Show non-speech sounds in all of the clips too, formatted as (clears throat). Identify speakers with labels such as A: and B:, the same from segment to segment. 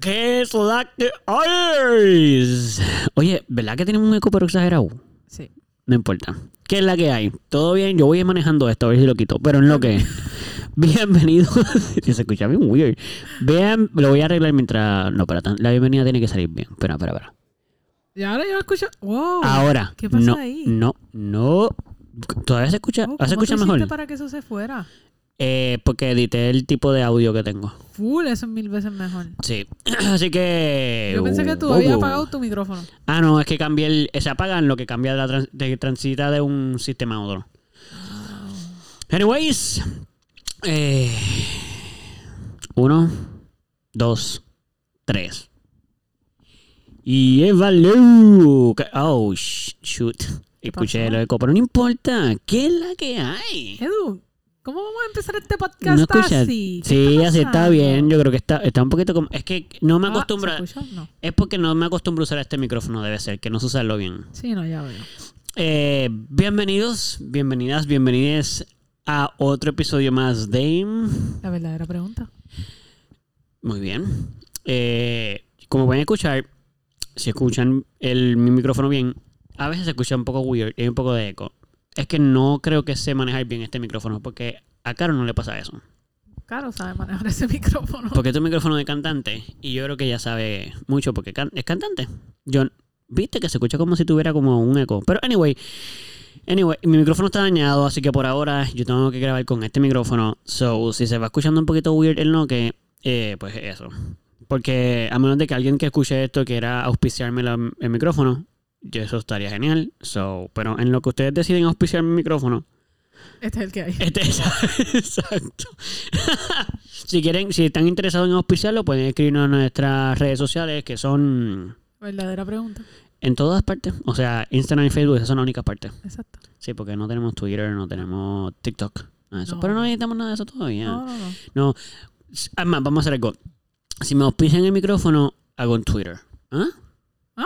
A: ¿Qué es la que hay? Oye, ¿verdad que tiene un eco pero exagerado?
B: Sí.
A: No importa. ¿Qué es la que hay? Todo bien, yo voy manejando esto, a ver si lo quito. Pero en lo que. (laughs) Bienvenido. (laughs) se escucha bien weird. Bien, lo voy a arreglar mientras. No, para la bienvenida tiene que salir bien. Espera, espera, espera.
B: Y ahora yo escucho. ¡Wow!
A: Ahora.
B: Oh, ¿Qué pasó
A: no,
B: ahí?
A: No, no. Todavía se escucha.
B: Oh,
A: ¿Se
B: ¿cómo tú
A: escucha
B: hiciste
A: mejor?
B: para que eso se fuera?
A: Eh, porque edité el tipo de audio que tengo.
B: Full, eso es mil veces mejor.
A: Sí. (clears throat) Así que.
B: Yo pensé que tú
A: Uh,
B: habías
A: uh.
B: apagado tu micrófono.
A: Ah, no, es que cambia el. Se apagan lo que cambia la trans- de transita de un sistema a otro. Anyways. eh, uno, dos, tres. Y Evalú. ca- Oh, sh- shoot. Escuché
B: pasó?
A: el eco, pero no importa. ¿Qué es la que hay?
B: Edu, ¿cómo vamos a empezar este podcast
A: No escuchas.
B: así? ¿Qué
A: Sí, así está
B: pasando?
A: bien. Yo creo que está, está un poquito como. Es que no me
B: Ah,
A: acostumbro. a-
B: ¿se escucha? No.
A: es porque no me acostumbro a usar este micrófono, debe ser, que no sé usarlo bien.
B: Sí, no, ya veo.
A: Eh, bienvenidos, bienvenidas, bienvenides a otro episodio más de...
B: La verdadera pregunta.
A: Muy bien. Eh, como pueden escuchar, si escuchan el, mi micrófono bien, a veces se escucha un poco weird y hay un poco de eco. Es que no creo que sé manejar bien este micrófono porque a Caro no le pasa eso.
B: Caro sabe manejar ese (laughs) micrófono.
A: Porque este es un micrófono de cantante y yo creo que ella sabe mucho porque can- es cantante. Yo, viste que se escucha como si tuviera como un eco. Pero anyway, anyway, mi micrófono está dañado, así que por ahora yo tengo que grabar con este micrófono. So, si se va escuchando un poquito weird el no que, eh, pues eso. Porque a menos de que alguien que escuche esto quiera auspiciarme la- el micrófono, yo eso estaría genial. So, pero en lo que ustedes deciden auspiciar mi micrófono,
B: Este es el que hay.
A: este, (laughs) exacto. (laughs) si quieren, si están interesados en auspiciarlo, pueden escribirnos en nuestras redes sociales, que son
B: Verdadera pregunta.
A: en todas partes. O sea, Instagram y Facebook, esas son las únicas partes.
B: Exacto.
A: Sí, porque no tenemos Twitter, no tenemos TikTok. nada de eso.
B: No.
A: Pero no necesitamos nada de eso todavía.
B: No, no, no.
A: No. Además, vamos a hacer algo. Si me auspician el micrófono, hago un Twitter. ¿Ah?
B: ¿Ah?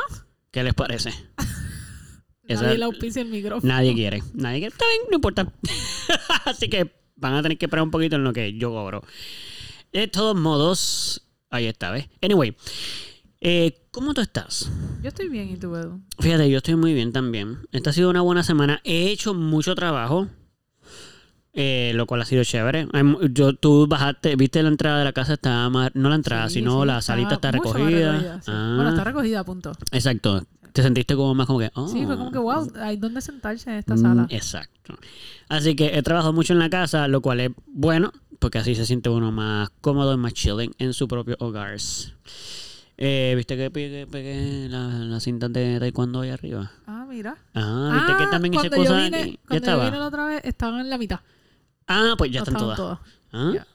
A: ¿Qué les parece? Esa-
B: (laughs) Nadie le auspicia el micrófono.
A: Nadie quiere. Nadie quiere. Está bien, no importa. (laughs) Así que van a tener que esperar un poquito en lo que yo cobro. De todos modos, ahí está, ¿ves? Anyway, eh, ¿cómo tú estás?
B: Yo estoy bien, ¿y tú, Edu?
A: Fíjate, yo estoy muy bien también. Esta ha sido una buena semana. He hecho mucho trabajo, eh, lo cual ha sido chévere. Hay mu- Yo, tú bajaste, viste la entrada de la casa, estaba más, no la entrada,
B: Sí,
A: sino
B: sí, Ah,
A: la salita está
B: mucho más
A: recogida.
B: sí.
A: Ah,
B: Bueno, está recogida, punto.
A: Exacto. Te sentiste como más como que... oh.
B: Sí, fue como que, wow, hay dónde sentarse en esta
A: Mm,
B: sala.
A: Exacto. Así que he trabajado mucho en la casa, lo cual es bueno, porque así se siente uno más cómodo y más chilling en su propio hogar. Eh, ¿Viste que pegué, pegué la, la cinta de taekwondo ahí arriba?
B: Ah, mira.
A: Ah, ¿viste que también hice
B: cuando yo
A: cosas?
B: vine-
A: aquí? ya
B: cuando yo
A: estaba.
B: vine la otra vez, estaban en la mitad.
A: Ah, pues ya
B: No
A: están
B: estaban
A: todas.
B: todas.
A: Ah.
B: Ya.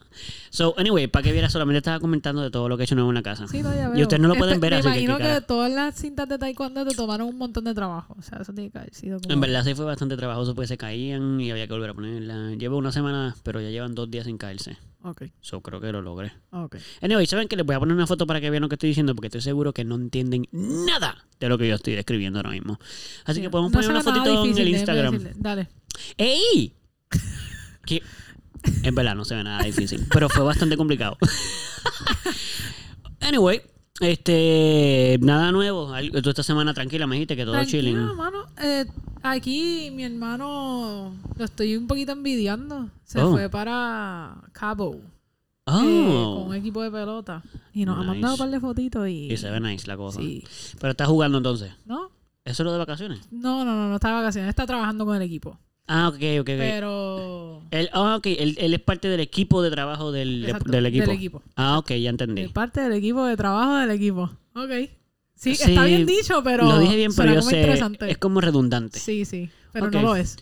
A: So, anyway, para que viera, solamente estaba comentando de todo lo que he hecho nuevo en la casa.
B: Sí, no, ya
A: Ah. Y
B: veo.
A: ustedes no lo pueden
B: Espe-
A: ver,
B: Me
A: así que,
B: imagino
A: qué
B: que,
A: cara.
B: todas las cintas de taekwondo te tomaron un montón de trabajo. O sea, eso tiene que haber sido como...
A: En verdad sí fue bastante trabajoso porque se caían y había que volver a ponerla. Llevo una semana, pero ya llevan dos días sin caerse.
B: Ok,
A: So, creo que lo logré.
B: ok.
A: Anyway, ¿saben que Les voy a poner una foto para que vean lo que estoy diciendo porque estoy seguro que no entienden nada de lo que yo estoy describiendo ahora mismo. Así que
B: Mira,
A: podemos
B: no
A: poner
B: se
A: una
B: ve nada
A: fotito en
B: difícil,
A: el
B: déjame
A: Instagram.
B: decirle. Dale.
A: ¡Ey! Que- En verdad, no se ve nada difícil, pero fue bastante complicado. (laughs) anyway, este, nada nuevo. Al- Tú esta semana tranquila, me dijiste que todo
B: Tranquilo,
A: chilling.
B: mano. Eh, aquí mi hermano lo estoy un poquito envidiando. Se
A: Oh.
B: fue para Cabo eh, con
A: Oh,
B: un equipo de pelota. Y nos
A: Nice.
B: ha mandado un par de fotitos y...
A: y se ve nice la cosa.
B: Sí.
A: Pero estás jugando entonces.
B: ¿No?
A: ¿Eso es lo de vacaciones?
B: No, no, no, no está de vacaciones. Está trabajando con el equipo.
A: Ah, ok, ok, ok.
B: Eh, Pero...
A: Él, ah, ok, él, él es parte del equipo de trabajo del,
B: Exacto,
A: del equipo.
B: Del equipo.
A: Ah, ok, ya entendí.
B: De parte del equipo de trabajo del equipo. Ok. Sí,
A: Sí,
B: está bien dicho, pero.
A: lo dije bien,
B: suena
A: pero yo
B: como
A: sé.
B: interesante.
A: Es como redundante.
B: Sí, sí. Pero
A: Ok.
B: no lo es.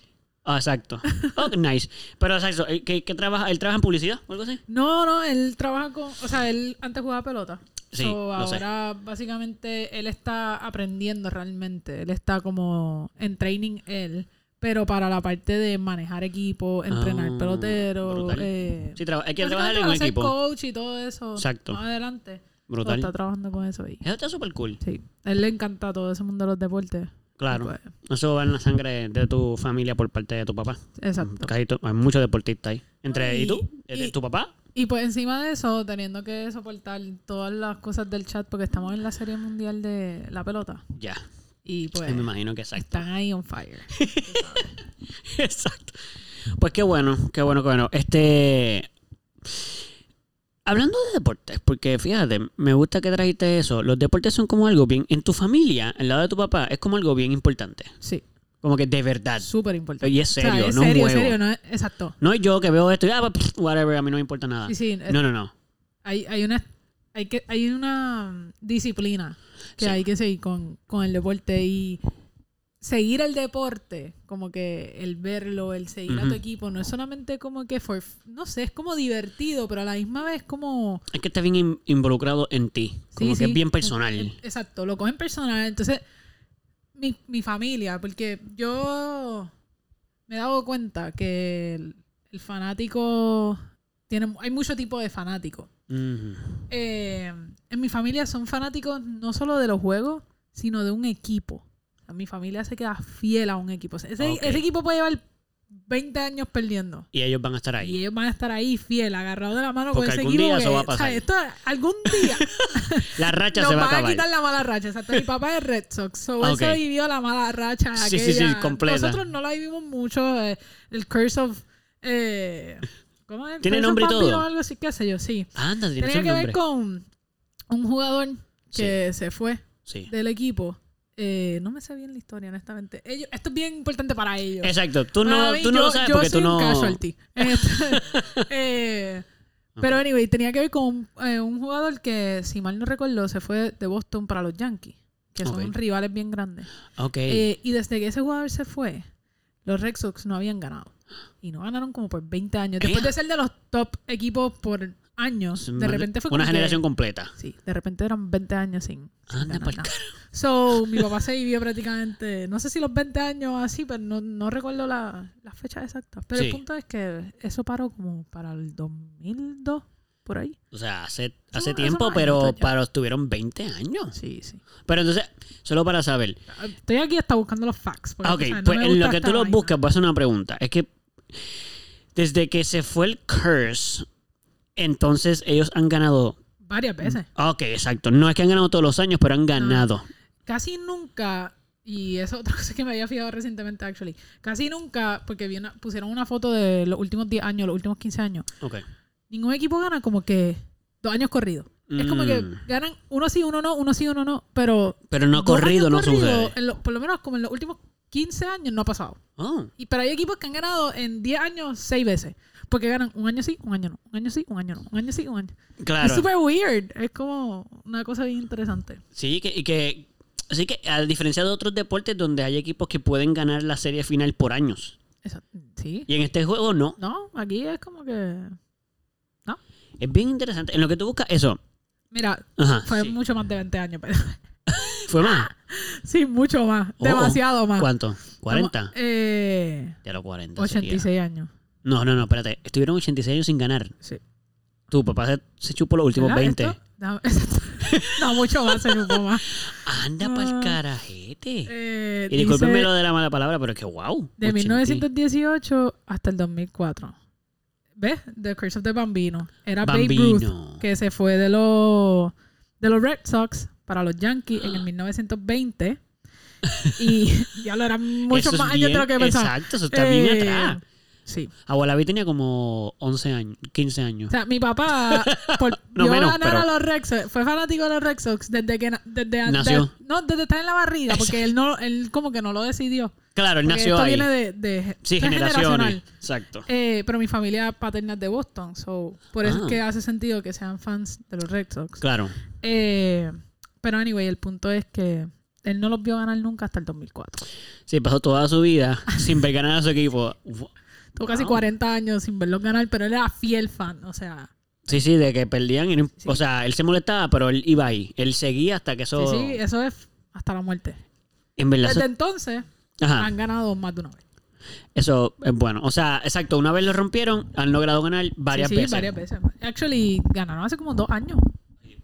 A: Ah,
B: (laughs)
A: exacto. Ok, nice. Pero exacto, ¿eh, ¿qué, qué trabaja? ¿Él trabaja en publicidad o algo así?
B: No, no, él trabaja con. O sea, él antes jugaba pelota.
A: Sí,
B: So,
A: lo sé.
B: ahora, básicamente, él está aprendiendo realmente. Él está como en training él. Pero para la parte de manejar equipo, entrenar
A: Ah,
B: peloteros.
A: brutal.
B: Eh,
A: Sí, traba- hay que trabajar
B: básicamente
A: en
B: va
A: un
B: a ser
A: equipo.
B: coach y todo eso.
A: Exacto.
B: Más adelante. So, Está
A: Brutal.
B: trabajando con eso ahí.
A: Eso está súper cool.
B: Sí. A él le encanta todo ese mundo de los deportes.
A: Claro.
B: Pues,
A: Eso va en la sangre de tu familia por parte de tu papá.
B: exacto.
A: Casi to- hay muchos deportistas ahí. Entre, ¿y tú?
B: Y-
A: ¿Tu papá?
B: Y pues encima de eso, teniendo que soportar todas las cosas del chat, porque estamos en la Serie Mundial de la Pelota.
A: Ya.
B: Y pues
A: me imagino que exacto.
B: están ahí on fire.
A: (laughs) Exacto. Pues qué bueno, qué bueno, qué bueno. Este. Hablando de deportes, porque fíjate, me gusta que trajiste eso. Los deportes son como algo bien. En tu familia, al lado de tu papá, es como algo bien importante.
B: Sí,
A: Como que de verdad.
B: súper importante.
A: Y es serio,
B: es
A: no un
B: serio,
A: juego.
B: serio, no es- exacto.
A: No es yo que veo esto y, ah, pff, whatever, a mí no me importa nada.
B: Sí, sí, es-
A: Ah. No, no, no.
B: hay, hay una hay que hay una disciplina que
A: Sí.
B: hay que seguir con, con el deporte y seguir el deporte como que el verlo el seguir a tu
A: Ujú.
B: equipo no es solamente como que for- no sé es como divertido pero a la misma vez como
A: Es que está bien in- involucrado en ti. Como
B: Sí,
A: que
B: sí.
A: es bien personal.
B: Eh, Exacto, lo cogen personal. Entonces, mi, mi familia, porque yo me he dado cuenta que el, el fanático tiene, hay mucho tipo de fanático.
A: Ujú.
B: Eh, en mi familia son fanáticos no solo de los juegos, sino de un equipo. O sea, mi familia se queda fiel a un equipo. O sea, ese,
A: Ok.
B: ese equipo puede llevar 20 años perdiendo.
A: Y ellos van a estar
B: Y
A: ahí.
B: ellos van a estar ahí fiel, agarrados de la mano
A: Porque
B: con ese
A: algún
B: equipo.
A: día eso
B: porque,
A: va a pasar.
B: o sea, esto,
A: (laughs)
B: algún día
A: La racha
B: nos
A: se va a
B: van
A: acabar.
B: quitar la mala racha. Exacto. Mi papá es Red Sox. So
A: Ah,
B: él
A: ok.
B: se vivió la mala racha.
A: Sí, sí,
B: aquella.
A: sí, completa.
B: Nosotros no la vivimos mucho. eh, el Curse of. eh, ¿Cómo es? El
A: ¿Tiene
B: Curse of
A: nombre y todo?
B: Vampiro o algo así, qué sé yo, sí.
A: Anda, tiene
B: Tenía
A: su
B: que
A: nombre.
B: ver con un jugador que se fue
A: Sí.
B: del equipo. Eh, no me sé bien la historia, honestamente. Ellos, esto es bien importante para ellos.
A: Exacto. Tú no,
B: Para mí,
A: tú no
B: yo-
A: lo sabes
B: yo
A: porque
B: soy
A: tú no.
B: un casualty.
A: (laughs)
B: Este, eh, pero anyway, tenía que ver con eh, un jugador que, si mal no recuerdo, se fue de Boston para los Yankees, que son
A: Ok.
B: rivales bien grandes.
A: Ok.
B: Eh, y desde que ese jugador se fue, los Red Sox no habían ganado. Y no ganaron como por 20 años. Después
A: Ea.
B: de ser de los top equipos por años, de repente fue como
A: una
B: que-
A: generación completa.
B: Sí, de repente eran 20 años sin, sin
A: Anda
B: ganar
A: pa'l
B: nada. So, mi papá se vivió prácticamente, no sé si los 20 años así, pero no, no recuerdo la, las fechas exactas. Pero el
A: Sí.
B: punto es que eso paró como para el 2002, por ahí.
A: O sea, hace,
B: Eso-
A: hace
B: eso
A: tiempo,
B: no hay
A: pero
B: mucho ya.
A: para, tuvieron 20 años.
B: Sí, sí.
A: Pero entonces, solo para saber.
B: Estoy aquí hasta buscando los facts. porque,
A: Ah, ok,
B: tú sabes, no
A: pues
B: me
A: en
B: gusta
A: lo que
B: esta
A: tú lo
B: vaina.
A: buscas, voy a hacer una pregunta. Es que desde que se fue el curse, entonces ellos han ganado.
B: Varias veces.
A: Ah, Ok, exacto. No es que han ganado todos los años, pero han ganado.
B: Casi nunca, y eso es otra (laughs) cosa que me había fijado recientemente, actually. Casi nunca, porque vi una- pusieron una foto de los últimos 10 años, los últimos 15 años.
A: Ok.
B: Ningún equipo gana como que dos años corridos. Es como que
A: Mm.
B: ganan uno sí, uno no, uno sí, uno no, pero
A: Pero no
B: dos
A: corrido, no
B: años corrido,
A: sucede.
B: en lo- por lo menos como en los últimos 15 años no ha pasado.
A: Oh,
B: Y, pero hay equipos que han ganado en 10 años 6 veces. Porque ganan un año sí, un año no, un año sí, un año no, un año sí, un año. Es
A: claro.
B: súper weird. Es como una cosa bien interesante.
A: Sí, que, y que. Así que, a diferencia de otros deportes donde hay equipos que pueden ganar la serie final por años.
B: Eso, sí.
A: Y en este juego no.
B: No, aquí es como que...
A: Es bien interesante. En lo que tú buscas, eso.
B: Mira,
A: Ajá.
B: fue
A: sí.
B: mucho más Ah, de 20 años. Pero, (laughs)
A: ¿Fue más.
B: sí, mucho más.
A: Oh.
B: demasiado más.
A: ¿Cuánto? ¿40?
B: Como, eh,
A: ya los 40. sería.
B: 86 años.
A: No, no, no, espérate. Estuvieron 86 años sin ganar.
B: Sí.
A: Tu papá se, se chupó los últimos
B: ¿Verdad?
A: 20.
B: Esto- No, (laughs) no, mucho más, se chupó más.
A: Anda
B: Ah.
A: pa'l carajete.
B: Eh,
A: y discúlpenme
B: dice,
A: lo de la mala palabra, pero es que wow.
B: De 1918 hasta el 2004. ¿Ves? The Curse of the Bambino. Era Babe Ruth,
A: Bambino.
B: que se fue de los, de los Red Sox para los Yankees
A: Ah.
B: en
A: (laughs)
B: el 1920. Y (laughs) ya lo eran muchos
A: Eso es
B: más años de lo
A: bien-
B: que pensaba.
A: Exacto, eso está
B: Eh,
A: bien atrás.
B: Sí.
A: Abuela Vi tenía como 11 años, 15
B: O
A: años.
B: sea,
A: (laughs)
B: mi papá, por
A: No
B: vio
A: menos,
B: ganar
A: pero-
B: a los Red Sox, fue fanático de los Red Sox desde que na- desde antes.
A: Nació.
B: No, desde estar en la barriga, porque él no, él como que no lo decidió.
A: Claro, él
B: Porque
A: nació
B: esto
A: ahí.
B: viene de, de-
A: sí,
B: esto es
A: generaciones.
B: generacional.
A: Exacto.
B: Eh, pero mi familia paterna es de Boston, so por eso
A: Ah.
B: es que hace sentido que sean fans de los Red Sox.
A: Claro.
B: Eh, pero anyway, el punto es que él no los vio ganar nunca hasta el 2004.
A: Sí, pasó toda su vida
B: (laughs)
A: sin ver ganar a su equipo. Uf.
B: Tuvo casi
A: Wow.
B: 40 años sin verlos ganar, pero él era fiel fan, o sea,
A: Sí, sí, de que perdían. Y no-
B: Sí.
A: O sea, él se molestaba, pero él iba ahí. Él seguía hasta que eso.
B: sí, sí, eso es hasta la muerte.
A: En verdad. eso-
B: Desde entonces
A: Ajá.
B: han ganado más de una vez.
A: Eso es bueno. O sea, exacto. Una vez lo rompieron, han logrado ganar varias
B: sí, sí,
A: veces.
B: varias veces. Actually, ganaron hace como dos años.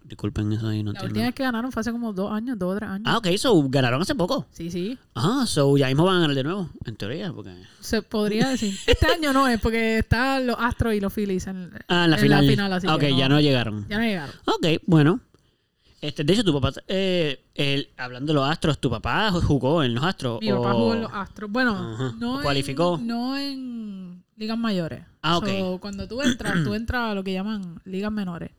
A: Disculpen eso ahí, no
B: La
A: entiendo.
B: última vez que ganaron fue hace como dos años, dos o tres años.
A: Ah, ok, so ganaron hace poco.
B: Sí, sí.
A: Ah, so ya mismo van a ganar de nuevo, en teoría, porque...
B: Se
A: (laughs)
B: podría decir. Este año no es porque están los Astros y los Phillies en,
A: Ah, en la
B: en
A: final.
B: así
A: Ah, ok,
B: que
A: ya no llegaron.
B: ya no llegaron.
A: Ok, bueno. Este, de hecho, tu papá, eh, él- hablando de los astros, ¿tu papá jugó en los astros?
B: Mi
A: o-
B: papá jugó en los Astros. Bueno,
A: Ajá.
B: no,
A: ¿O cualificó?
B: En, no en ligas mayores.
A: Ah, ok.
B: So, cuando tú
A: (clears throat)
B: entras, tú entras a lo que llaman ligas menores,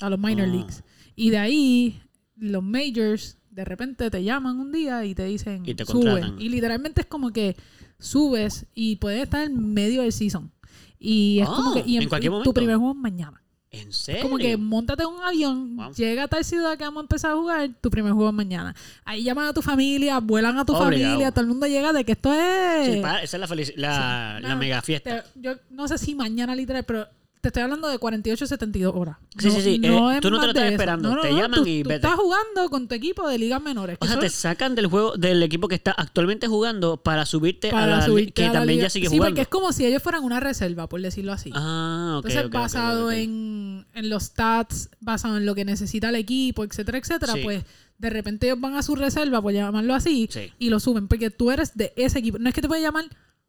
B: a los minor
A: Ah.
B: leagues. Y de ahí, los majors, de repente te llaman un día y te dicen,
A: Y te
B: sube.
A: contratan.
B: Y literalmente es como que subes y puedes estar en medio del season. Y es
A: Ah,
B: como que y
A: en cualquier
B: y
A: momento.
B: tu primer juego es mañana.
A: ¿En serio?
B: Como que montate en un avión,
A: Wow.
B: llega a tal ciudad que vamos a empezar a jugar, tu primer juego es mañana. Ahí llaman a tu familia, vuelan a tu
A: Obligado.
B: familia, todo el mundo llega de que esto es...
A: Sí, pa- esa es la, felici- la,
B: Sí.
A: la
B: No,
A: mega fiesta.
B: Te- yo no sé si mañana literal, pero te estoy hablando de 48 72 horas.
A: Sí, sí, sí. Eh,
B: es
A: tú no te lo
B: más de
A: estás
B: eso.
A: esperando.
B: No, no,
A: Te
B: no,
A: llaman
B: tú-
A: y
B: tú
A: vete.
B: estás jugando con tu equipo de ligas menores. que
A: O sea,
B: son-
A: te sacan del juego del equipo que está actualmente jugando para subirte a
B: para
A: la
B: subirte
A: que
B: a la
A: también
B: liga.
A: ya sigue
B: Sí,
A: jugando.
B: porque es como si ellos fueran una reserva, por decirlo así.
A: Ah, ok.
B: Entonces,
A: ok, ok, ok,
B: basado
A: ok.
B: En, en los stats, basado en lo que necesita el equipo, etcétera, etcétera,
A: Sí.
B: pues de repente ellos van a su reserva, por llamarlo así,
A: Sí.
B: y lo suben, porque tú eres de ese equipo. No es que te puede llamar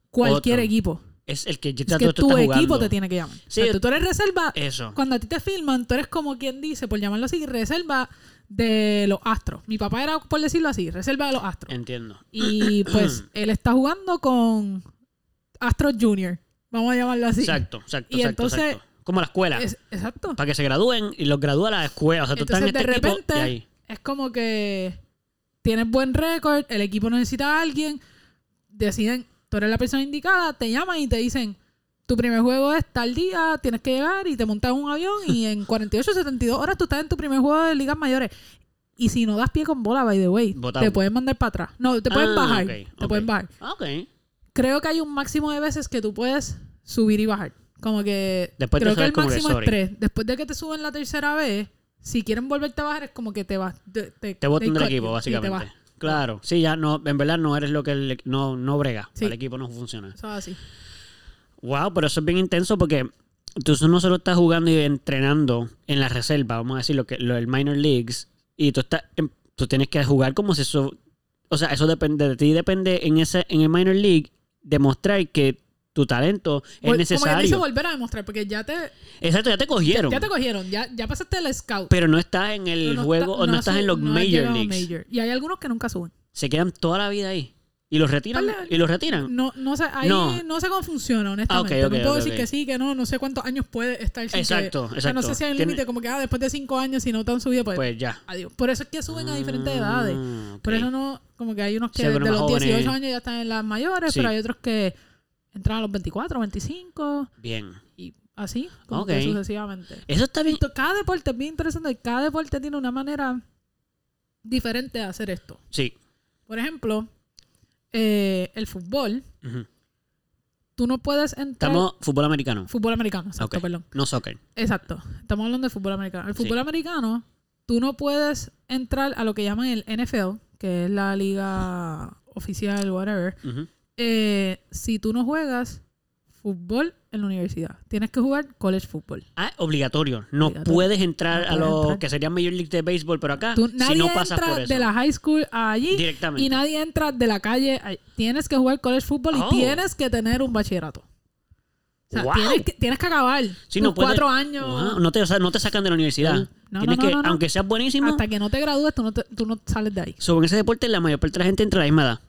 B: cualquier
A: Otro.
B: equipo,
A: Es el que ya
B: es
A: tú
B: que
A: estás
B: tu
A: jugando.
B: equipo te tiene que llamar.
A: Sí, eh.
B: O sea, tú, tú eres reserva,
A: Eso.
B: cuando a ti te filman, tú eres como quien dice, por llamarlo así, reserva de los astros. Mi papá era, por decirlo así, reserva de los astros.
A: Entiendo. Eh.
B: Y pues (clears throat) él está jugando con Astros Junior, vamos a llamarlo así.
A: Exacto, exacto,
B: Y
A: exacto,
B: entonces-
A: exacto. Como la escuela.
B: Es- exacto.
A: Para que se gradúen y los gradúa la escuela. O sea, tú estás en
B: Entonces,
A: este
B: de
A: equipo y
B: repente-
A: ahí.
B: es como que tienes buen récord, el equipo necesita a alguien, deciden, tú eres la persona indicada, te llaman y te dicen, tu primer juego es tal día, tienes que llegar y te montas en un avión
A: (laughs)
B: y en 48, 72 horas tú estás en tu primer juego de ligas mayores. Y si no das pie con bola, by the way,
A: Botado.
B: te pueden mandar para atrás. No, te pueden
A: Ah,
B: bajar.
A: ok,
B: Te
A: ok.
B: pueden bajar.
A: Ah, ok.
B: Creo que hay un máximo de veces que tú puedes subir y bajar. Como que
A: Después te
B: creo que
A: subes
B: el
A: como que,
B: máximo es
A: sorry.
B: tres. Después de que te suben la tercera vez, si quieren volverte a bajar, es como que te vas. Te, te,
A: Te votan
B: they
A: del
B: cut you,
A: equipo,
B: sí, te
A: básicamente.
B: vas.
A: Claro. Sí, ya no, en verdad no eres lo que el, no, no brega.
B: Sí.
A: El equipo no funciona.
B: Eso es así.
A: Wow, pero eso es bien intenso porque tú no solo estás jugando y entrenando en la reserva, vamos a decir, lo que lo del minor leagues, y tú estás en- tú tienes que jugar como si eso o sea, eso depende de ti, depende en ese en el minor league demostrar que tu talento es
B: Vol- Pues, Como que dice
A: necesario.
B: volver a demostrar, porque ya te,
A: Exacto, ya te cogieron.
B: ya te cogieron, ya, ya pasaste el scout.
A: pero no estás en el
B: No, no
A: juego
B: está-
A: o no
B: has
A: estás en
B: sub-
A: los
B: no has
A: major
B: llegado a
A: leagues.
B: major. Y hay algunos que nunca suben.
A: Se quedan toda la vida ahí y los retiran
B: Vale.
A: y los retiran.
B: No, no sé, ahí
A: No.
B: no. sé cómo funciona, honestamente.
A: Ah, ok, ok,
B: no puedo
A: ok,
B: decir
A: ok.
B: que sí, que no, no sé cuántos años puede estar sin
A: Exacto,
B: que, o sea,
A: exacto.
B: no sé si hay un
A: Tiene-
B: límite, como que ah, después de cinco años, si no te han subido, pues,
A: Pues ya.
B: adiós. Por eso es que suben a diferentes edades.
A: Ah, ok.
B: Por eso no, como que hay unos que
A: Sí, pero
B: de
A: más
B: los
A: jóvenes.
B: 18 años ya están en las mayores,
A: Sí.
B: pero hay otros que entran a los 24, 25
A: Bien.
B: y así, como
A: Ok.
B: que sucesivamente.
A: Eso está bien.
B: Esto- Cada deporte es bien interesante, y cada deporte tiene una manera diferente de hacer esto.
A: Sí.
B: Por ejemplo, eh, el fútbol,
A: Ujú.
B: tú no puedes entrar...
A: Estamos fútbol americano.
B: Fútbol americano, exacto,
A: Ok.
B: perdón.
A: No soccer.
B: Exacto, estamos hablando de fútbol americano. El
A: Sí.
B: fútbol americano, tú no puedes entrar a lo que llaman el NFL, que es la liga oficial, whatever.
A: Ujú.
B: eh, si tú no juegas fútbol en la universidad, tienes que jugar college fútbol.
A: Ah, obligatorio. No
B: Obligatorio.
A: puedes entrar
B: No
A: a
B: puedes
A: lo
B: entrar.
A: que sería Major League de Béisbol, pero acá,
B: Tú, nadie
A: si no pasas
B: entra
A: por eso.
B: de la high school a allí
A: Directamente.
B: y nadie entra de la calle. a- Tienes que jugar college fútbol y
A: Oh.
B: tienes que tener un bachillerato. O sea,
A: Wow.
B: tienes, que, tienes que acabar
A: Sí,
B: tus
A: no puedes-
B: cuatro años.
A: Wow, no, te, o sea, no te sacan de la universidad.
B: No,
A: Tienes
B: no,
A: que,
B: no, no, no.
A: aunque seas buenísimo,
B: Hasta que no te gradúes, tú no, te- tú no sales de ahí.
A: sobre ese deporte la mayor parte de la gente entra a la misma edad.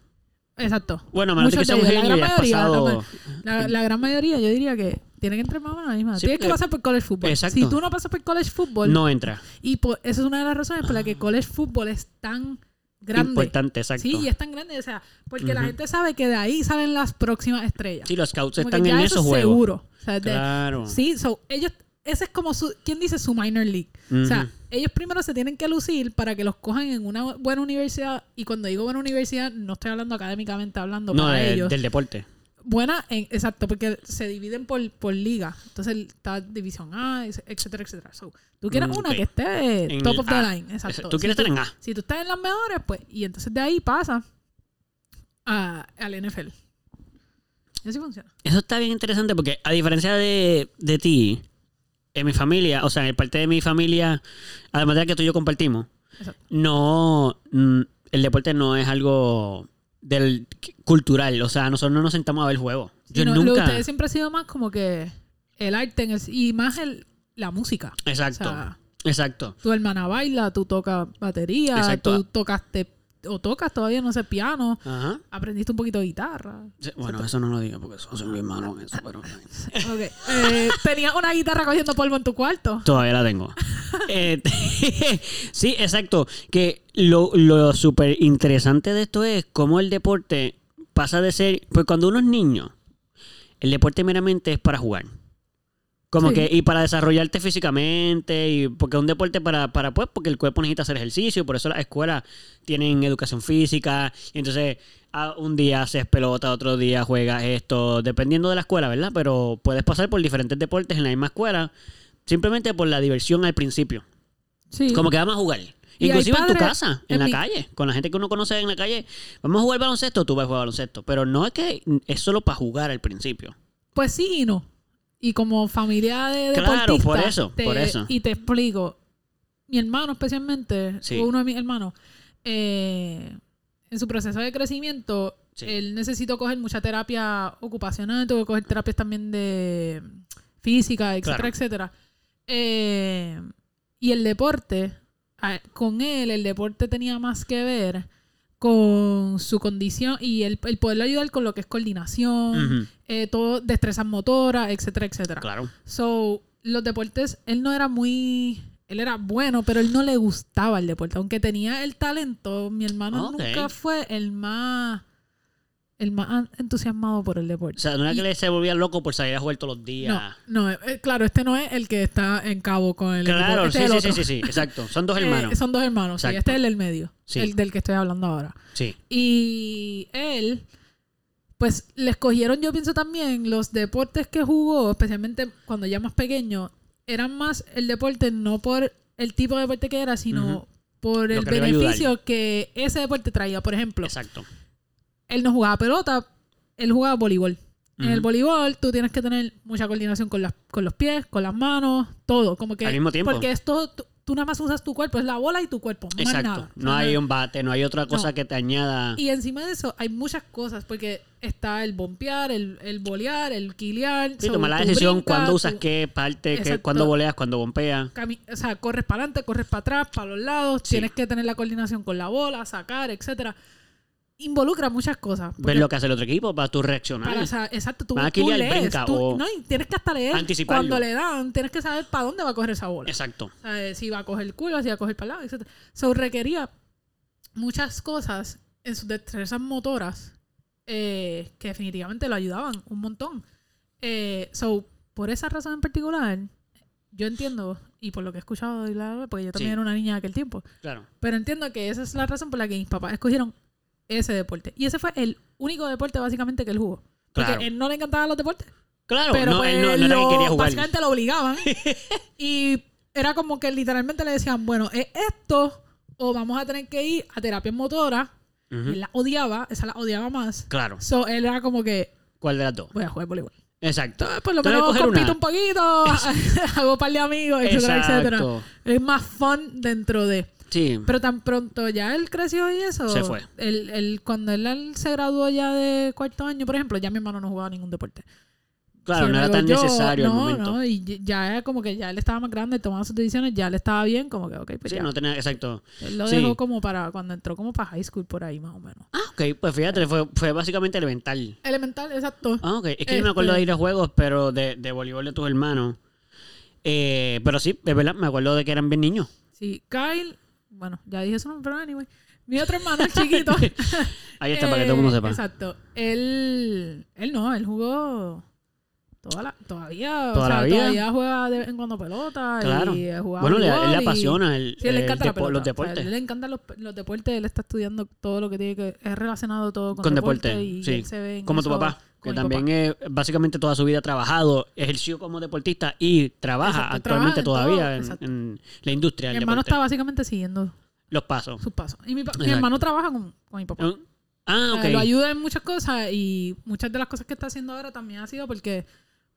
B: Exacto.
A: Bueno, a menos de
B: Muchos
A: que sea
B: de
A: un
B: ellos,
A: genio y
B: la,
A: has
B: gran mayoría, la
A: pasado.
B: gran- la, la gran mayoría, yo diría que tiene que entrar más o menos a la misma.
A: Sí,
B: tienes que
A: porque-
B: pasar por college fútbol.
A: Exacto.
B: Si tú no pasas por college fútbol,
A: No entra.
B: Y por- esa es una de las razones por la que college fútbol es tan grande.
A: Importante, exacto.
B: Sí, y
A: Sí,
B: es tan grande. O sea, porque la
A: Ujú.
B: gente sabe que de ahí salen las próximas estrellas.
A: los scouts
B: Como que
A: están
B: ya
A: en
B: eso
A: esos
B: es
A: juegos.
B: Seguro. O sea, de-
A: Claro.
B: Sí, so, ellos, ese es como su, ¿quién dice su minor league? O sea,
A: Ujú.
B: ellos primero se tienen que lucir para que los cojan en una buena universidad. Y cuando digo buena universidad, no estoy hablando académicamente hablando
A: no,
B: para
A: de-
B: ellos.
A: del deporte.
B: Buena, en, exacto, porque se dividen por, por liga. Entonces está división A, es- etcétera, etcétera. So, tú quieres
A: Mm,
B: una
A: ok.
B: que esté
A: En el
B: top of the
A: A.
B: line. Exacto.
A: Tú quieres
B: si,
A: estar en A.
B: tú, si tú estás en las mejores, pues, y entonces de ahí pasa a- al NFL. Y así funciona.
A: Eso está bien interesante porque, a diferencia de, de ti, en mi familia, o sea, en parte de mi familia, además de la que tú y yo compartimos,
B: Exacto.
A: no, mm, el deporte no es algo del cultural, o sea, nosotros no nos sentamos a ver juegos. Yo
B: Y no- Lo de
A: nunca...
B: ustedes siempre ha sido más como que el arte en el- y más el, la música.
A: Exacto,
B: O sea,
A: exacto.
B: tu hermana baila, tú tocas batería,
A: Exacto.
B: tú tocaste o tocas todavía, no sé, piano,
A: Ajá.
B: aprendiste un poquito
A: (laughs)
B: de guitarra.
A: Sí, Bueno, eso no lo digo porque son mis malos en eso,
B: (laughs)
A: pero...
B: Ok. Eh, tenías una guitarra cogiendo polvo en tu cuarto.
A: Todavía la tengo. (laughs) Eh, sí, exacto. Que lo, lo súper interesante de esto es cómo el deporte pasa de ser. Pues cuando uno es niño, el deporte meramente es para jugar. Como
B: Sí.
A: que, y para desarrollarte físicamente, y porque es un deporte para, para, pues, porque el cuerpo necesita hacer ejercicio, por eso las escuelas tienen educación física, y entonces ah, un día haces pelota, otro día juegas esto, dependiendo de la escuela, ¿verdad? Pero puedes pasar por diferentes deportes en la misma escuela, simplemente por la diversión al principio.
B: Sí.
A: Como que vamos a jugar.
B: Y hay
A: Inclusive en tu
B: padres-
A: casa, en,
B: en
A: la
B: mi-
A: calle, con la gente que uno conoce en la calle, vamos a jugar baloncesto, tú vas a jugar baloncesto, pero no es que es solo para jugar al principio.
B: Pues sí y no. Y como familia de
A: Claro,
B: deportistas.
A: por eso,
B: te-
A: por eso.
B: Y te explico. Mi hermano especialmente,
A: Sí.
B: o uno de mis hermanos, eh, en su proceso de crecimiento,
A: Sí.
B: él necesitó coger mucha terapia ocupacional, tuvo que coger terapias también de mm, física, etcétera,
A: Claro.
B: etcétera. Eh, y el deporte, a- con él, el deporte tenía más que ver con su condición y el, el poderle ayudar con lo que es coordinación,
A: Ujú,
B: eh, todo destrezas motoras, etcétera, etcétera.
A: Claro.
B: So, los deportes, él no era muy, él era bueno, pero él no le gustaba el deporte, aunque tenía el talento, mi hermano
A: Ah, Ok.
B: nunca fue el más, el más entusiasmado por el
A: O
B: deporte.
A: sea, no era que le se volvía loco por salir a jugar todos los días.
B: No, no, eh, claro, este no es el que está en cabo con el
A: Claro,
B: equipo,
A: sí,
B: este es
A: sí,
B: el
A: sí, sí,
B: otro.
A: sí, exacto. Son dos
B: (laughs) Eh,
A: hermanos.
B: son dos hermanos, sí,
A: Exacto.
B: este es el del medio,
A: Sí.
B: el del que estoy hablando ahora.
A: Sí.
B: Y él, pues les cogieron, yo pienso también, los deportes que jugó, especialmente cuando ya más pequeño, eran más el deporte no por el tipo de deporte que era, sino
A: Ujú.
B: por
A: Lo
B: el
A: que le iba a ayudar.
B: beneficio que ese deporte traía. Por ejemplo,
A: Exacto.
B: él no jugaba pelota, él jugaba voleibol. En el
A: Ujú.
B: voleibol tú tienes que tener mucha coordinación con, las, con los pies, con las manos, todo. Como que,
A: Al mismo tiempo.
B: Porque esto, tú, tú nada más usas tu cuerpo, es la bola y tu cuerpo. más
A: Exacto.
B: nada.
A: No hay un bate, no hay otra cosa que te añada.
B: Y encima de eso hay muchas cosas, porque está el bompear, el, el bolear, el quilear.
A: Sí,
B: so,
A: tomar la
B: tú
A: decisión
B: brincas,
A: cuándo usas
B: tú
A: qué parte, qué,
B: Exacto.
A: cuándo voleas, cuándo bompeas.
B: cami- O sea, corres para adelante, corres para atrás, para los lados,
A: Sí.
B: tienes que tener la coordinación con la bola, sacar, etcétera Involucra muchas cosas.
A: Ver lo que hace el otro equipo para tú reaccionar.
B: para, o sea, exacto, tú,
A: Vas a
B: tú
A: quilear,
B: lees,
A: brinca
B: tú-
A: o
B: no, y tienes que hasta leer
A: anticiparlo.
B: cuando le dan, tienes que saber para dónde va a correr esa bola.
A: Exacto.
B: O sea, eh, si va a coger el culo, si va a coger para el lado, etc. So, requería muchas cosas en sus destrezas motoras eh, que definitivamente lo ayudaban un montón. Eh, so, por esa razón en particular, yo entiendo, y por lo que he escuchado, y bla, bla, bla, porque yo también
A: Sí.
B: era una niña de aquel tiempo,
A: Claro.
B: pero entiendo que esa es la razón por la que mis papás escogieron ese deporte. Y ese fue el único deporte básicamente que él jugó. Porque
A: Claro.
B: él no le encantaban los deportes
A: Claro,
B: pero
A: no,
B: pues
A: él no, no era que
B: lo-
A: quería jugar.
B: básicamente lo
A: (laughs)
B: obligaban y era como que literalmente le decían bueno es esto o vamos a tener que ir a terapia motora
A: Ujú.
B: él la odiaba esa la odiaba más
A: Claro.
B: so él era como que
A: ¿Cuál de las dos?
B: voy a jugar voleibol
A: Exacto.
B: Ah, por lo
A: Tú le
B: menos
A: coges
B: compito
A: una. (laughs)
B: un poquito hago un par de amigos etcétera etcétera
A: Exacto.
B: es más fun dentro de
A: Sí.
B: pero tan pronto ya él creció y eso
A: Se fue.
B: él- él- cuando él, él se graduó ya de cuarto año por ejemplo ya mi hermano no jugaba ningún deporte
A: Claro,
B: Sin
A: no era tan
B: embargo, yo-
A: necesario el
B: no,
A: momento.
B: No, y ya- ya era como que ya él estaba más grande, tomaba sus decisiones, ya le estaba bien, como que, ok, pues
A: sí,
B: ya.
A: no tenía, exacto.
B: Él lo
A: sí.
B: dejó como para cuando entró como para high school por ahí, más o menos.
A: Ah, ok, pues fíjate, fue, fue básicamente elemental.
B: Elemental, exacto.
A: Ah, ok. Es que yo me acuerdo
B: Este-
A: de ir a juegos, pero de, de voleibol de tus hermanos. Eh, pero sí, es verdad, me acuerdo de que eran bien niños.
B: Sí, Kyle, bueno, ya dije su nombre, pero anyway. Mi otro hermano, el chiquito.
A: (laughs) Ahí está, para que todo el mundo
B: Eh,
A: sepa.
B: Exacto. Él, él no, él jugó toda la- todavía, o
A: Toda la
B: sea,
A: vida.
B: todavía juega de vez en cuando pelota
A: Claro.
B: y eh, jugaba
A: Bueno, le,
B: voleibol
A: él le
B: y-
A: apasiona el,
B: Sí, él le
A: el
B: encanta la
A: depo-
B: pelota.
A: Eh, los
B: O sea,
A: deportes.
B: él le encantan los, los deportes. Él está estudiando todo lo que tiene que... Es relacionado todo con,
A: Con
B: deporte.
A: deporte,
B: y
A: sí.
B: él se ve en
A: como tu
B: eso
A: papá,
B: con
A: que
B: mi
A: también
B: papá.
A: eh, básicamente toda su vida ha trabajado, ejerció como deportista y trabaja
B: Exacto,
A: actualmente
B: trabaja en
A: todavía
B: todo,
A: en,
B: exacto.
A: en la industria
B: Mi
A: del
B: hermano
A: deporte.
B: está básicamente siguiendo
A: Los pasos.
B: sus pasos. Y mi, pa- mi
A: Exacto.
B: hermano trabaja con, con mi papá.
A: Ah,
B: O sea,
A: ok.
B: Lo ayuda en muchas cosas y muchas de las cosas que está haciendo ahora también ha sido porque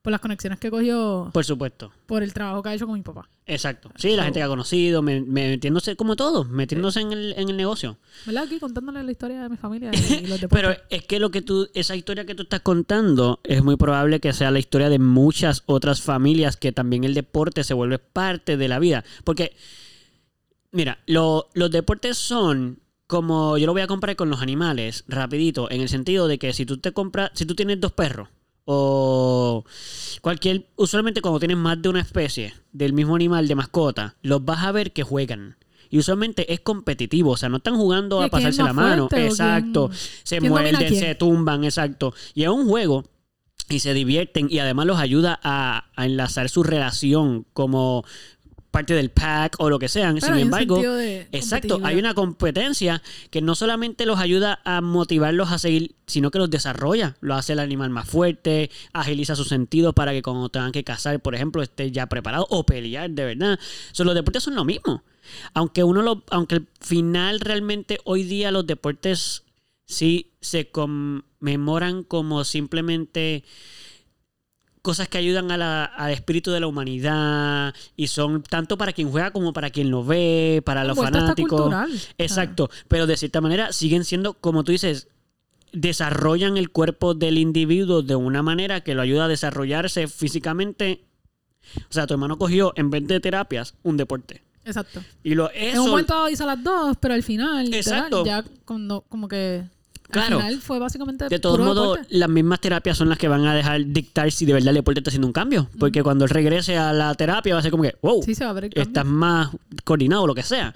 B: por las conexiones que cogió
A: Por supuesto.
B: por el trabajo que ha hecho con mi papá.
A: Exacto. Sí, la gente que ha conocido, me- me- metiéndose como todo, metiéndose en el, en el negocio.
B: ¿Verdad? Aquí contándole la historia de mi familia
A: (laughs)
B: y los deportes.
A: Pero es que lo que tú, esa historia que tú estás contando es muy probable que sea la historia de muchas otras familias que también el deporte se vuelve parte de la vida. Porque, mira, lo- los deportes son como yo lo voy a comprar con los animales, rapidito, en el sentido de que si tú te compras, si tú tienes dos perros o cualquier, usualmente cuando tienes más de una especie del mismo animal de mascota, los vas a ver que juegan. Y usualmente es competitivo, o sea, no están jugando
B: ¿Y
A: a
B: quién es
A: pasarse la
B: más
A: mano.
B: fuerte o
A: Exacto.
B: quién-
A: se
B: quién domina a
A: muerden,
B: quién?
A: se tumban, exacto. Y es un juego y se divierten y además los ayuda a, a enlazar su relación como parte del pack o lo que sean.
B: Claro,
A: Sin
B: hay un
A: embargo,
B: sentido de
A: exacto, hay
B: competitividad.
A: una competencia que no solamente los ayuda a motivarlos a seguir, sino que los desarrolla. Lo hace el animal más fuerte, agiliza sus sentidos para que cuando tengan que cazar, por ejemplo, esté ya preparado o pelear de verdad. So, los deportes son lo mismo. Aunque uno lo, aunque al final realmente hoy día los deportes sí se conmemoran como simplemente cosas que ayudan a la- al espíritu de la humanidad y son tanto para quien juega como para quien lo ve, para los
B: Envuelta hasta
A: fanáticos.
B: cultural. O sea,
A: Exacto, pero de cierta manera siguen siendo, como tú dices, desarrollan el cuerpo del individuo de una manera que lo ayuda a desarrollarse físicamente. O sea, tu hermano cogió, en vez de terapias, un deporte.
B: Exacto.
A: Y lo
B: En un
A: eso,
B: momento dado hizo las dos, pero al final, literal,
A: Exacto.
B: ya cuando, como que.
A: Claro.
B: Al final fue básicamente.
A: de todos
B: puro
A: modos,
B: deporte.
A: las mismas terapias son las que van a dejar dictar si de verdad el deporte está haciendo un cambio. Porque cuando él regrese a la terapia va a ser como que, wow,
B: Sí, se va a ver el cambio.
A: estás más coordinado, lo que sea.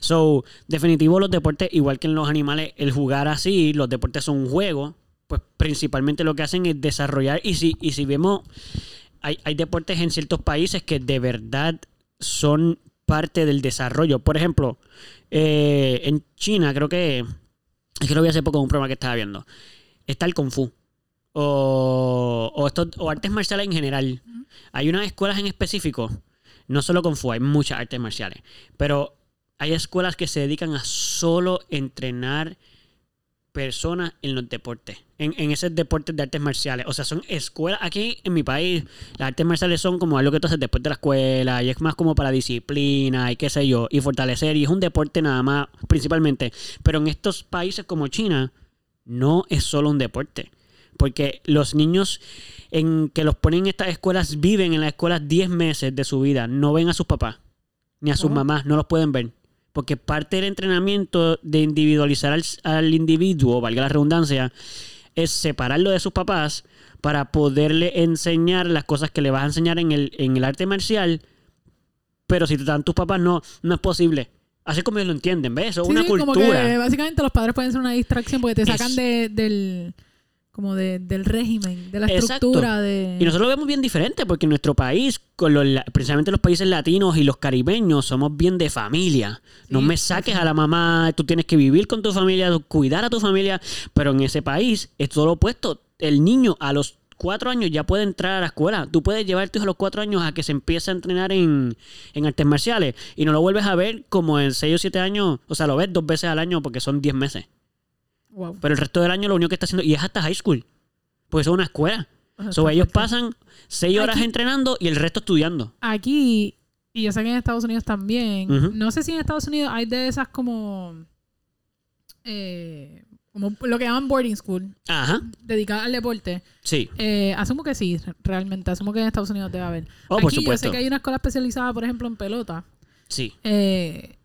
A: So, definitivo, los deportes, igual que en los animales, el jugar así, los deportes son un juego, pues principalmente lo que hacen es desarrollar. Y si, y si vemos, hay, hay deportes en ciertos países que de verdad son parte del desarrollo. Por ejemplo, eh, en China, creo que. Es que lo vi hace poco en un programa que estaba viendo. Está el Kung Fu. O, o, estos- o artes marciales en general. Hay unas escuelas en específico no solo Kung Fu, hay muchas artes marciales. Pero hay escuelas que se dedican a solo entrenar personas en los deportes, en, en esos deportes de artes marciales. O sea, son escuelas. Aquí en mi país, las artes marciales son como algo que tú haces después de la escuela y es más como para disciplina y qué sé yo, y fortalecer. Y es un deporte nada más, principalmente. Pero en estos países como China, no es solo un deporte. Porque los niños en que los ponen en estas escuelas viven en las escuelas 10 meses de su vida. No ven a sus papás ni a sus
B: Wow.
A: mamás, no los pueden ver. Porque parte del entrenamiento de individualizar al, al individuo, valga la redundancia, es separarlo de sus papás para poderle enseñar las cosas que le vas a enseñar en el, en el arte marcial. Pero si te dan tus papás, no, no es posible. Así como ellos lo entienden, ¿ves? Eso es
B: Sí,
A: una
B: sí,
A: cultura.
B: Como que básicamente los padres pueden ser una distracción porque te
A: Es-
B: sacan de, del. Como de- del régimen, de la
A: Exacto.
B: estructura de.
A: Y nosotros lo vemos bien diferente porque en nuestro país, con los la- precisamente los países latinos y los caribeños, somos bien de familia. No
B: Sí,
A: me saques a la mamá, tú tienes que vivir con tu familia, cuidar a tu familia. Pero en ese país es todo lo opuesto. El niño a los cuatro años ya puede entrar a la escuela. Tú puedes llevar a tu hijo a los cuatro años a que se empiece a entrenar en, en artes marciales y no lo vuelves a ver como en seis o siete años. O sea, lo ves dos veces al año porque son diez meses.
B: Wow.
A: Pero el resto del año lo único que está haciendo, y es hasta high school, porque eso es una escuela.
B: Eso
A: So,
B: está
A: ellos
B: fuerte.
A: pasan seis horas
B: Aquí-
A: entrenando y el resto estudiando.
B: aquí, y yo sé que en Estados Unidos también,
A: Ujú.
B: no sé si en Estados Unidos hay de esas como, eh, como lo que llaman boarding school,
A: Ajá,
B: dedicadas al deporte.
A: sí.
B: Eh, asumo que sí, realmente, asumo que en Estados Unidos debe haber.
A: Oh,
B: aquí
A: por
B: yo
A: supuesto.
B: sé que hay una escuela especializada, por ejemplo, en pelota,
A: Sí.
B: eh,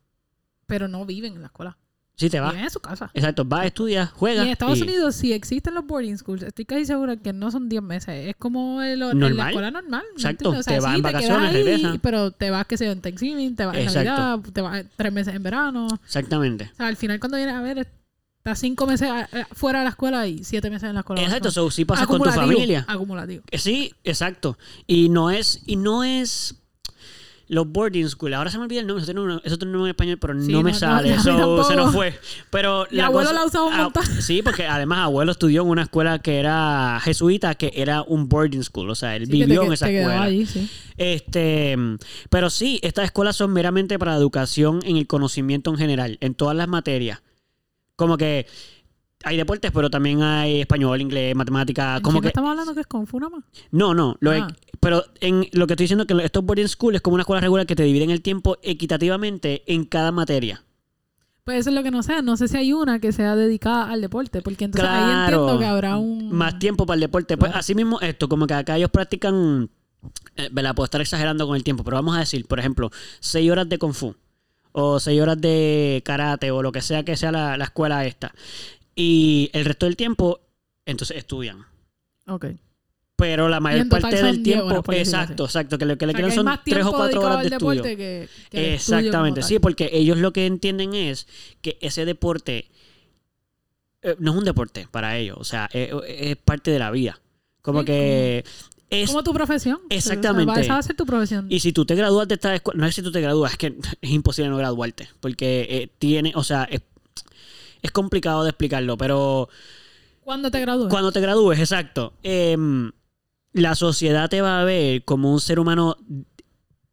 B: pero no viven en la escuela,
A: Sí te va.
B: viven en su casa.
A: Exacto, va, estudia,
B: Y
A: juega.
B: en Estados
A: y-
B: Unidos sí existen los boarding schools. Estoy casi segura que no son 10 meses. Es como el, el-
A: Normal.
B: la escuela normal. ¿me
A: Exacto.
B: entiendes? O sea,
A: Te vas
B: sí,
A: en
B: quedas
A: vacaciones,
B: ahí,
A: regresas.
B: Pero te vas, que se en Thanksgiving, te vas en
A: Exacto.
B: Navidad, te vas tres meses en verano. O
A: Exactamente.
B: sea, al final cuando vienes a ver, estás cinco meses a- eh, fuera de la escuela y siete meses en la escuela.
A: Exacto,
B: O sea,
A: so, sí pasas con tu
B: acumulativo,
A: familia.
B: Acumulativo.
A: Eh, Sí, exacto. Y no es, y no es los boarding school. Ahora se me olvida el nombre, eso tiene, un- eso tiene un nombre en español, pero
B: Sí,
A: no me
B: no, no,
A: sale.
B: a mí
A: so,
B: (laughs) tampoco.
A: se nos fue. Pero
B: Mi abuelo la usaba un
A: ah,
B: montón.
A: (laughs) sí, porque además abuelo estudió en una escuela que era jesuita, que era un boarding school. O sea, él
B: Sí, que te
A: vivió
B: que-
A: en esa
B: te quedabas
A: escuela.
B: allí, sí.
A: Este, pero sí, estas escuelas son meramente para educación en el conocimiento en general, en todas las materias. Como que hay deportes, pero también hay español, inglés, matemáticas,
B: ¿En
A: Ah, como
B: China
A: que...
B: estamos hablando que es con Funama?
A: No, no. Lo
B: Ah.
A: ex- pero en lo que estoy diciendo es que estos boarding school es como una escuela regular que te dividen el tiempo equitativamente en cada materia.
B: Pues eso es lo que no sé. No sé si hay una que sea dedicada al deporte, porque entonces ahí
A: Claro.
B: entiendo que habrá un...
A: Más tiempo para el deporte. Pues
B: Claro.
A: así mismo esto, como que acá ellos practican, eh, ¿verdad? Puedo estar exagerando con el tiempo, pero vamos a decir, por ejemplo, seis horas de kung fu o seis horas de karate o lo que sea que sea la, la escuela esta. Y el resto del tiempo, entonces estudian.
B: Ok.
A: Pero la mayor
B: en total
A: parte
B: son
A: del
B: 10
A: tiempo,
B: horas, por decirlo
A: exacto,
B: así.
A: exacto, que lo que
B: O
A: le
B: sea, que
A: quedan
B: hay
A: son
B: más
A: tres o
B: tiempo
A: cuatro horas de
B: dedicado
A: estudio.
B: al deporte que- que al estudio como
A: Exactamente,
B: tal.
A: sí, porque ellos lo que entienden es que ese deporte eh, no es un deporte para ellos, o sea, eh, eh, es parte de la vida. Como
B: Sí,
A: que es...
B: Como tu profesión.
A: Exactamente.
B: O sea, esa va a ser tu profesión.
A: Y si tú te gradúas de esta escuela, no es si tú te gradúas, es que (laughs) es imposible no graduarte, porque eh, tiene, o sea, es, es complicado de explicarlo, pero
B: ¿Cuándo te gradúes?
A: cuando te gradúes, exacto, em, la sociedad te va a ver como un ser humano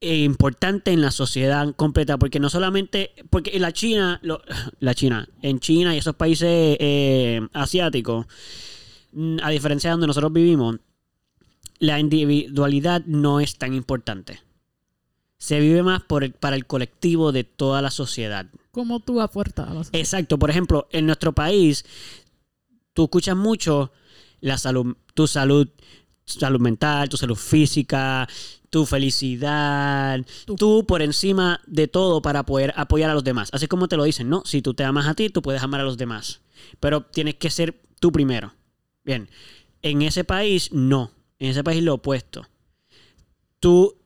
A: eh, importante en la sociedad completa, porque no solamente, porque en la China, lo- (laughs) la China, en China y esos países eh, asiáticos, mm, a diferencia de donde nosotros vivimos, la individualidad no es tan importante. Se vive más por el- para el colectivo de toda la sociedad.
B: ¿Cómo tú aportas? a la sociedad?
A: Exacto. Por ejemplo, en nuestro país, tú escuchas mucho la salud, tu salud, salud mental, tu salud física, tu felicidad,
B: Tú.
A: tú por encima de todo para poder apoyar a los demás. Así como te lo dicen, ¿no? Si tú te amas a ti, tú puedes amar a los demás. Pero tienes que ser tú primero. Bien. En ese país, no. En ese país, lo opuesto. Tú,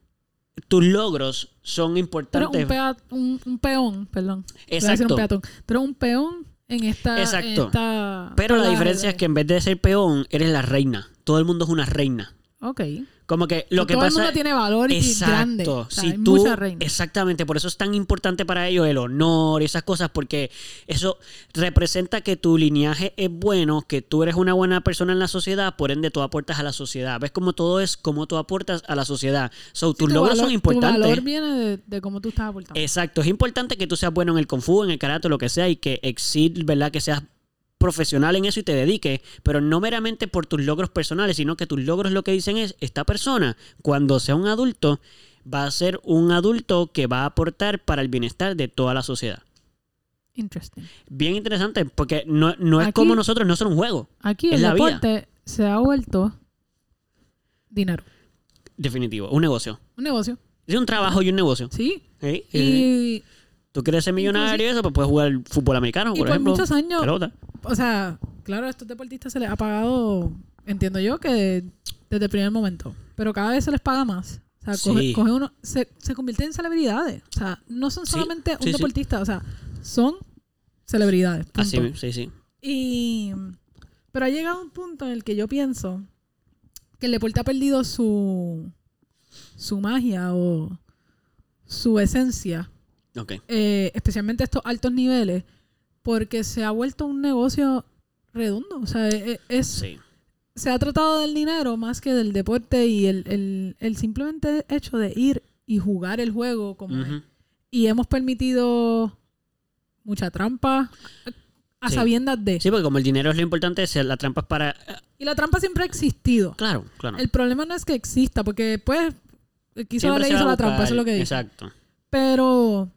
A: tus logros son
B: Pero
A: importantes.
B: un, pea- un, un peón, perdón. Voy a decir
A: Exacto.
B: un peatón. Pero un peón en esta... en
A: Exacto.
B: esta
A: Pero la
B: tabla
A: diferencia
B: de-
A: es que en vez de ser peón, eres la reina. Todo el mundo es una reina.
B: Ok.
A: Como que lo que
B: todo el
A: pasa
B: mundo tiene valor y
A: Exacto.
B: grande. O sea,
A: si
B: hay
A: tú,
B: mucha reina.
A: Exactamente, por eso es tan importante para ellos el honor y esas cosas, porque eso representa que tu lineaje es bueno, que tú eres una buena persona en la sociedad, por ende tú aportas a la sociedad. ¿Ves cómo todo es cómo tú aportas a la sociedad? So,
B: Sí,
A: tus
B: tu
A: logros
B: valor-
A: son importantes. Eh,
B: Tu valor viene de, de cómo tú estás aportando.
A: Exacto, es importante que tú seas bueno en el kung fu, en el karate, lo que sea, y que exil, ¿verdad? Que seas profesional en eso y te dediques, pero no meramente por tus logros personales, sino que tus logros lo que dicen es, esta persona, cuando sea un adulto, va a ser un adulto que va a aportar para el bienestar de toda la sociedad.
B: Interesting.
A: Bien interesante, porque no, no es
B: Aquí-
A: como nosotros, no son un juego,
B: Aquí
A: Es
B: el
A: la vida.
B: deporte se ha vuelto dinero.
A: definitivo, un negocio.
B: Un negocio.
A: Es un trabajo y un negocio.
B: Sí.
A: ¿Sí? Eh,
B: Y,
A: Tú quieres ser millonario y eso, pues puedes jugar fútbol americano,
B: y
A: por
B: por
A: ejemplo.
B: muchos años,
A: pelota.
B: o sea, claro, a estos deportistas se les ha pagado, entiendo yo, que desde el primer momento. Pero cada vez se les paga más. O sea, coge-
A: Sí.
B: coge uno, se, se convierten en celebridades. O sea, no son
A: Sí,
B: solamente
A: sí, sí.
B: un deportista, o sea, son celebridades. punto.
A: Así, Ah, sí, sí.
B: Y, pero ha llegado un punto en el que yo pienso que el deporte ha perdido su, su magia o su esencia,
A: Ok.
B: eh, especialmente estos altos niveles, porque se ha vuelto un negocio redondo. O sea, e- e- es,
A: Sí.
B: se ha tratado del dinero más que del deporte y el, el- el simplemente hecho de ir y jugar el juego como es.
A: Ujú.
B: Y hemos permitido mucha trampa a
A: Sí.
B: sabiendas de...
A: Sí, porque como el dinero es lo importante, se- la trampa es para... eh,
B: Y la trampa siempre ha existido.
A: Claro, claro.
B: El problema no es que exista, porque pues el que hizo
A: Siempre
B: la
A: se
B: ley
A: va
B: hizo
A: a
B: la trampa,
A: buscar,
B: eso es lo que dice.
A: Exacto.
B: Pero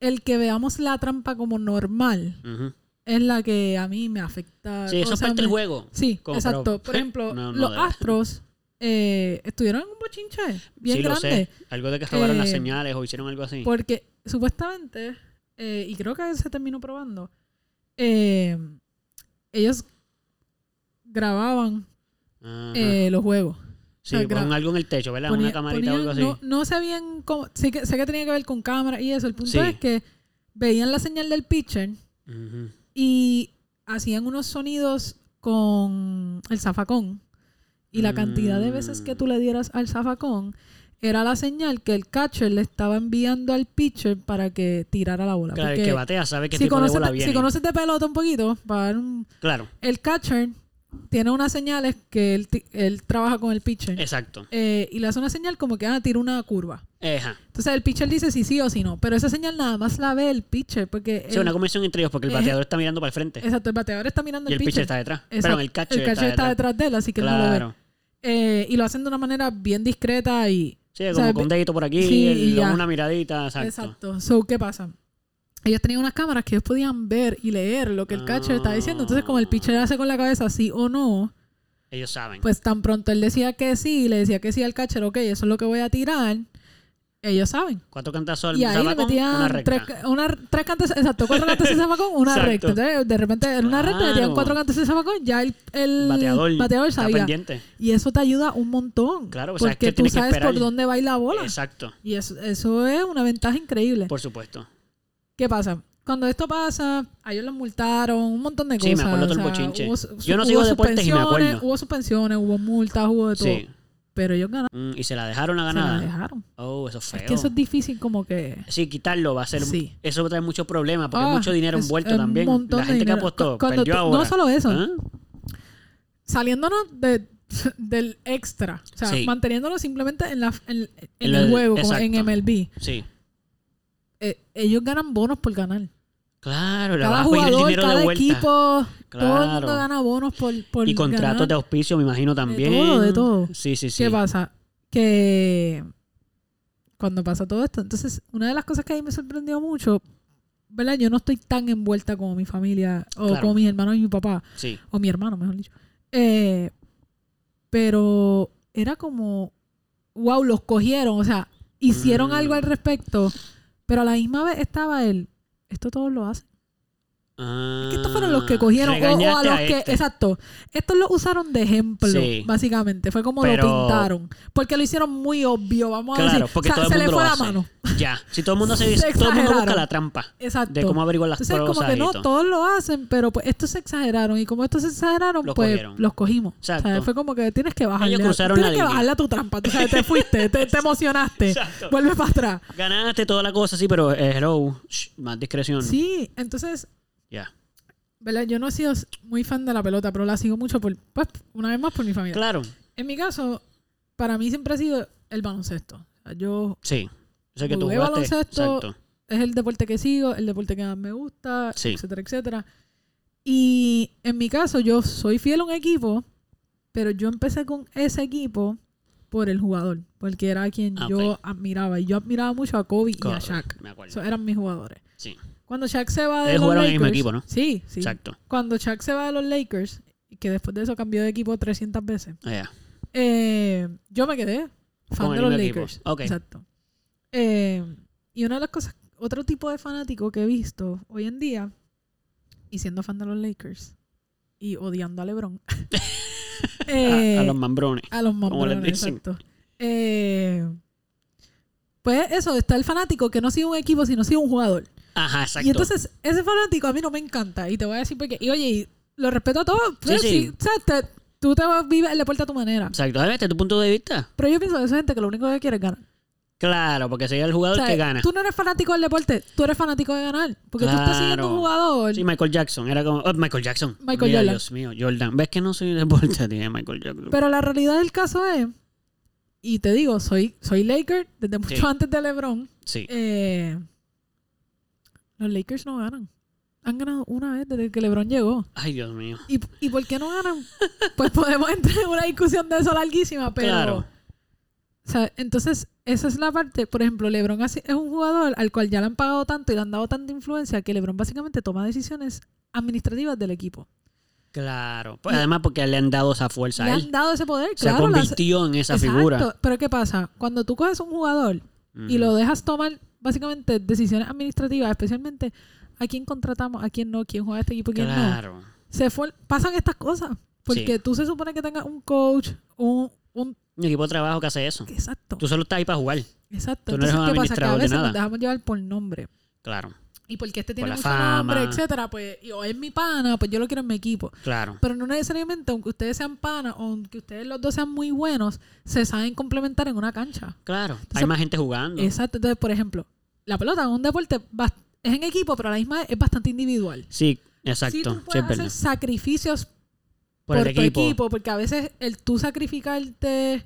B: el que veamos la trampa como normal
A: Ujú.
B: es la que a mí me afecta.
A: Sí, eso
B: o
A: es
B: sea,
A: parte del
B: me-
A: juego.
B: Sí,
A: Como,
B: exacto.
A: pero-
B: Por ejemplo,
A: No, no
B: los
A: debe.
B: astros eh, estuvieron en un bochinche bien
A: sí,
B: grande.
A: lo sé. Algo de que robaron las
B: Eh,
A: señales o hicieron algo así.
B: Porque supuestamente, eh, y creo que se terminó probando, eh, ellos grababan
A: Ajá.
B: eh, los juegos.
A: sí,
B: o sea,
A: con
B: gra-
A: algo en el techo, ¿verdad?
B: Ponía-
A: Una camarita o
B: ponían-
A: algo así.
B: No, no sé bien cómo. Sé que, sé que tenía que ver con cámara y eso. El punto
A: Sí.
B: es que veían la señal del pitcher
A: Ujú.
B: y hacían unos sonidos con el zafacón. Y la cantidad de veces que
A: Mm.
B: tú le dieras al zafacón era la señal que el catcher le estaba enviando al pitcher para que tirara la bola.
A: Claro, el
B: Porque
A: que batea sabe que
B: si
A: tipo de
B: conoces,
A: bola
B: de-
A: viene.
B: si conoces de pelota un poquito, para dar un-
A: Claro.
B: el catcher tiene unas señales que él, ti- él trabaja con el pitcher.
A: Exacto.
B: eh, y le hace una señal como que, ah, tira una curva.
A: Ajá.
B: Entonces el pitcher dice si sí o si no. Pero esa señal nada más la ve el pitcher. Porque
A: Sí,
B: el-
A: una conversación entre ellos porque el
B: Eh,
A: bateador está mirando para el frente
B: exacto, el bateador está mirando
A: y el pitcher está detrás. Pero
B: Exacto,
A: el catcher,
B: catcher
A: está, detrás.
B: de él, así que él no lo ve.
A: Claro.
B: Eh, y lo hacen de una manera bien discreta y...
A: Sí,
B: O
A: como
B: sea,
A: con un dedito por aquí,
B: sí, y
A: el-
B: ya.
A: una miradita, exacto.
B: Exacto. So, ¿qué pasa? Ellos tenían unas cámaras que ellos podían ver y leer lo que el catcher está diciendo. Entonces, como el pitcher hace con la cabeza sí o no,
A: Ellos saben.
B: pues tan pronto él decía que sí, le decía que sí al catcher, ok, eso es lo que voy a tirar, ellos saben.
A: Cuatro cantazos al
B: Y ahí le
A: zapacón, una
B: metían
A: recta.
B: tres, ca- una, tres cantos, exacto, cuatro cantos de zapacón, una
A: Exacto.
B: recta. Entonces, de repente, en una recta le metían
A: Claro.
B: cuatro cantos de zapacón, ya el, el
A: bateador, está
B: sabía.
A: pendiente.
B: Y eso te ayuda un montón.
A: Claro, o sea, es
B: porque
A: que
B: tú
A: tiene que
B: sabes por
A: esperar.
B: dónde va a ir la bola.
A: Exacto,
B: Y eso, eso es una ventaja increíble.
A: por supuesto.
B: ¿Qué pasa? Cuando esto pasa, a ellos los multaron, un montón de
A: Sí, me
B: cosas.
A: acuerdo todo el
B: o sea,
A: bochinche.
B: hubo su-
A: Yo no
B: hubo
A: sigo deportes y me
B: suspensiones,
A: acuerdo.
B: Hubo suspensiones, hubo multas, hubo de todo.
A: Sí.
B: Pero ellos ganaron.
A: Mm, Y se la dejaron la
B: Se la
A: ganada.
B: dejaron.
A: Oh, eso es feo.
B: Es que eso es difícil como que...
A: Sí, quitarlo va a ser...
B: Sí.
A: Eso va a traer muchos problemas porque
B: Ah,
A: hay mucho dinero
B: es-
A: envuelto
B: es
A: también.
B: Un montón
A: la
B: de
A: gente que
B: dinero.
A: apostó
B: Cu- cuando
A: perdió
B: tú-
A: ahora.
B: No solo eso,
A: ¿Ah?
B: saliéndonos de, (laughs) del extra. O sea,
A: Sí.
B: manteniéndonos simplemente en, la, en, en
A: En
B: el
A: el-
B: juego, como en
A: exacto.
B: MLB.
A: Sí.
B: Eh, ellos ganan bonos por ganar.
A: Claro, le
B: Cada
A: vas a pedir
B: jugador,
A: dinero de
B: cada
A: vuelta.
B: equipo, todo el mundo
A: Claro.
B: gana bonos por, por
A: y contratos
B: ganar.
A: de auspicio, me imagino, también.
B: todo, de todo.
A: Sí, sí, sí.
B: ¿Qué pasa? Que cuando pasa todo esto, entonces una de las cosas que a mí me sorprendió mucho, ¿verdad? Yo no estoy tan envuelta como mi familia o
A: Claro.
B: como mis hermanos y mi papá,
A: Sí.
B: o mi hermano, mejor dicho. Eh, pero era como, wow, los cogieron, o sea, hicieron
A: Mm.
B: algo al respecto, pero a la misma vez estaba él. Esto todos lo hacen. Es que estos fueron los que
A: Ah,
B: cogieron. O, o a
A: regañaste
B: los
A: a
B: que.
A: este.
B: Exacto. Estos lo usaron de ejemplo,
A: Sí.
B: básicamente. Fue como
A: Pero-
B: lo pintaron. Porque lo hicieron muy obvio, vamos a
A: Claro,
B: decir.
A: porque
B: O sea,
A: todo el
B: se le
A: mundo
B: fue
A: lo
B: la
A: hace.
B: mano.
A: Ya. Si todo el mundo se todo el
B: Se
A: mundo busca
B: exageraron.
A: la trampa
B: Exacto.
A: de cómo averiguar las
B: Entonces,
A: cosas.
B: como que no,
A: y todo.
B: todos lo hacen, pero pues estos se exageraron. Y como estos se exageraron,
A: Los
B: pues
A: cogieron.
B: los cogimos. O sea,
A: Exacto.
B: fue como que tienes que bajarle.
A: Ellos
B: a-
A: cruzaron
B: tienes
A: la
B: que
A: línea.
B: bajarle a tu trampa. Tú
A: (laughs)
B: sabes, te fuiste, te, te emocionaste.
A: Exacto.
B: Vuelve para atrás.
A: Ganaste toda la cosa, sí, pero eh, hello, shh, más discreción.
B: Sí, entonces
A: Ya.
B: ¿verdad? Yo no he sido muy fan de la pelota, pero la sigo mucho, por, pues, una vez más, por mi familia.
A: Claro,
B: En mi caso, para mí siempre ha sido el baloncesto. O sea, Yo
A: sí. O sea que tú
B: Jugué
A: jugaste.
B: baloncesto.
A: Exacto.
B: es el deporte que sigo, el deporte que más me gusta,
A: Sí.
B: etcétera, etcétera. Y en mi caso, yo soy fiel a un equipo, pero yo empecé con ese equipo por el jugador, porque era quien
A: Ah,
B: yo
A: ok.
B: admiraba. Y yo admiraba mucho a Kobe y a Shaq.
A: Me acuerdo.
B: Esos eran mis jugadores.
A: Sí,
B: Cuando Shaq se va de
A: Ellos
B: los
A: jugaron en el mismo
B: Lakers,
A: equipo, ¿no?
B: Sí, sí.
A: exacto.
B: Cuando Shaq se va de los Lakers, que después de eso cambió de equipo 300 veces,
A: Ah, ya.
B: Eh, yo me quedé fan
A: Con
B: de
A: el
B: los
A: mismo equipo.
B: Lakers.
A: Ok.
B: Exacto. Eh, y una de las cosas, otro tipo de fanático que he visto hoy en día, y siendo fan de los Lakers, y odiando a LeBron. (laughs) Eh,
A: A, a los mambrones.
B: a los
A: como
B: Mambrones,
A: les dicen.
B: exacto. Eh, pues eso, está el fanático que no sigue un equipo, sino sigue un jugador.
A: Ajá, exacto.
B: Y entonces, ese fanático a mí no me encanta. Y te voy a decir porque. Y oye, y lo respeto a todos.
A: Sí,
B: Sí,
A: sí.
B: sí, o sea, te- tú te vas- vives el deporte a tu manera.
A: Exacto. A ver, este es tu punto de vista.
B: Pero yo pienso que esa gente que lo único que quiere es ganar.
A: Claro, porque sería el
B: O
A: jugador
B: sea,
A: que gana.
B: Tú no eres fanático del deporte, tú eres fanático de ganar. Porque tú estás siguiendo
A: Claro.
B: un jugador.
A: Sí, Michael Jackson. Era como. oh, Michael Jackson.
B: Michael
A: Mira,
B: Jordan.
A: Dios mío, Jordan. ¿Ves que no soy deporte? (laughs) Tiene Michael Jackson.
B: Pero la realidad del caso es. Y te digo, soy, soy Laker desde mucho
A: Sí.
B: antes de LeBron.
A: sí.
B: eh, los Lakers no ganan. Han ganado una vez desde que LeBron llegó.
A: Ay, Dios mío.
B: ¿Y, y por qué no ganan?
A: (laughs)
B: Pues podemos entrar en una discusión de eso larguísima, pero.
A: Claro.
B: O sea, entonces, esa es la parte. Por ejemplo, LeBron así- es un jugador al cual ya le han pagado tanto y le han dado tanta influencia que LeBron básicamente toma decisiones administrativas del equipo.
A: Claro. Pues, además, porque le han dado esa fuerza
B: le
A: a
B: han
A: él.
B: dado ese poder,
A: Se
B: claro. las-
A: convirtió en esa
B: Exacto.
A: figura.
B: Pero ¿qué pasa? Cuando tú coges un jugador y
A: Ujú.
B: lo dejas tomar básicamente decisiones administrativas, especialmente a quién contratamos, a quién no, quién juega este equipo, quién no.
A: Claro.
B: se for- pasan estas cosas. Porque
A: Sí.
B: tú se supone que tengas un coach, un, un-
A: Un equipo de trabajo que hace eso.
B: exacto,
A: Tú solo estás ahí para jugar.
B: exacto.
A: tú no eres
B: Entonces,
A: un
B: ¿qué pasa? Que a
A: administrador de
B: veces
A: nada.
B: nos dejamos llevar por nombre.
A: Claro,
B: Y porque este tiene
A: la
B: mucho
A: fama.
B: nombre, etcétera, pues, y- o es mi pana, pues yo lo quiero en mi equipo.
A: claro.
B: Pero no necesariamente, aunque ustedes sean panas, o aunque ustedes los dos sean muy buenos, se saben complementar en una cancha.
A: Claro. Hay
B: Entonces-
A: más gente jugando.
B: Exacto. Entonces, por ejemplo, la pelota es un deporte bas- es en equipo, pero a la misma vez es bastante individual.
A: Sí,
B: Si
A: exacto.
B: tú
A: Sí, es
B: puedes hacer
A: verdad.
B: sacrificios
A: por, el
B: tu
A: equipo.
B: porque a veces el tú sacrificarte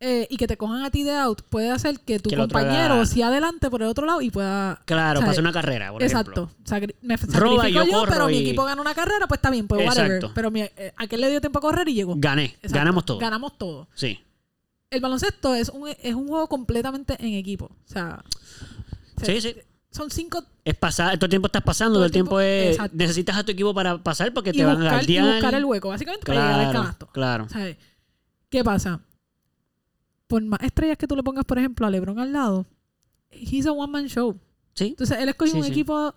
B: eh, y que te cojan a ti de out puede hacer que tu
A: Que el otro
B: compañero
A: haga-
B: sea adelante por el otro lado y pueda...
A: Claro,
B: O sea,
A: pasa una carrera, por ejemplo.
B: Exacto. Sacri- me f- sacrifico
A: Roba y
B: yo,
A: yo corro
B: pero mi
A: y-
B: equipo gana una carrera, pues está bien, pues whatever.
A: Exacto.
B: Pero mi, eh, aquel le dio tiempo a correr y llegó.
A: Gané.
B: Exacto.
A: Ganamos todo.
B: Ganamos todo.
A: Sí.
B: El baloncesto es un, es un juego completamente en equipo. O sea,
A: Sí, sí.
B: son cinco
A: Es pasar, todo el tiempo estás pasando,
B: Todo
A: todo
B: el
A: el tiempo,
B: tiempo-
A: es.
B: exacto.
A: Necesitas a tu equipo para pasar porque
B: y
A: te van a
B: buscar, y
A: guardiar.
B: buscar el hueco, básicamente para llegar al
A: Claro,
B: canasto.
A: claro.
B: ¿Sabes? ¿Qué pasa? Por más estrellas que tú le pongas, por ejemplo, a LeBron al lado, he's a one-man show.
A: Sí.
B: Entonces, él escogió
A: Sí,
B: un
A: sí.
B: equipo,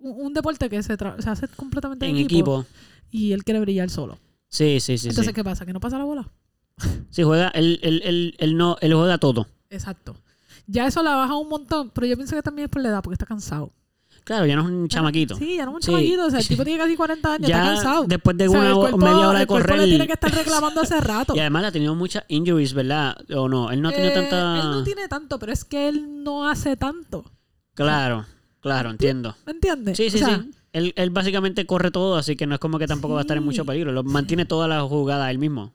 B: un, un deporte que se, tra- se hace completamente
A: En equipo.
B: y él quiere brillar solo.
A: Sí, sí, sí.
B: Entonces,
A: sí.
B: ¿qué pasa? Que no pasa la bola.
A: Sí, juega, él, él, él, él no, él juega todo.
B: Exacto. Ya eso la baja un montón, pero yo pienso que también es por la edad, porque está cansado.
A: Claro, ya no es un chamaquito.
B: Sí, ya no es un
A: Sí.
B: chamaquito, o sea, el
A: (laughs)
B: tipo tiene casi 40 años, está
A: ya
B: cansado.
A: después de
B: O sea,
A: una
B: el
A: hora-
B: cuerpo-
A: media hora de
B: el cuerpo le
A: correr.
B: tiene que estar
A: (laughs)
B: reclamando hace rato.
A: Y además ha tenido muchas injuries, ¿verdad? O no, él no ha tenido
B: Eh,
A: tanta.
B: Él no tiene tanto, pero es que él no hace tanto.
A: Claro, claro, entiendo.
B: ¿Me entiendes?
A: Sí, sí,
B: O sea,
A: sí. Él, él básicamente corre todo, así que no es como que tampoco va a estar en mucho
B: Sí.
A: peligro. Lo mantiene toda la jugada él mismo.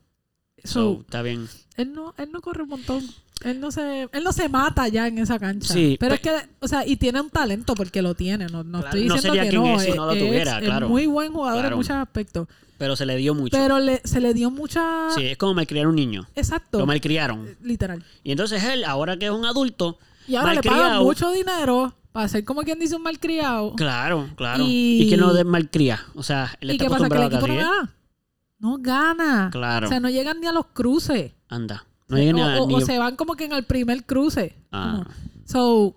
A: So,
B: so,
A: está bien.
B: él, no, él no corre un montón. Él no se, él no se mata ya en esa cancha.
A: Sí,
B: pero es que, o sea, y tiene un talento porque lo tiene. No, no
A: Claro,
B: estoy
A: no
B: diciendo
A: sería
B: que
A: quien
B: no. eh,
A: es si no lo tuviera,
B: es
A: claro.
B: muy buen jugador
A: Claro.
B: en muchos aspectos.
A: Pero se le dio mucho.
B: Pero le, se le dio mucha.
A: Sí, es como malcriar un niño.
B: Exacto.
A: Lo malcriaron.
B: Literal.
A: Y entonces él, ahora que es un adulto,
B: Y ahora le pagan
A: Malcriado.
B: mucho dinero para ser como quien dice un malcriado.
A: claro, claro.
B: Y-
A: Y, que no de malcría. O sea, él
B: ¿Y
A: está
B: qué pasa? Que el
A: acostumbrado a
B: equipo
A: que
B: no
A: así es.
B: gana. No gana.
A: Claro.
B: O sea, no llegan ni a los cruces.
A: Anda. No llega ni a-
B: o, o-
A: ni
B: o se van como que en el primer cruce.
A: Ah.
B: Como- So,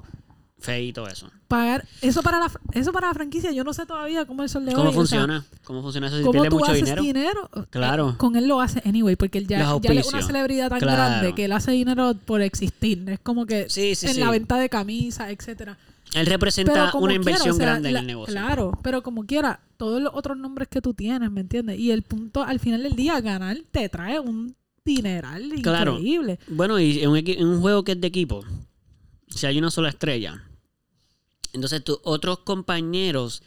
A: feíto eso.
B: pagar. Eso para, la, fr- eso para la franquicia, yo no sé todavía cómo el sol de hoy,
A: ¿Cómo
B: o sea,
A: funciona? ¿Cómo funciona eso? Si
B: ¿Cómo
A: pierde
B: tú
A: mucho
B: haces
A: dinero.
B: dinero?
A: Claro.
B: Eh, Con él lo hace anyway, porque él ya,
A: Los
B: ya él es una
A: auspicios.
B: celebridad tan
A: Claro.
B: grande que él hace dinero por existir. Es como que
A: Sí, sí,
B: en
A: sí.
B: la venta de camisas, etcétera.
A: Él
B: Pero
A: representa
B: como
A: una
B: quiera,
A: inversión
B: o sea,
A: grande
B: la-
A: en el negocio.
B: Claro, pero como quiera, todos los otros nombres que tú tienes, ¿me entiendes? Y el punto, al final del día, ganar te trae un dineral
A: Claro.
B: increíble.
A: Bueno, y en un, equi- en un juego que es de equipo, si hay una sola estrella, entonces tus otros compañeros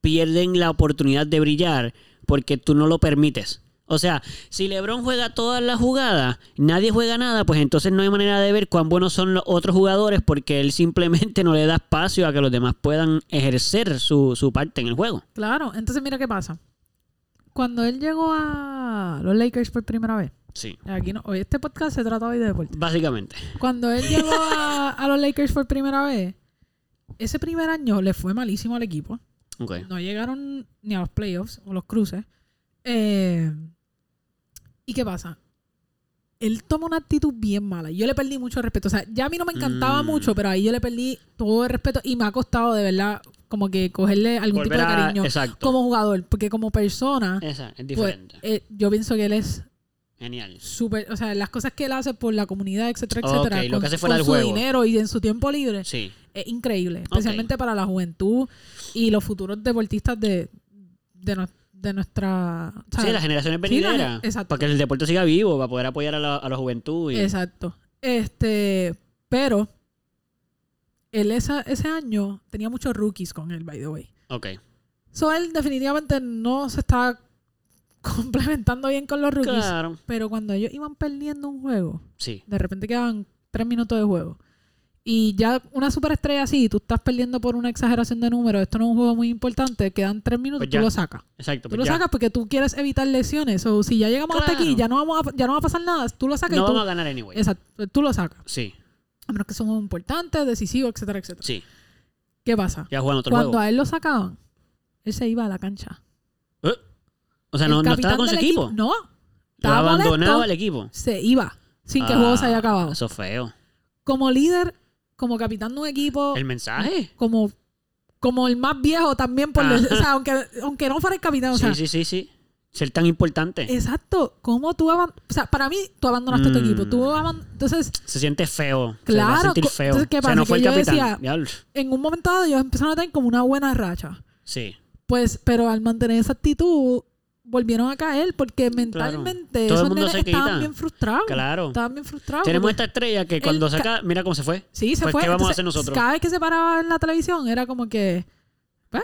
A: pierden la oportunidad de brillar porque tú no lo permites. O sea, si LeBron juega todas las jugadas, nadie juega nada, pues entonces no hay manera de ver cuán buenos son los otros jugadores porque él simplemente no le da espacio a que los demás puedan ejercer su, su parte en el juego.
B: Claro, entonces mira qué pasa. Cuando él llegó a los Lakers por primera vez,
A: Sí.
B: aquí no, hoy este podcast se trata hoy de deporte.
A: Básicamente.
B: Cuando él llegó a, a los Lakers por primera vez, ese primer año le fue malísimo al equipo.
A: Ok.
B: No llegaron ni a los playoffs o los cruces. Eh, ¿Y qué pasa? Él toma una actitud bien mala. Yo le perdí mucho respeto. O sea, ya a mí no me encantaba
A: Mm.
B: mucho, pero ahí yo le perdí todo el respeto y me ha costado de verdad como que cogerle algún
A: Volver
B: tipo de
A: a-
B: cariño
A: Exacto.
B: como jugador. Porque como persona,
A: Esa, es
B: pues,
A: diferente.
B: eh, yo pienso que él es
A: Genial.
B: súper... O sea, las cosas que él hace por la comunidad, etcétera,
A: Ok,
B: etcétera,
A: lo que hace fuera
B: con
A: del
B: su
A: juego.
B: dinero y en su tiempo libre,
A: Sí.
B: es increíble, especialmente para la juventud y los futuros deportistas de, de, no- de nuestra... o sea,
A: Sí, las generaciones
B: Sí, la-
A: venideras.
B: exacto.
A: Para que el deporte siga vivo, para poder apoyar a la, a la juventud. y-
B: Exacto. Este, pero él esa- ese año tenía muchos rookies con él, by the way.
A: Ok.
B: So él definitivamente no se estaba (laughs) complementando bien con los rookies.
A: Claro.
B: Pero cuando ellos iban perdiendo un juego,
A: Sí.
B: de repente quedaban tres minutos de juego. Y ya una superestrella así, tú estás perdiendo por una exageración de números, esto no es un juego muy importante, quedan tres minutos,
A: Pues
B: tú
A: ya.
B: lo sacas.
A: Exacto.
B: Tú
A: pues
B: lo
A: ya.
B: sacas porque tú quieres evitar lesiones. O si ya llegamos hasta
A: Claro.
B: aquí, ya no, vamos a, ya no va a pasar nada, tú lo sacas
A: No
B: y tú,
A: vamos a ganar anyway.
B: Exacto, tú lo sacas.
A: Sí.
B: A menos que son importantes, decisivos, etcétera, etcétera.
A: Sí.
B: ¿Qué pasa?
A: Ya juegan otro
B: Cuando
A: juego.
B: a él lo sacaban, él se iba a la cancha.
A: Eh, O sea, no,
B: El
A: no
B: capitán
A: estaba con su
B: del
A: equipo.
B: No,
A: Lo
B: estaba
A: abandonaba
B: molesto,
A: el equipo.
B: se iba sin que el juego se haya
A: Ah,
B: acabado.
A: Eso es feo.
B: Como líder, como capitán de un equipo,
A: El mensaje.
B: como, como el más viejo también, por
A: Ajá.
B: decir- o sea, aunque, aunque no fuera el capitán, o sea,
A: Ah. Sí, sí, sí, sí. Ser tan importante.
B: exacto, ¿cómo tú aban- O sea, para mí, tú abandonaste tu
A: Mm.
B: equipo, tú aban- entonces,
A: Se siente feo. Se va a
B: Claro,
A: sentir
B: co-
A: feo.
B: entonces, ¿qué
A: O
B: pasa?
A: sea, no fue
B: Que
A: el
B: yo
A: capitán.
B: decía-
A: Diablo.
B: en un momento dado ellos empezaron a tener como una buena racha,
A: Sí.
B: pues, pero al mantener esa actitud, volvieron a caer porque
A: Todo
B: mentalmente
A: el
B: esos
A: mundo
B: nenes
A: se
B: estaban
A: quita.
B: bien frustrados,
A: Claro.
B: estaban bien frustrados.
A: Tenemos
B: porque-
A: esta estrella que cuando
B: el
A: saca. Mira cómo se fue.
B: Sí, se
A: Pues,
B: fue.
A: ¿qué vamos a
B: Entonces,
A: hacer nosotros?
B: Cada vez que se paraba en la televisión era como que, pues,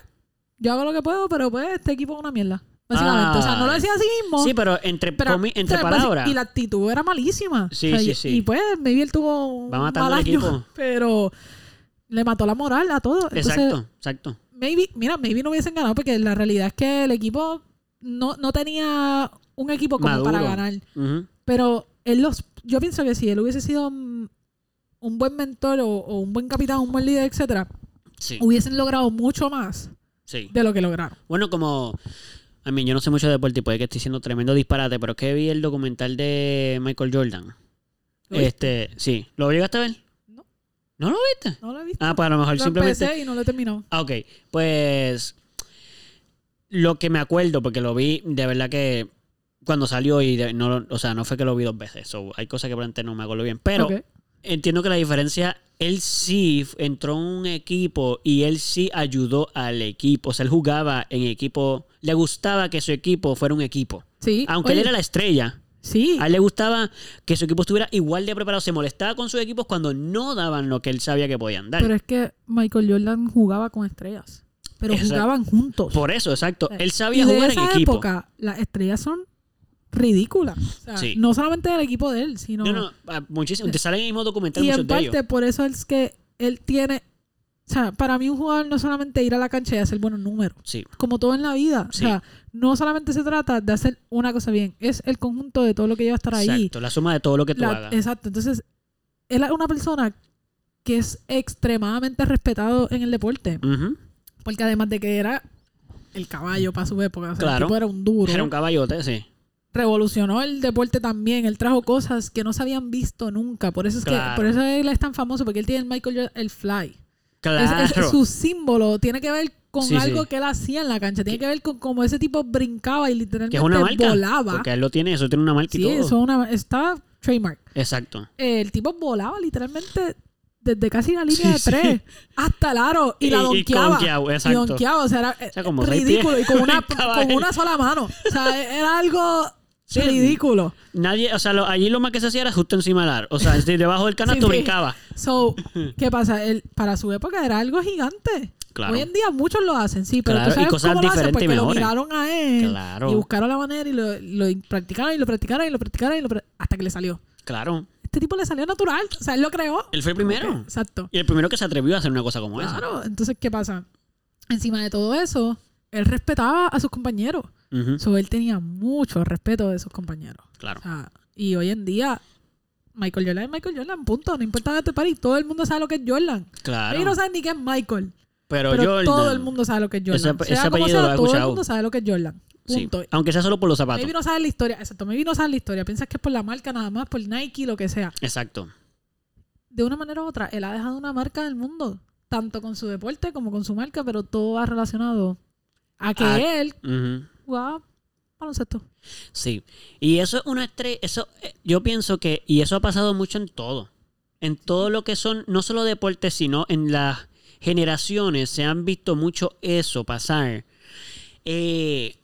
B: yo hago lo que puedo, pero pues este equipo es una mierda. Básicamente. o sea, no lo
A: Ah.
B: decía así mismo.
A: Sí, pero entre,
B: pero,
A: comi-
B: o
A: entre
B: sea, basi-
A: palabras.
B: Y la actitud era malísima.
A: Sí,
B: O sea,
A: sí,
B: y-
A: sí.
B: Y pues, maybe él tuvo un
A: Va matando
B: mal
A: el
B: año,
A: equipo.
B: (laughs) Pero le mató la moral a todo. Entonces,
A: Exacto, exacto.
B: maybe, mira, maybe no hubiesen ganado porque la realidad es que el equipo no, no tenía un equipo como para
A: Maduro.
B: ganar.
A: Ujú.
B: Pero él los, yo pienso que si él hubiese sido mm, un buen mentor o, o un buen capitán, un buen líder, etcétera,
A: Sí,
B: hubiesen logrado mucho más
A: sí.
B: de lo que lograron.
A: Bueno, como. A mí, yo no sé mucho de deporte y puede que estoy diciendo tremendo disparate, pero es que vi el documental de Michael Jordan.
B: ¿Lo viste?
A: Este, sí. ¿Lo llegaste a ver?
B: No.
A: ¿No lo viste?
B: No lo he visto.
A: Ah, pues a lo mejor
B: lo
A: simplemente.
B: empecé y no lo he terminado.
A: Ah, ok. Pues lo que me acuerdo, porque lo vi de verdad que cuando salió y de- no, lo- o sea, no fue que lo vi dos veces. So, hay cosas que probablemente no me acuerdo bien. Pero
B: Ok.
A: entiendo que la diferencia, él sí entró en un equipo y él sí ayudó al equipo. O sea, él jugaba en equipo. Le gustaba que su equipo fuera un equipo.
B: Sí.
A: Aunque él
B: oye,
A: era la estrella.
B: Sí.
A: A él le gustaba que su equipo estuviera igual de preparado. Se molestaba con sus equipos cuando no daban lo que él sabía que podían dar.
B: Pero es que Michael Jordan jugaba con estrellas. Pero
A: Exacto.
B: jugaban juntos.
A: Por eso, exacto. Él sabía
B: eh, y de
A: jugar en
B: esa
A: equipo.
B: época, las estrellas son ridículas. O sea,
A: Sí.
B: No solamente del equipo de él, sino.
A: No, no, ah, muchísimo. Te sale en el mismo documental
B: y
A: muchos
B: en
A: de ellos.
B: parte por eso es que él tiene. O sea, para mí un jugador no es solamente ir a la cancha y hacer buenos números.
A: Sí,
B: Como todo en la vida.
A: Sí.
B: O sea, no solamente se trata de hacer una cosa bien. Es el conjunto de todo lo que lleva a estar ahí.
A: exacto. La suma de todo lo que tú
B: La-
A: hagas.
B: Exacto. Entonces, él es una persona que es extremadamente respetado en el deporte.
A: Ujú.
B: Porque además de que era el caballo para su época, o sea,
A: Claro.
B: el tipo era un duro.
A: Era un caballote, sí.
B: Revolucionó el deporte también. Él trajo cosas que no se habían visto nunca. Por eso es
A: Claro.
B: que, por eso él es tan famoso, porque él tiene el Michael Jordan, el fly. Es-
A: Claro.
B: es- su símbolo tiene que ver con
A: Sí, sí.
B: algo que él hacía en la cancha. Tiene
A: Que-
B: que ver con cómo ese tipo brincaba y
A: que
B: literalmente
A: es una marca.
B: volaba.
A: Porque él lo tiene, eso tiene una marca y
B: Sí,
A: todo.
B: eso es una, está trademark.
A: Exacto.
B: el tipo volaba literalmente desde casi la línea
A: Sí,
B: de tres hasta el aro y, la
A: Y- y
B: donkeaba.
A: conkeaba,
B: Y
A: exacto.
B: donkeaba, o sea, era eh,
A: sea, como seis
B: ridículo y con
A: (laughs)
B: una,
A: brincaba
B: con
A: él.
B: una sola mano. O sea, e, era algo
A: Sí.
B: ridículo.
A: Nadie, o sea, lo- allí lo más que se hacía era justo encima del aro. O sea, desde debajo del canasto
B: Sí, sí.
A: brincaba. (laughs)
B: So, ¿qué pasa? Él, para su época era algo gigante.
A: Claro.
B: Hoy en día muchos lo hacen, sí, pero
A: Claro, y
B: tú sabes
A: cosas
B: cómo lo hacen
A: diferentes y
B: porque lo
A: mejores.
B: miraron a él
A: Claro.
B: y buscaron la manera y lo, lo practicaron y lo practicaron y lo practicaron y lo pra- hasta que le salió.
A: Claro.
B: Este tipo le salió natural, o sea, él lo creó.
A: Él fue el primero.
B: Exacto.
A: Y el primero que se atrevió a hacer una cosa como esa.
B: Claro, entonces, ¿qué pasa? Encima de todo eso, él respetaba a sus compañeros.
A: Ujú,
B: So, él tenía mucho respeto de sus compañeros.
A: Claro.
B: O sea, y hoy en día, Michael Jordan es Michael Jordan, punto. No importa dónde te pares, todo el mundo sabe lo que es Jordan.
A: Claro.
B: Ellos no saben ni qué es Michael,
A: Pero,
B: pero,
A: Jordan-
B: todo el mundo sabe lo que es Jordan.
A: Ese-
B: Sea
A: ese
B: como
A: apellido
B: sea,
A: lo he
B: todo
A: escuchado.
B: el mundo sabe lo que es Jordan,
A: Sí.
B: punto.
A: Aunque sea solo por los zapatos.
B: Maybe no sabes la historia, exacto, maybe no sabes la historia. Piensas que es por la marca nada más, por Nike, lo que sea.
A: Exacto.
B: de una manera u otra, él ha dejado una marca del mundo, tanto con su deporte como con su marca, pero todo va relacionado a que
A: Ah.
B: él
A: Ujú.
B: jugaba baloncesto.
A: Sí. Y eso es una estrella. Eso, eh, yo pienso que. Y eso ha pasado mucho en todo. En todo lo que son, no solo deportes, sino en las generaciones se han visto mucho eso pasar. Eh,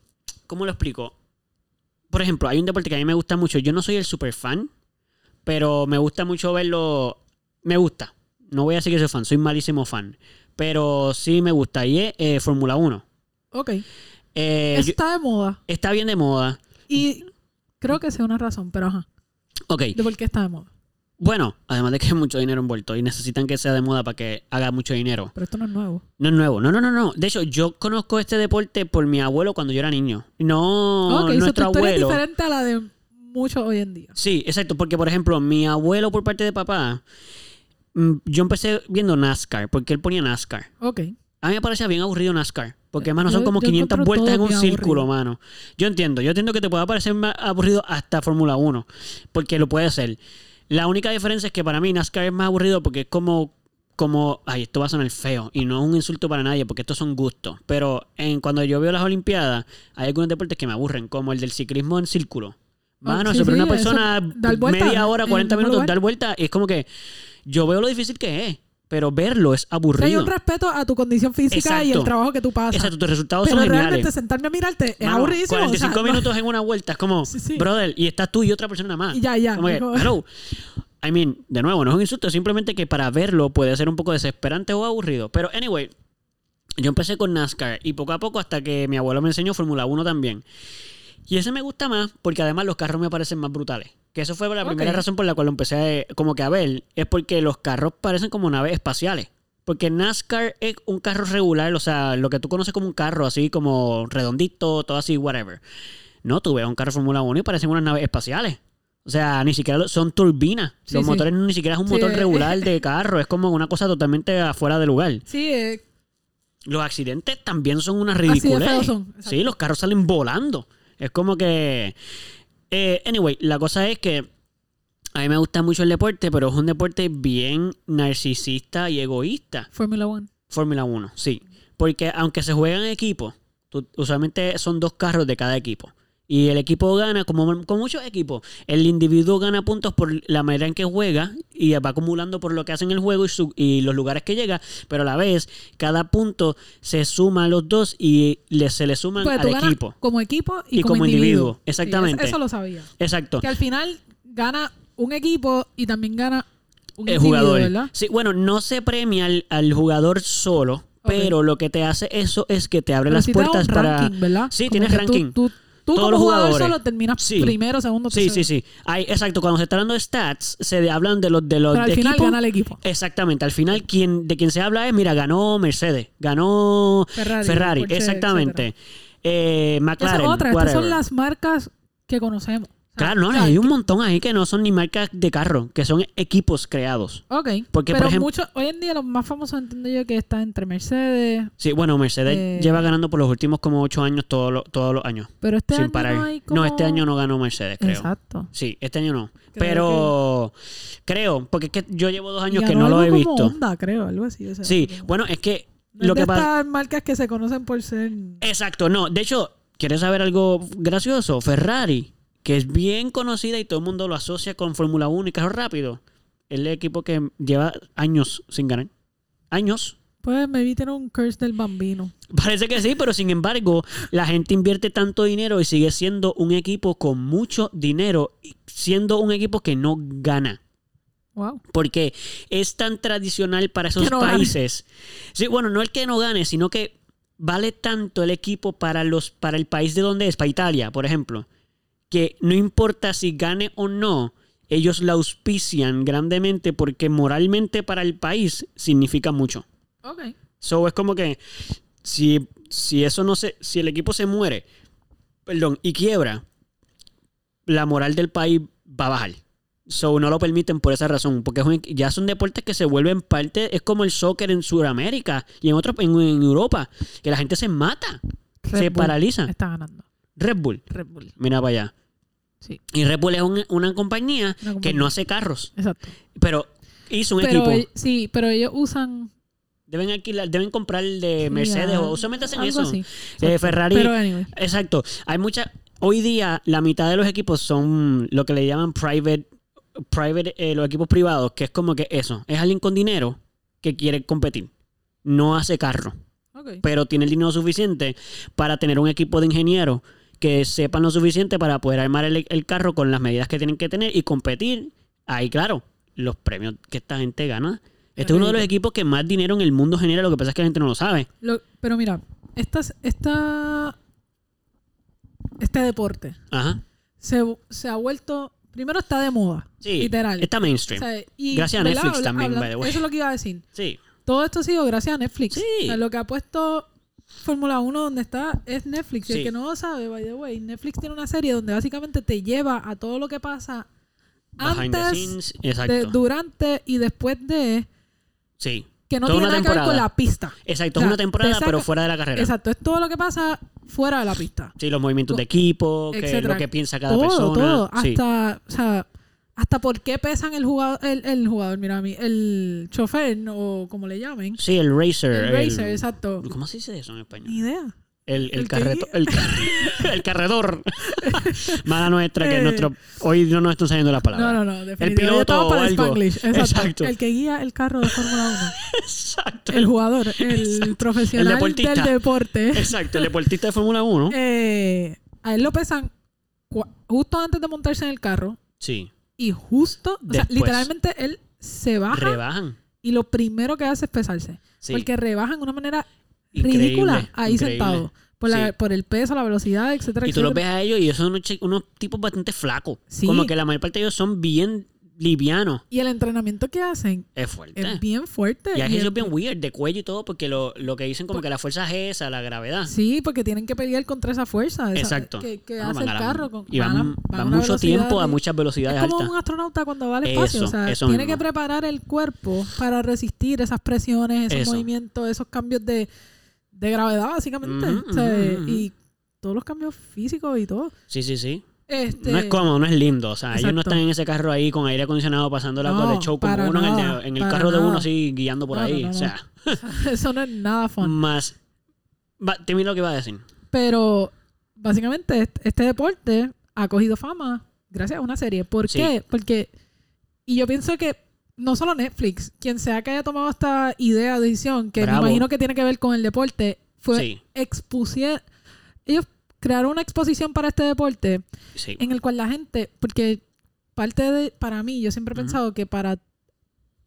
A: ¿Cómo lo explico? Por ejemplo, hay un deporte que a mí me gusta mucho. Yo no soy el super fan, pero me gusta mucho verlo. Me gusta. No voy a decir que soy fan, soy malísimo fan. Pero sí me gusta. Y es eh, Fórmula 1.
B: Ok,
A: Eh,
B: eso
A: yo-
B: está de moda.
A: está bien de moda.
B: Y creo que sea una razón, pero ajá,
A: Ok.
B: de por qué está de moda.
A: Bueno, además de que hay mucho dinero envuelto y necesitan que sea de moda para que haga mucho dinero.
B: Pero esto no es nuevo.
A: No es nuevo. No, no, no, no. De hecho, yo conozco este deporte por mi abuelo cuando yo era niño. No,
B: ok, so tu
A: nuestro
B: historia es
A: abuelo.
B: diferente a la de muchos hoy en día.
A: Sí, exacto. Porque, por ejemplo, mi abuelo por parte de papá, mm, yo empecé viendo NASCAR porque él ponía NASCAR.
B: Ok,
A: A mí me parecía bien aburrido NASCAR. Porque, hermano,
B: Yo-
A: son como
B: yo
A: 500
B: encuentro
A: vueltas
B: todo
A: en un
B: bien
A: círculo,
B: aburrido.
A: mano. Yo entiendo. Yo entiendo que te pueda parecer más aburrido hasta Fórmula 1. Porque lo puede ser. La única diferencia es que para mí NASCAR es más aburrido porque es como... Como, ay, esto va a sonar feo y no es un insulto para nadie porque estos son gustos. Pero en cuando yo veo las Olimpiadas, hay algunos deportes que me aburren, como el del ciclismo en círculo. Mano,
B: Ah, sí,
A: eso para
B: sí,
A: una
B: eso,
A: persona
B: dar vuelta
A: media hora,
B: en
A: 40
B: el mismo
A: minutos,
B: lugar.
A: dar vuelta, y es como que yo veo lo difícil que es, pero verlo es
B: O sea, hay
A: aburrido.
B: un respeto a tu condición física y
A: Exacto.
B: el trabajo que tú pasas.
A: Exacto, tus resultados
B: Pero
A: son
B: realmente
A: geniales.
B: sentarme a mirarte es
A: Mano,
B: aburridísimo. o sea,
A: 45
B: no-
A: minutos en una vuelta es como,
B: Sí, sí.
A: brother, y estás tú y otra persona más.
B: Y ya, ya,
A: Como que,
B: mejor.
A: hello. I mean, de nuevo, no es un insulto, simplemente que para verlo puede ser un poco desesperante o aburrido. Pero anyway, Yo empecé con NASCAR y poco a poco hasta que mi abuelo me enseñó Fórmula 1 también. Y ese me gusta más porque además los carros me parecen más brutales. Que eso fue la
B: Ok.
A: primera razón por la cual lo empecé a- como que a ver. Es porque los carros parecen como naves espaciales. Porque NASCAR es un carro regular, o sea, lo que tú conoces como un carro así como redondito, todo así, whatever. No, tú ves un carro Fórmula 1 y parecen unas naves espaciales. O sea, ni siquiera lo- son turbinas.
B: Sí,
A: los
B: sí.
A: motores ni siquiera es un
B: Sí,
A: motor
B: eh. (laughs)
A: regular de carro. Es como una cosa totalmente afuera de lugar.
B: (laughs) Sí, eh,
A: Los accidentes también son una
B: de
A: ridiculez.
B: feos son, exacto.
A: ¿eh? sí, los carros salen volando. Es como que. eh, anyway, la cosa es que a mí me gusta mucho el deporte, pero es un deporte bien narcisista y egoísta.
B: Fórmula 1.
A: Fórmula 1, sí. Porque aunque se juegan en equipo, tú- usualmente son dos carros de cada equipo. Y el equipo gana, como con muchos equipos, el individuo gana puntos por la manera en que juega y va acumulando por lo que hace en el juego y, su- y los lugares que llega, pero a la vez cada punto se suma a los dos y le- se le suman
B: Pues tú
A: al
B: ganas
A: equipo.
B: como equipo y,
A: Y
B: como,
A: como
B: individuo.
A: individuo,
B: Sí,
A: exactamente.
B: eso, eso lo sabía.
A: Exacto.
B: Que al final gana un equipo y también gana un
A: el
B: individuo,
A: jugador.
B: ¿verdad?
A: Sí, bueno, no se premia al, al jugador solo,
B: Ok.
A: pero lo que te hace eso es que te abre
B: Pero
A: las
B: sí te da
A: puertas
B: un
A: para...
B: ranking, ¿verdad?
A: Sí,
B: Como
A: tienes
B: que tú-
A: ranking.
B: Tú, tú
A: Todos
B: como
A: los
B: jugador
A: jugadores.
B: solo terminas
A: Sí.
B: primero, segundo,
A: Sí,
B: tercero.
A: sí, sí. Hay, exacto, cuando se está hablando de stats, se de- hablan de los de los
B: Pero al
A: de
B: final
A: equipo.
B: gana el equipo.
A: Exactamente, al final quien de quien se habla es, mira, ganó Mercedes, ganó
B: Ferrari.
A: Ferrari,
B: Porsche, etcétera.
A: exactamente. Eh,
B: Esa
A: McLaren,
B: es otra. Estas son
A: whatever.
B: las Ah, marcas que conocemos. O sea,
A: Claro, no,
B: o sea,
A: hay un montón ahí que no son ni marcas de carro, que son equipos creados.
B: Ok.
A: Porque, por
B: pero
A: ejemplo-
B: mucho- hoy en día los más famosos entiendo yo que está entre Mercedes,
A: Sí, bueno, Mercedes
B: Eh.
A: lleva ganando por los últimos como ocho años todos los todos los años,
B: pero este
A: sin
B: año
A: parar.
B: no
A: No,
B: hay como...
A: este año no ganó Mercedes, creo.
B: Exacto.
A: Sí, este año no.
B: Creo
A: Pero creo, porque es que yo llevo dos años
B: Y
A: que
B: ganó
A: no lo he
B: algo
A: visto.
B: como Honda, creo, algo así. o sea,
A: Sí,
B: como-
A: bueno, es que
B: No es
A: lo
B: de
A: que pasa...
B: estas marcas que se conocen por ser...
A: Exacto, no. De hecho, ¿quieres saber algo gracioso? Ferrari, que es bien conocida y todo el mundo lo asocia con Fórmula 1 y carro rápido. Es el equipo que lleva años sin ganar. Años. (laughs)
B: Pues me vi tener un curse del bambino.
A: Parece que sí, pero sin embargo, la gente invierte tanto dinero y sigue siendo un equipo con mucho dinero, y siendo un equipo que no gana.
B: Wow.
A: Porque es tan tradicional para esos
B: Que no gane.
A: países. Sí, bueno, no el que no gane, sino que vale tanto el equipo para los para el país de donde es, para Italia, por ejemplo, que no importa si gane o no, ellos la auspician grandemente porque moralmente para el país significa mucho.
B: Ok.
A: So es como que si, si eso no se si el equipo se muere, perdón, y quiebra, la moral del país va a bajar. So no lo permiten por esa razón, porque es un- ya son deportes que se vuelven parte, es como el soccer en Sudamérica y en otros en, en Europa, que la gente se mata,
B: Red
A: se
B: Bull
A: paraliza.
B: Está ganando.
A: Red Bull,
B: Red Bull.
A: mira para allá.
B: Sí.
A: Y Red Bull es un- una compañía
B: Una
A: que
B: compañía.
A: no hace carros,
B: Exacto.
A: pero hizo un
B: Pero,
A: equipo.
B: ell- sí, pero ellos usan...
A: Deben alquilar, deben comprar el de
B: sí,
A: Mercedes
B: ah,
A: o usualmente hacen
B: algo
A: eso.
B: así.
A: Eh,
B: Exacto.
A: Ferrari
B: Pero anyway.
A: Exacto. Hay mucha. Hoy día, la mitad de los equipos son lo que le llaman private. Private, eh, los equipos privados, que es como que eso. Es alguien con dinero que quiere competir. No hace carro,
B: Ok.
A: pero tiene el dinero suficiente para tener un equipo de ingenieros que sepan lo suficiente para poder armar el, el carro con las medidas que tienen que tener y competir. Ahí, claro, los premios que esta gente gana. Este es uno de los equipos que más dinero en el mundo genera, lo que pasa es que la gente no lo sabe.
B: Lo- pero mira, estas, esta, este deporte
A: Ajá.
B: se, se ha vuelto. Primero está de moda.
A: Sí.
B: Literal.
A: Está mainstream.
B: O sea, y,
A: Gracias a
B: ¿verdad?
A: Netflix
B: Habla-
A: también,
B: habla-
A: by the way.
B: Eso es lo que iba a decir.
A: Sí.
B: Todo esto ha sido gracias a Netflix.
A: Sí.
B: O sea, lo que ha puesto Fórmula 1 donde está es Netflix. Y
A: Sí.
B: el que no lo sabe, by the way, Netflix tiene una serie donde básicamente te lleva a todo lo que pasa
A: Behind the
B: antes,
A: scenes,
B: de-
A: exacto.
B: durante y después de.
A: sí,
B: Que no
A: Toda
B: tiene
A: una
B: nada que ver con
A: temporada.
B: la pista.
A: exacto.
B: O sea,
A: es una temporada,
B: te saca-
A: pero fuera de la carrera.
B: Exacto, es todo lo que pasa fuera de la pista.
A: Sí, los movimientos de
B: Co-
A: equipo, que
B: etcétera.
A: lo que piensa cada
B: todo,
A: persona.
B: todo.
A: Sí.
B: Hasta, o sea, hasta por qué pesan el jugador, el, el jugador, mira a mí, el chofer, o como le llamen.
A: Sí, el racer.
B: El racer,
A: el-
B: exacto.
A: ¿Cómo se dice eso en
B: Ni
A: español?
B: idea.
A: El, el,
B: el que
A: carreto- el, (laughs) el
B: (laughs)
A: carredor. Mala nuestra, que
B: Eh.
A: nuestro, hoy no nos están saliendo las palabras.
B: No, no, no, definitivamente.
A: piloto
B: estaba para
A: o
B: el
A: algo.
B: Spanglish. Exacto.
A: Exacto.
B: El que guía el carro de Fórmula
A: (laughs) Exacto.
B: 1. El jugador, el profesional
A: El deportista.
B: del deporte.
A: Exacto, el deportista de Fórmula 1.
B: Eh, a él lo pesan cua- justo antes de montarse en el carro
A: sí.
B: y justo, o sea,
A: Después.
B: literalmente él se baja
A: Rebajan.
B: y lo primero que hace es pesarse.
A: Sí.
B: Porque rebajan de una manera
A: Increíble,
B: ridícula ahí
A: increíble.
B: sentado. Por, la-
A: Sí.
B: por el peso, la velocidad, etcétera,
A: Y tú los
B: etcétera.
A: ves a ellos y ellos son unos, chi- unos tipos bastante flacos.
B: Sí.
A: Como que la mayor parte de ellos son bien livianos.
B: Y el entrenamiento que hacen
A: Es fuerte.
B: es bien fuerte.
A: Ah. y
B: y
A: aquí
B: es-
A: es bien weird, de cuello y todo, porque lo, lo que dicen como que la fuerza es esa, la gravedad.
B: Pues Sí, porque tienen que pelear contra esa fuerza. esa-
A: Exacto.
B: Que, que
A: Ah,
B: hace
A: van
B: el
A: a la-
B: carro. Con,
A: y van,
B: a-
A: van
B: a una
A: mucho tiempo a
B: velocidad
A: muchas velocidades
B: Es como
A: altas.
B: un astronauta cuando va al espacio.
A: Eso,
B: o sea,
A: eso
B: tiene
A: mismo.
B: que preparar el cuerpo para resistir esas presiones, esos
A: Eso.
B: movimientos, esos cambios de, de gravedad, básicamente.
A: Ujú,
B: O sea,
A: ujú, ujú.
B: Y todos los cambios físicos y todo.
A: Sí, sí, sí.
B: Este,
A: No es cómodo, no es lindo. O sea, ellos no
B: Exacto.
A: están en ese carro ahí con aire acondicionado pasando la
B: No,
A: cosa de show como
B: para
A: uno en el de- en
B: nada,
A: el,
B: para
A: carro de uno
B: nada.
A: así guiando por
B: No,
A: ahí.
B: no, no,
A: o
B: no.
A: sea,
B: (laughs) Eso no es nada fun.
A: más. Va, te miro lo que iba a decir.
B: Pero básicamente est- este deporte ha cogido fama gracias a una serie. ¿Por
A: Sí.
B: qué? Porque. Y yo pienso que no solo Netflix, quien sea que haya tomado esta idea, decisión, que
A: Bravo.
B: me imagino que tiene que ver con el deporte, fue
A: Sí,
B: expusieron. Ellos crearon una exposición para este deporte
A: sí.
B: en el cual la gente. Porque parte de. Para mí, yo siempre he
A: Ujú.
B: pensado que para.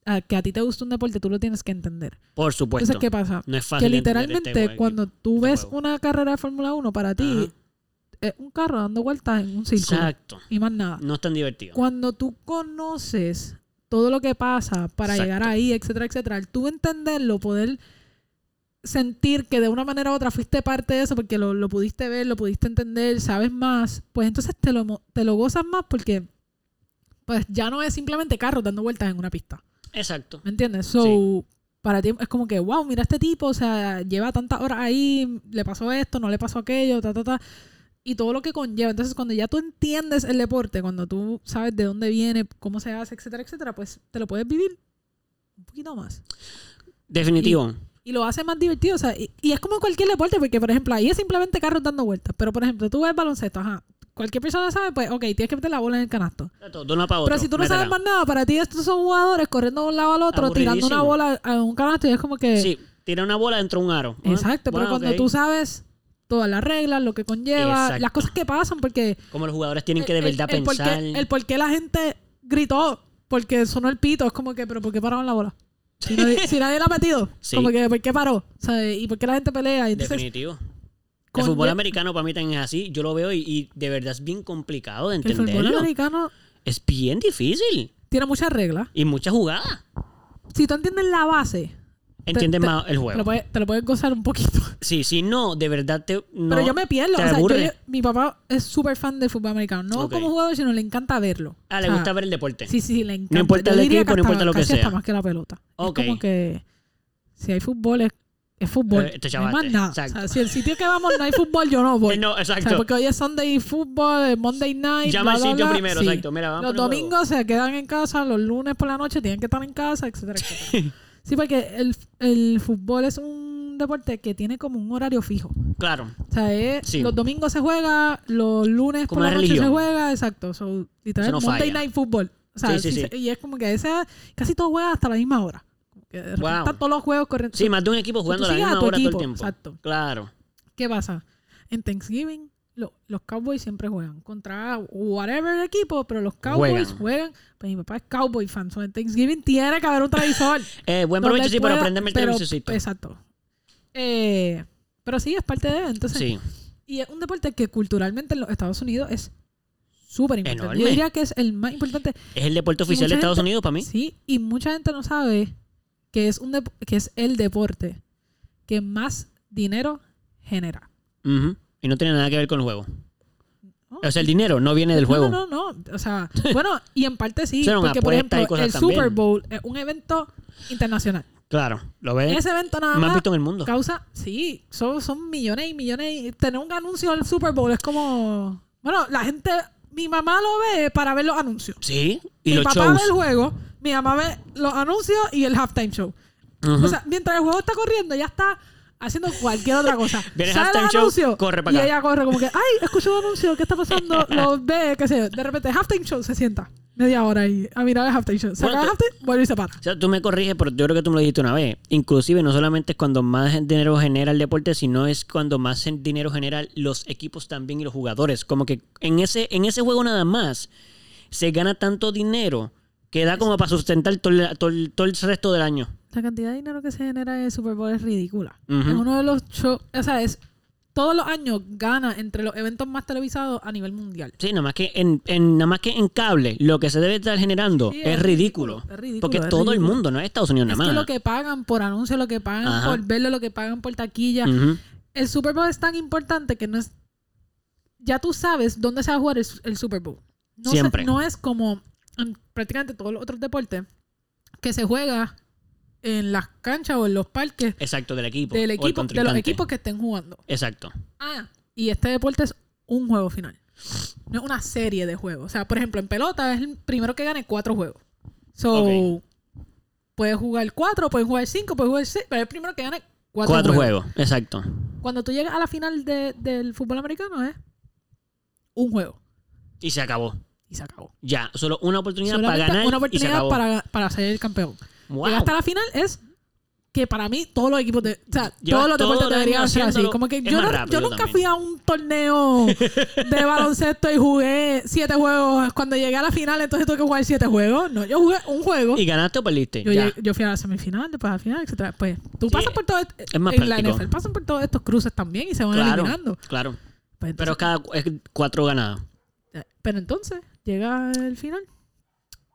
B: a- que a ti te gusta un deporte, tú lo tienes que entender.
A: Por supuesto.
B: Entonces, ¿qué pasa?
A: no es fácil.
B: que
A: de entender
B: literalmente
A: este juego.
B: cuando tú
A: este
B: ves
A: juego.
B: una carrera de Fórmula 1 para ti
A: Ajá.
B: es un carro dando vueltas en un círculo
A: Exacto. Mm.
B: y más nada.
A: No es tan divertido.
B: Cuando tú conoces todo lo que pasa para
A: Exacto.
B: llegar ahí, etcétera, etcétera, al tú entenderlo, poder sentir que de una manera u otra fuiste parte de eso porque lo, lo pudiste ver, lo pudiste entender, sabes más, pues entonces te lo, mo- te lo gozas más porque pues ya no es simplemente carro dando vueltas en una pista.
A: Exacto.
B: ¿Me entiendes? So,
A: Sí.
B: para ti es como que, wow, mira este tipo, o sea, lleva tantas horas ahí, le pasó esto, no le pasó aquello, ta, ta, ta. Y todo lo que conlleva. Entonces, cuando ya tú entiendes el deporte, cuando tú sabes de dónde viene, cómo se hace, etcétera, etcétera, pues te lo puedes vivir un poquito más.
A: Definitivo.
B: Y lo hace más divertido, o sea, y, y es como cualquier deporte, porque, por ejemplo, ahí es simplemente carros dando vueltas. Pero, por ejemplo, tú ves baloncesto, ajá. Cualquier persona sabe, pues, ok, tienes que meter la bola en el canasto.
A: Exacto, De una para otra.
B: Pero si tú no sabes más nada, para ti estos son jugadores corriendo de un lado al otro, tirando
A: Aburridísimo.
B: una bola a un canasto y es como que...
A: Sí, tira una bola dentro de un aro. Ah,
B: Exacto, pero
A: bueno,
B: cuando
A: ok.
B: tú sabes todas las reglas, lo que conlleva,
A: Exacto.
B: las cosas que pasan, porque...
A: Como los jugadores tienen que de
B: el-
A: verdad
B: el, por qué-
A: pensar.
B: el por qué la gente gritó porque sonó el pito, es como que, pero ¿por qué pararon la bola?
A: (laughs)
B: Si nadie, si nadie la ha metido,
A: Sí.
B: como que ¿por qué paró? O sea, ¿Y por qué la gente pelea? Y Entonces,
A: Definitivo. El
B: con-
A: fútbol americano para mí también es así. Yo lo veo y, y de verdad es bien complicado de
B: el fútbol
A: entenderlo.
B: americano
A: Es bien difícil.
B: tiene muchas reglas.
A: Y muchas jugadas.
B: Si tú entiendes la base,
A: Entiendes
B: te-
A: más el
B: te lo,
A: juego.
B: puedes, te lo puedes gozar un poquito.
A: Sí, sí, no, de verdad te. No,
B: Pero yo me pierdo.
A: te
B: O sea, yo-
A: aburre.
B: yo- mi papá es súper fan del fútbol americano. No
A: Ok.
B: como jugador, sino le encanta verlo.
A: Ah, le
B: O sea,
A: gusta ver el deporte.
B: Sí, sí, le encanta.
A: No importa
B: Yo
A: el
B: diría
A: equipo, no
B: hasta-
A: importa lo que
B: casi hasta
A: sea.
B: más que la pelota.
A: Ok.
B: Es como que si hay fútbol, es, es fúbol.
A: Eh, te
B: no hay más
A: chavaste.
B: nada.
A: Exacto.
B: O sea, si el sitio que vamos no hay fútbol, yo no voy.
A: Eh, (laughs) no,
B: O
A: exacto.
B: sea, porque hoy es Sunday y fútbol, es Monday night.
A: Llama al
B: bla, bla,
A: sitio
B: bla.
A: primero,
B: Sí.
A: exacto. Mira, vamos
B: Los
A: por el juego.
B: domingos se quedan en casa, los lunes por la noche tienen que estar en casa,
A: (laughs)
B: etcétera, etcétera. Sí, porque el, el fútbol es un deporte que tiene como un horario fijo.
A: Claro.
B: O sea, es-
A: Sí.
B: los domingos se juega, los lunes
A: Como
B: por la
A: una
B: noche
A: religión.
B: se juega, exacto. So, literal,
A: Eso no
B: Monday
A: falla.
B: Night Football. O
A: Sí,
B: sea,
A: sí,
B: si
A: sí.
B: se- y es como que a veces casi todos juegan hasta la misma hora. Como que de repente
A: Wow.
B: Están todos los juegos corriendo.
A: Sí, más de un equipo jugando a la
B: sigues a
A: misma
B: tu
A: hora todo el
B: equipo,
A: tiempo.
B: exacto.
A: Claro.
B: ¿Qué pasa? En Thanksgiving, lo- los Cowboys siempre juegan contra whatever equipo, pero los Cowboys
A: Juegan.
B: juegan. Pues mi papá es Cowboy fan, so en Thanksgiving tiene que haber
A: (laughs)
B: un televisor.
A: Eh, buen
B: donde
A: provecho, sí, pues. pero
B: pueda-
A: apréndeme el
B: pero-
A: televisorcito.
B: Exacto. Eh, pero sí, es parte de. Entonces,
A: Sí.
B: Y es un deporte que culturalmente en los Estados Unidos es súper importante.
A: Enorme.
B: Yo diría que es el más importante.
A: Es el deporte oficial de
B: mucha
A: Estados
B: gente-
A: Unidos para mí.
B: Sí, y mucha gente no sabe que es, un dep- que es el deporte que más dinero genera.
A: Ujú. Y no tiene nada que ver con el juego.
B: ¿no?
A: O sea, el dinero no viene del
B: No,
A: juego.
B: No, no, no.
A: (laughs)
B: O sea, bueno, y en parte sí.
A: Son
B: porque, por
A: apuestas y
B: ejemplo,
A: cosas
B: el
A: también.
B: Super Bowl es un evento internacional.
A: Claro. Lo ves
B: Ese evento nada
A: más
B: más
A: ¿Eh? visto en el mundo.
B: causa... Sí, son, son millones y millones. y tener un anuncio del Super Bowl es como... Bueno, la gente... Mi mamá lo ve para ver los anuncios.
A: Sí. Y
B: mi
A: los
B: papá
A: shows.
B: ve el juego, mi mamá ve los anuncios y el halftime show.
A: Ujú.
B: O sea, mientras el juego está corriendo, ella está haciendo cualquier otra cosa.
A: (laughs) Viene el
B: Sale
A: halftime
B: el
A: show,
B: anuncio
A: corre para acá.
B: Y ella corre como que, ay, escucho un anuncio, ¿qué está
A: (laughs)
B: pasando? Lo ve, qué sé yo. De repente, halftime show, se sienta media hora ahí a mirar el halftime show. Se
A: Bueno,
B: acaba el
A: te-
B: halftime, vuelve y se para.
A: O sea, tú me corriges, pero yo creo que tú me lo dijiste una vez. Inclusive, no solamente es cuando más dinero genera el deporte, sino es cuando más en- dinero genera los equipos también y los jugadores. Como que en ese, en ese juego nada más se gana tanto dinero que da como para sustentar todo, el- todo el- todo el resto del año.
B: Sí, la cantidad de dinero que se genera en el Super Bowl es ridícula.
A: Ujú.
B: Es uno de los shows, o sea, es todos los años gana entre los eventos más televisados a nivel mundial.
A: Sí, nada más que en, en- nada más que en cable lo que se debe estar generando
B: Sí,
A: es, ridículo.
B: es ridículo,
A: Porque
B: es
A: todo el
B: ridículo.
A: mundo, no es Estados Unidos
B: Es
A: nada
B: que
A: más.
B: lo que pagan por anuncios, lo que pagan
A: Ajá.
B: por verlo, lo que pagan por taquilla.
A: Ujú.
B: El Super Bowl es tan importante que no es. Ya tú sabes dónde se va a jugar el, el Super Bowl. No se-
A: Siempre.
B: no es como en prácticamente todos los otros deportes que se juega en las canchas o en los parques
A: Exacto, del equipo.
B: del
A: o el
B: equipo, de los
A: contrincante.
B: equipos que estén jugando.
A: Exacto.
B: Ah, y este deporte es un juego final. No es una serie de juegos. O sea, por ejemplo, en pelota es el primero que gane cuatro juegos. So,
A: Ok.
B: puedes jugar cuatro, puedes jugar cinco, puedes jugar seis, pero es el primero que gane cuatro,
A: Cuatro,
B: juegos.
A: juegos. exacto.
B: Cuando tú llegas a la final de- del fútbol americano es un juego
A: Y se acabó.
B: y se acabó.
A: Ya, solo una oportunidad
B: Solamente
A: para ganar
B: una
A: y se
B: oportunidad
A: acabó.
B: para, para ser el campeón.
A: Wow.
B: Llegar hasta la final es que para mí todos los equipos, de, o sea,
A: Llevas
B: todos los
A: todo
B: deportes
A: el año
B: deberían ser así.
A: haciéndolo.
B: Como que
A: Es
B: yo,
A: más
B: no-
A: rápido
B: yo nunca
A: también.
B: fui a un torneo
A: (laughs)
B: de baloncesto y jugué siete juegos. Cuando llegué a la final, entonces tuve que jugar siete juegos. No, yo jugué un juego.
A: ¿Y ganaste o perdiste?
B: Yo,
A: ya.
B: llegué- yo fui a la semifinal, después a la final, etcétera. Pues tú
A: Sí,
B: pasas por todo este-
A: es más
B: en la
A: práctico.
B: NFL pasan por todos estos cruces también y se van
A: Claro,
B: eliminando.
A: claro.
B: Pues entonces-
A: Pero es cada cu- es cuatro ganados.
B: Eh, Pero entonces llega el final.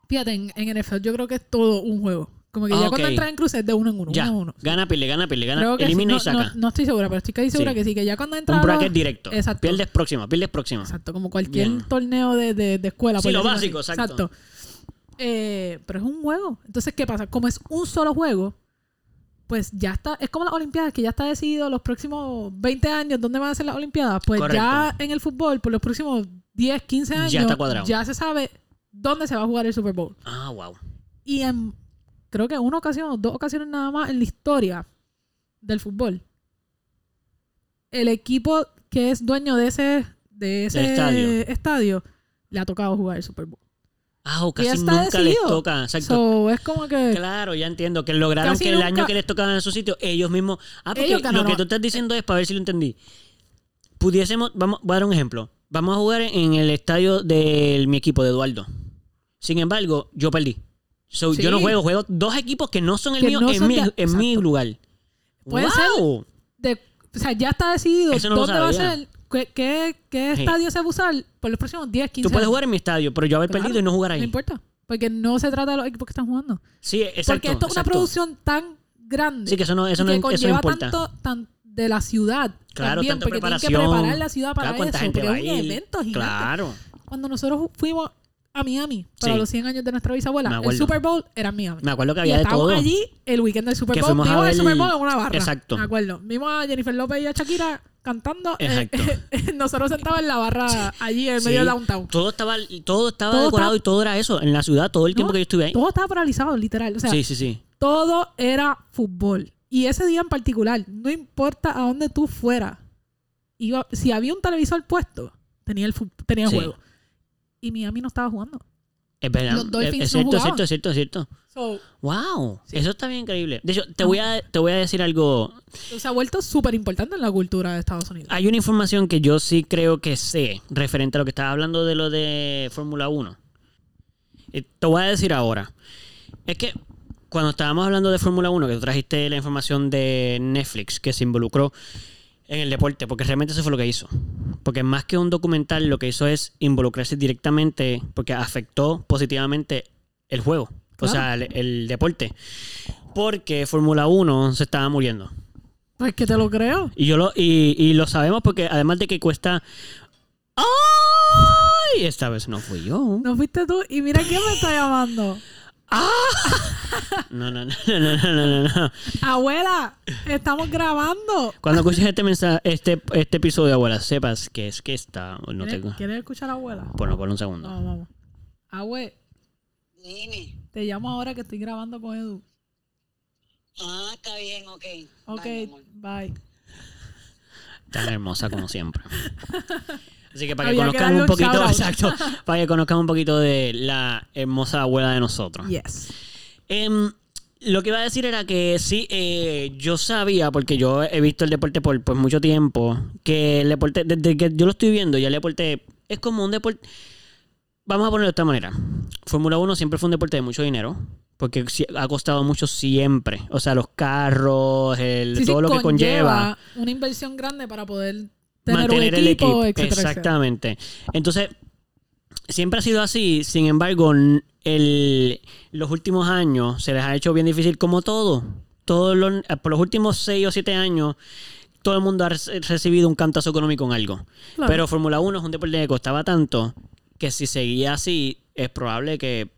B: Fíjate, en, en NFL yo creo que es todo un juego. Como que ya
A: Ah,
B: cuando
A: ok.
B: entras en cruces es de uno en uno,
A: Ya.
B: uno en uno.
A: Gana, pile, gana, pile, gana.
B: Creo que sí.
A: Elimina
B: no,
A: y saca.
B: no- no estoy segura, pero estoy casi segura
A: Sí.
B: que sí, que ya cuando entras.
A: Un
B: a los-
A: bracket directo.
B: Exacto.
A: Pierdes próxima, pierdes próxima.
B: Exacto, como cualquier
A: Bien.
B: torneo de, de- de escuela.
A: Sí,
B: por
A: lo
B: decirlo
A: básico,
B: así.
A: exacto.
B: Eh, pero es un juego. Entonces, ¿qué pasa? Como es un solo juego, pues ya está. Es como las Olimpiadas, que ya está decidido los próximos 20 años dónde van a ser las Olimpiadas. Pues ya en el fútbol, por los próximos 10, 15 años,
A: Ya está cuadrado.
B: ya se sabe dónde se va a jugar el Super Bowl.
A: Ah, wow.
B: Y en, creo que una ocasión o dos ocasiones nada más en la historia del fútbol, el equipo que es dueño de ese, de ese
A: estadio.
B: estadio. le ha tocado jugar el Super Bowl.
A: Ah, o
B: Y ya
A: casi
B: está
A: nunca les
B: decidido.
A: toca. Exacto.
B: So, es como que
A: Claro, ya entiendo que lograron
B: Mm. Casi
A: que el
B: nunca-
A: año que les tocaba en su sitio, ellos mismos. Ah, porque
B: Ellos
A: lo
B: ganaron.
A: que tú estás diciendo es para ver si lo entendí. Pudiésemos, vamos, voy a dar un ejemplo. Vamos a jugar en el estadio de mi equipo, de Eduardo. Sin embargo, yo perdí. So,
B: Sí.
A: Yo no juego, juego dos equipos que no son el
B: Que
A: mío
B: no
A: en,
B: son
A: mi,
B: de-
A: en mi
B: exacto.
A: lugar.
B: Puede
A: ¡Wow!
B: de- o sea, ya está decidido
A: Eso no lo
B: dónde va a
A: sabía.
B: ser, qué, qué- qué
A: Sí.
B: estadio se va a usar por los próximos 10, 15
A: Tú puedes
B: años.
A: jugar en mi estadio, pero yo haber
B: Claro,
A: perdido y no jugar
B: No
A: ahí.
B: importa. Porque no se trata de los equipos que están jugando.
A: Sí, exacto.
B: porque esto es una
A: exacto.
B: producción tan grande.
A: Sí, que eso no, eso
B: y
A: no,
B: que
A: eso no
B: conlleva
A: importa.
B: tanto tan de la ciudad
A: Claro,
B: también,
A: tanta
B: porque tienen que
A: preparación.
B: preparar la ciudad para
A: Claro, cuánta
B: eso,
A: gente
B: porque
A: va a
B: es un
A: ir.
B: evento gigante.
A: Claro.
B: Cuando nosotros fuimos a Miami para
A: Sí.
B: los 100 años de nuestra
A: Me
B: bisabuela, el
A: acuerdo.
B: Super Bowl era en Miami.
A: Me acuerdo que
B: y
A: había de
B: estábamos
A: todo.
B: allí el weekend del Super
A: Que
B: Bowl.
A: fuimos a
B: Vimos
A: ver-
B: el Super Bowl en una barra.
A: Exacto.
B: Me acuerdo. Vimos a Jennifer López y a Shakira cantando. (laughs) eh,
A: Exacto.
B: nosotros sentados en la barra allí en medio
A: Sí.
B: de downtown.
A: Todo estaba, todo estaba
B: Todo
A: decorado
B: estaba-
A: y todo era eso. En la ciudad, todo el tiempo
B: No,
A: que yo estuve ahí.
B: Todo estaba paralizado, literal. O sea,
A: sí, sí, sí.
B: todo era fútbol. Y ese día en particular, no importa a dónde tú fueras, iba, si había un televisor puesto, tenía el fu- tenía
A: Sí.
B: juego. Y Miami no estaba jugando.
A: Es verdad. Eh,
B: Los Dolphins
A: Es- es
B: no
A: cierto, es
B: jugaban.
A: cierto, es cierto, es cierto.
B: So,
A: Wow. Eso está bien increíble. De hecho,
B: Ah.
A: te voy a, te voy a decir algo.
B: se ha vuelto súper importante en la cultura de Estados Unidos.
A: Hay una información que yo sí creo que sé referente a lo que estaba hablando de lo de Fórmula 1. Eh, Te voy a decir ahora. Es que cuando estábamos hablando de Fórmula 1, que tú trajiste la información de Netflix que se involucró en el deporte, porque realmente eso fue lo que hizo. Porque más que un documental, lo que hizo es involucrarse directamente, porque afectó positivamente el juego, o
B: Claro.
A: sea, el, el deporte. Porque Fórmula 1 se estaba muriendo.
B: Pues que te lo creo.
A: Y yo lo, y, y lo sabemos porque además de que cuesta. ¡Ay! Esta vez no fui yo.
B: No fuiste tú. Y mira quién me está llamando.
A: No, no, no, no, no, no, no, no.
B: Abuela, estamos grabando.
A: Cuando escuches este mensaje, este, este episodio, abuela, sepas que es que está. No
B: ¿Quieres,
A: tengo.
B: quieres escuchar a abuela?
A: Ponlo por un segundo.
B: No, vamos. Abue,
C: Dime.
B: te llamo ahora que estoy grabando con Edu.
C: Ah, está bien, ok.
B: Ok,
C: Bye, mi amor.
B: bye.
A: Tan hermosa como siempre. Así que para que
B: Había que
A: conozcan un
B: darle un
A: poquito.
B: shout out.
A: exacto. Para que conozcan un poquito de la hermosa abuela de nosotros.
B: Yes.
A: Em, lo que iba a decir era que sí, eh, yo sabía, porque yo he visto el deporte por pues, mucho tiempo, que el deporte, desde que yo lo estoy viendo, ya el deporte es como un deporte. Vamos a ponerlo de esta manera. Fórmula 1 siempre fue un deporte de mucho dinero, Porque si- ha costado mucho siempre. O sea, los carros, el,
B: Sí, sí,
A: todo lo que conlleva.
B: Una inversión grande para poder tener
A: mantener
B: un
A: el
B: equipo,
A: equipo.
B: etcétera, etcétera.
A: Exactamente. Entonces, siempre ha sido así. Sin embargo, n- el, los últimos años se les ha hecho bien difícil como todo. Todos los, por los últimos 6 o 7 años, todo el mundo ha re- recibido un cantazo económico en algo.
B: Claro.
A: Pero Fórmula 1 es un deporte que costaba tanto que si seguía así, es probable que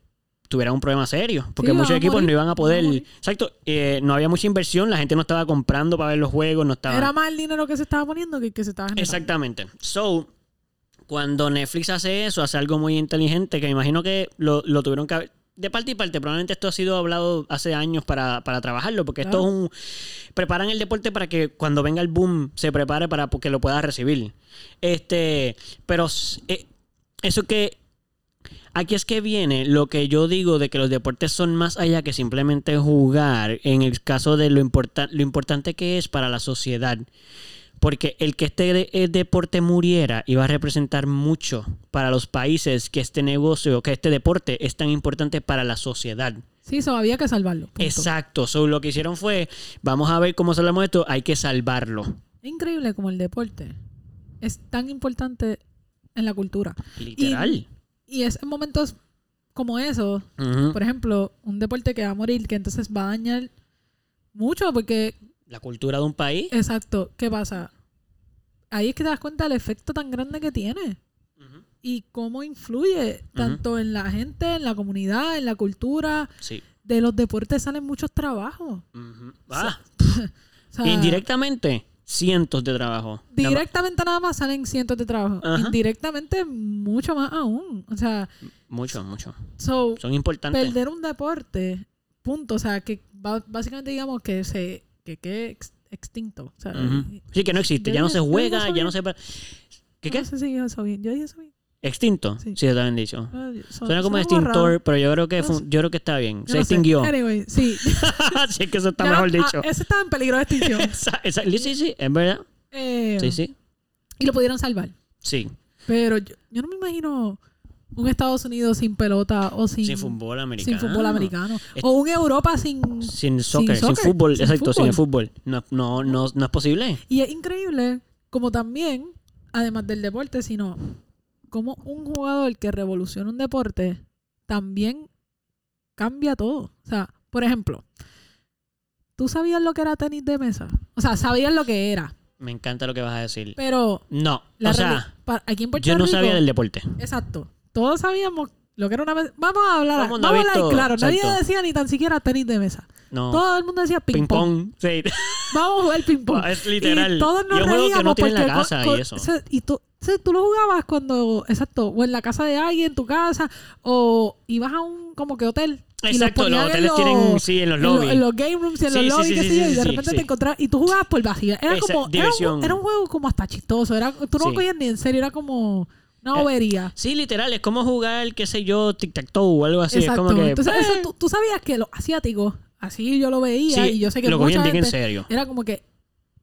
A: tuviera un problema serio. Porque
B: Sí,
A: muchos
B: van a
A: equipos
B: morir,
A: no iban a
B: van a
A: poder.
B: morir.
A: exacto, eh, no había mucha inversión, la gente no estaba comprando para ver los juegos, no estaba.
B: Era más el dinero que se estaba poniendo que el que se estaba generando.
A: Exactamente. So, cuando Netflix hace eso, hace algo muy inteligente que me imagino que lo, lo tuvieron que haber. De parte y parte, probablemente esto ha sido hablado hace años para, para trabajarlo, porque esto
B: Claro.
A: es un. Preparan el deporte para que cuando venga el boom se prepare para que lo pueda recibir. Este. Pero s- eh, eso que. Aquí es que viene lo que yo digo de que los deportes son más allá que simplemente jugar, en el caso de lo, importan- lo importante que es para la sociedad. Porque el que este de- eh, deporte muriera iba a representar mucho para los países que este negocio, que este deporte es tan importante para la sociedad.
B: Sí, eso había que salvarlo. punto.
A: Exacto. So, lo que hicieron fue, vamos a ver cómo salvamos esto, hay que salvarlo.
B: Es increíble como el deporte es tan importante en la cultura.
A: Literal.
B: Y es en momentos como esos,
A: Ujú.
B: por ejemplo, un deporte que va a morir, que entonces va a dañar mucho, porque,
A: La cultura de un país.
B: exacto, ¿qué pasa? Ahí es que te das cuenta del efecto tan grande que tiene
A: Ujú.
B: y cómo influye tanto en la gente, en la comunidad, en la cultura.
A: Sí.
B: De los deportes salen muchos trabajos.
A: Ujú. Ah,
B: O sea,
A: indirectamente, cientos de trabajo.
B: Directamente nada más salen cientos de trabajos.
A: Ajá.
B: Indirectamente mucho más aún. O sea,
A: Mucho, mucho.
B: so,
A: Son importantes.
B: perder un deporte, punto. O sea, que ba- básicamente digamos que se que quede ex- extinto. O sea,
A: Ujú. Sí, que no existe. Ya no se
B: Yo digo- yo
A: juega,
B: digo
A: ya no se... pa- ¿Qué qué?
B: No sé si dije eso bien. Yo dije eso bien.
A: Extinto. Sí,
B: Sí.
A: te habían dicho.
B: Ah, yo- so-
A: Suena como
B: raro.
A: extintor, pero yo creo que fue- yo creo que está bien.
B: Pues Yo
A: se
B: no sé.
A: extinguió. (laughs)
B: Anyway, sí.
A: sí, es que eso está
B: Ya,
A: mejor
B: ah, eh.
A: dicho.
B: ese estaba en peligro de extinción.
A: Esa- esa- (laughs) sí, sí, es verdad.
B: Eh,
A: Sí, sí.
B: Y lo pudieron salvar.
A: Sí.
B: Pero yo, yo no me imagino un Estados Unidos sin pelota o sin,
A: Sin fútbol americano.
B: sin fútbol americano.
A: Es-
B: O un Europa sin...
A: Sin soccer, sin,
B: soccer,
A: fútbol,
B: sin
A: exacto, sin el fútbol. No, no, no, no es posible.
B: Y es increíble como también, además del deporte, sino como un jugador que revoluciona un deporte también cambia todo. O sea, por ejemplo, tú sabías lo que era tenis de mesa. O sea, sabías lo que era.
A: Me encanta lo que vas a decir.
B: Pero
A: No,
B: la
A: o
B: reali-
A: sea,
B: pa- aquí en Puerto
A: yo no
B: Rico-
A: sabía del deporte.
B: Exacto. Todos sabíamos lo que era una mesa. Vamos a hablar.
A: Todo el
B: Vamos,
A: mundo ha
B: a hablar
A: visto-
B: claro. Nadie
A: exacto.
B: decía ni tan siquiera tenis de mesa.
A: No.
B: Todo el mundo decía ping pong.
A: Ping-pong. Sí. (laughs)
B: (laughs) Vamos a jugar ping pong.
A: Es (laughs) literal.
B: Y todos nos
A: Yo juego que
B: reíamos
A: no tiene en la
B: porque co-
A: casa
B: co-
A: y eso.
B: se- y tú, se- tú lo jugabas cuando, exacto, o en la casa de alguien, en tu casa, o ibas a un como que hotel. y
A: Exacto, los
B: ponían en
A: hoteles
B: los-
A: tienen, sí, en los
B: en lo-
A: lobbies.
B: En los game rooms y en
A: Sí,
B: los
A: sí,
B: lobbies,
A: sí,
B: qué
A: sí,
B: sé yo,
A: sí,
B: y de
A: sí,
B: repente
A: sí.
B: te encontrabas y tú jugabas por vacía. Era
A: Esa-
B: como, era
A: diversión.
B: un, era un juego como hasta chistoso. Era, tú
A: Sí.
B: no lo cogías ni en serio, era como una
A: Eh,
B: bobería.
A: Sí, literal, es como jugar, qué sé yo, tic-tac-toe o algo así.
B: Exacto.
A: Es como que.
B: Entonces, eso
A: eh,
B: tú, tú sabías que los asiáticos, así yo lo veía
A: sí,
B: y yo sé que
A: lo
B: mucha
A: cogían bien en
B: gente-
A: serio.
B: era como que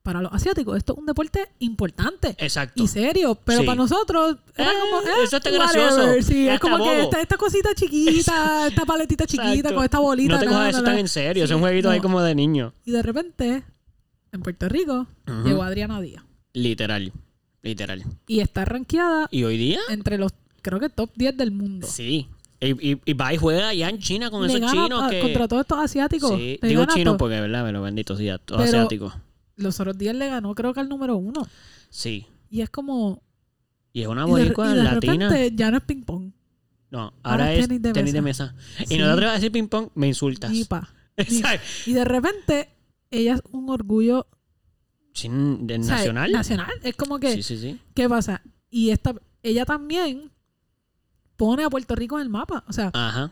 B: para los asiáticos esto es un deporte importante
A: Exacto.
B: y serio, pero
A: Sí.
B: para nosotros era
A: Eh,
B: como eh,
A: eso está
B: whatever,
A: gracioso.
B: sí, es
A: Hasta
B: como que
A: bobo.
B: esta, esta cosita chiquita, esta paletita chiquita
A: Exacto.
B: con esta bolita.
A: No te
B: na,
A: cojas
B: na,
A: eso
B: na.
A: tan en serio, es un
B: Sí,
A: jueguito ahí
B: no.
A: como de niño.
B: Y de repente en Puerto Rico
A: Ujú.
B: llegó Adriana Díaz
A: Literal, literal.
B: y está rankeada
A: ¿Y hoy día?
B: entre los creo que top 10 del mundo.
A: Sí. Y, y- y va y juega allá en China con
B: Le
A: esos
B: gana
A: chinos
B: a-
A: que...
B: contra todos estos asiáticos.
A: Sí,
B: le
A: digo
B: gana a
A: chino
B: todos.
A: porque, ¿verdad? Pero bendito sea, todo
B: Pero-
A: asiático.
B: los otros días le ganó creo que al número uno
A: Sí.
B: y es como
A: Y es una
B: y de,
A: boricua
B: y de
A: latina.
B: repente ya no es ping pong.
A: No, ahora,
B: ahora
A: es
B: es tenis de
A: tenis de mesa. Y
B: Sí.
A: no te atrevas a decir ping pong, me insultas. (laughs)
B: Ni pa.
A: Exacto.
B: Y de repente, ella es un orgullo
A: Chin- de
B: o sea,
A: nacional.
B: Nacional. Es como que,
A: Sí, sí, sí.
B: ¿qué pasa? Y esta, ella también pone a Puerto Rico en el mapa. O sea,
A: Ajá.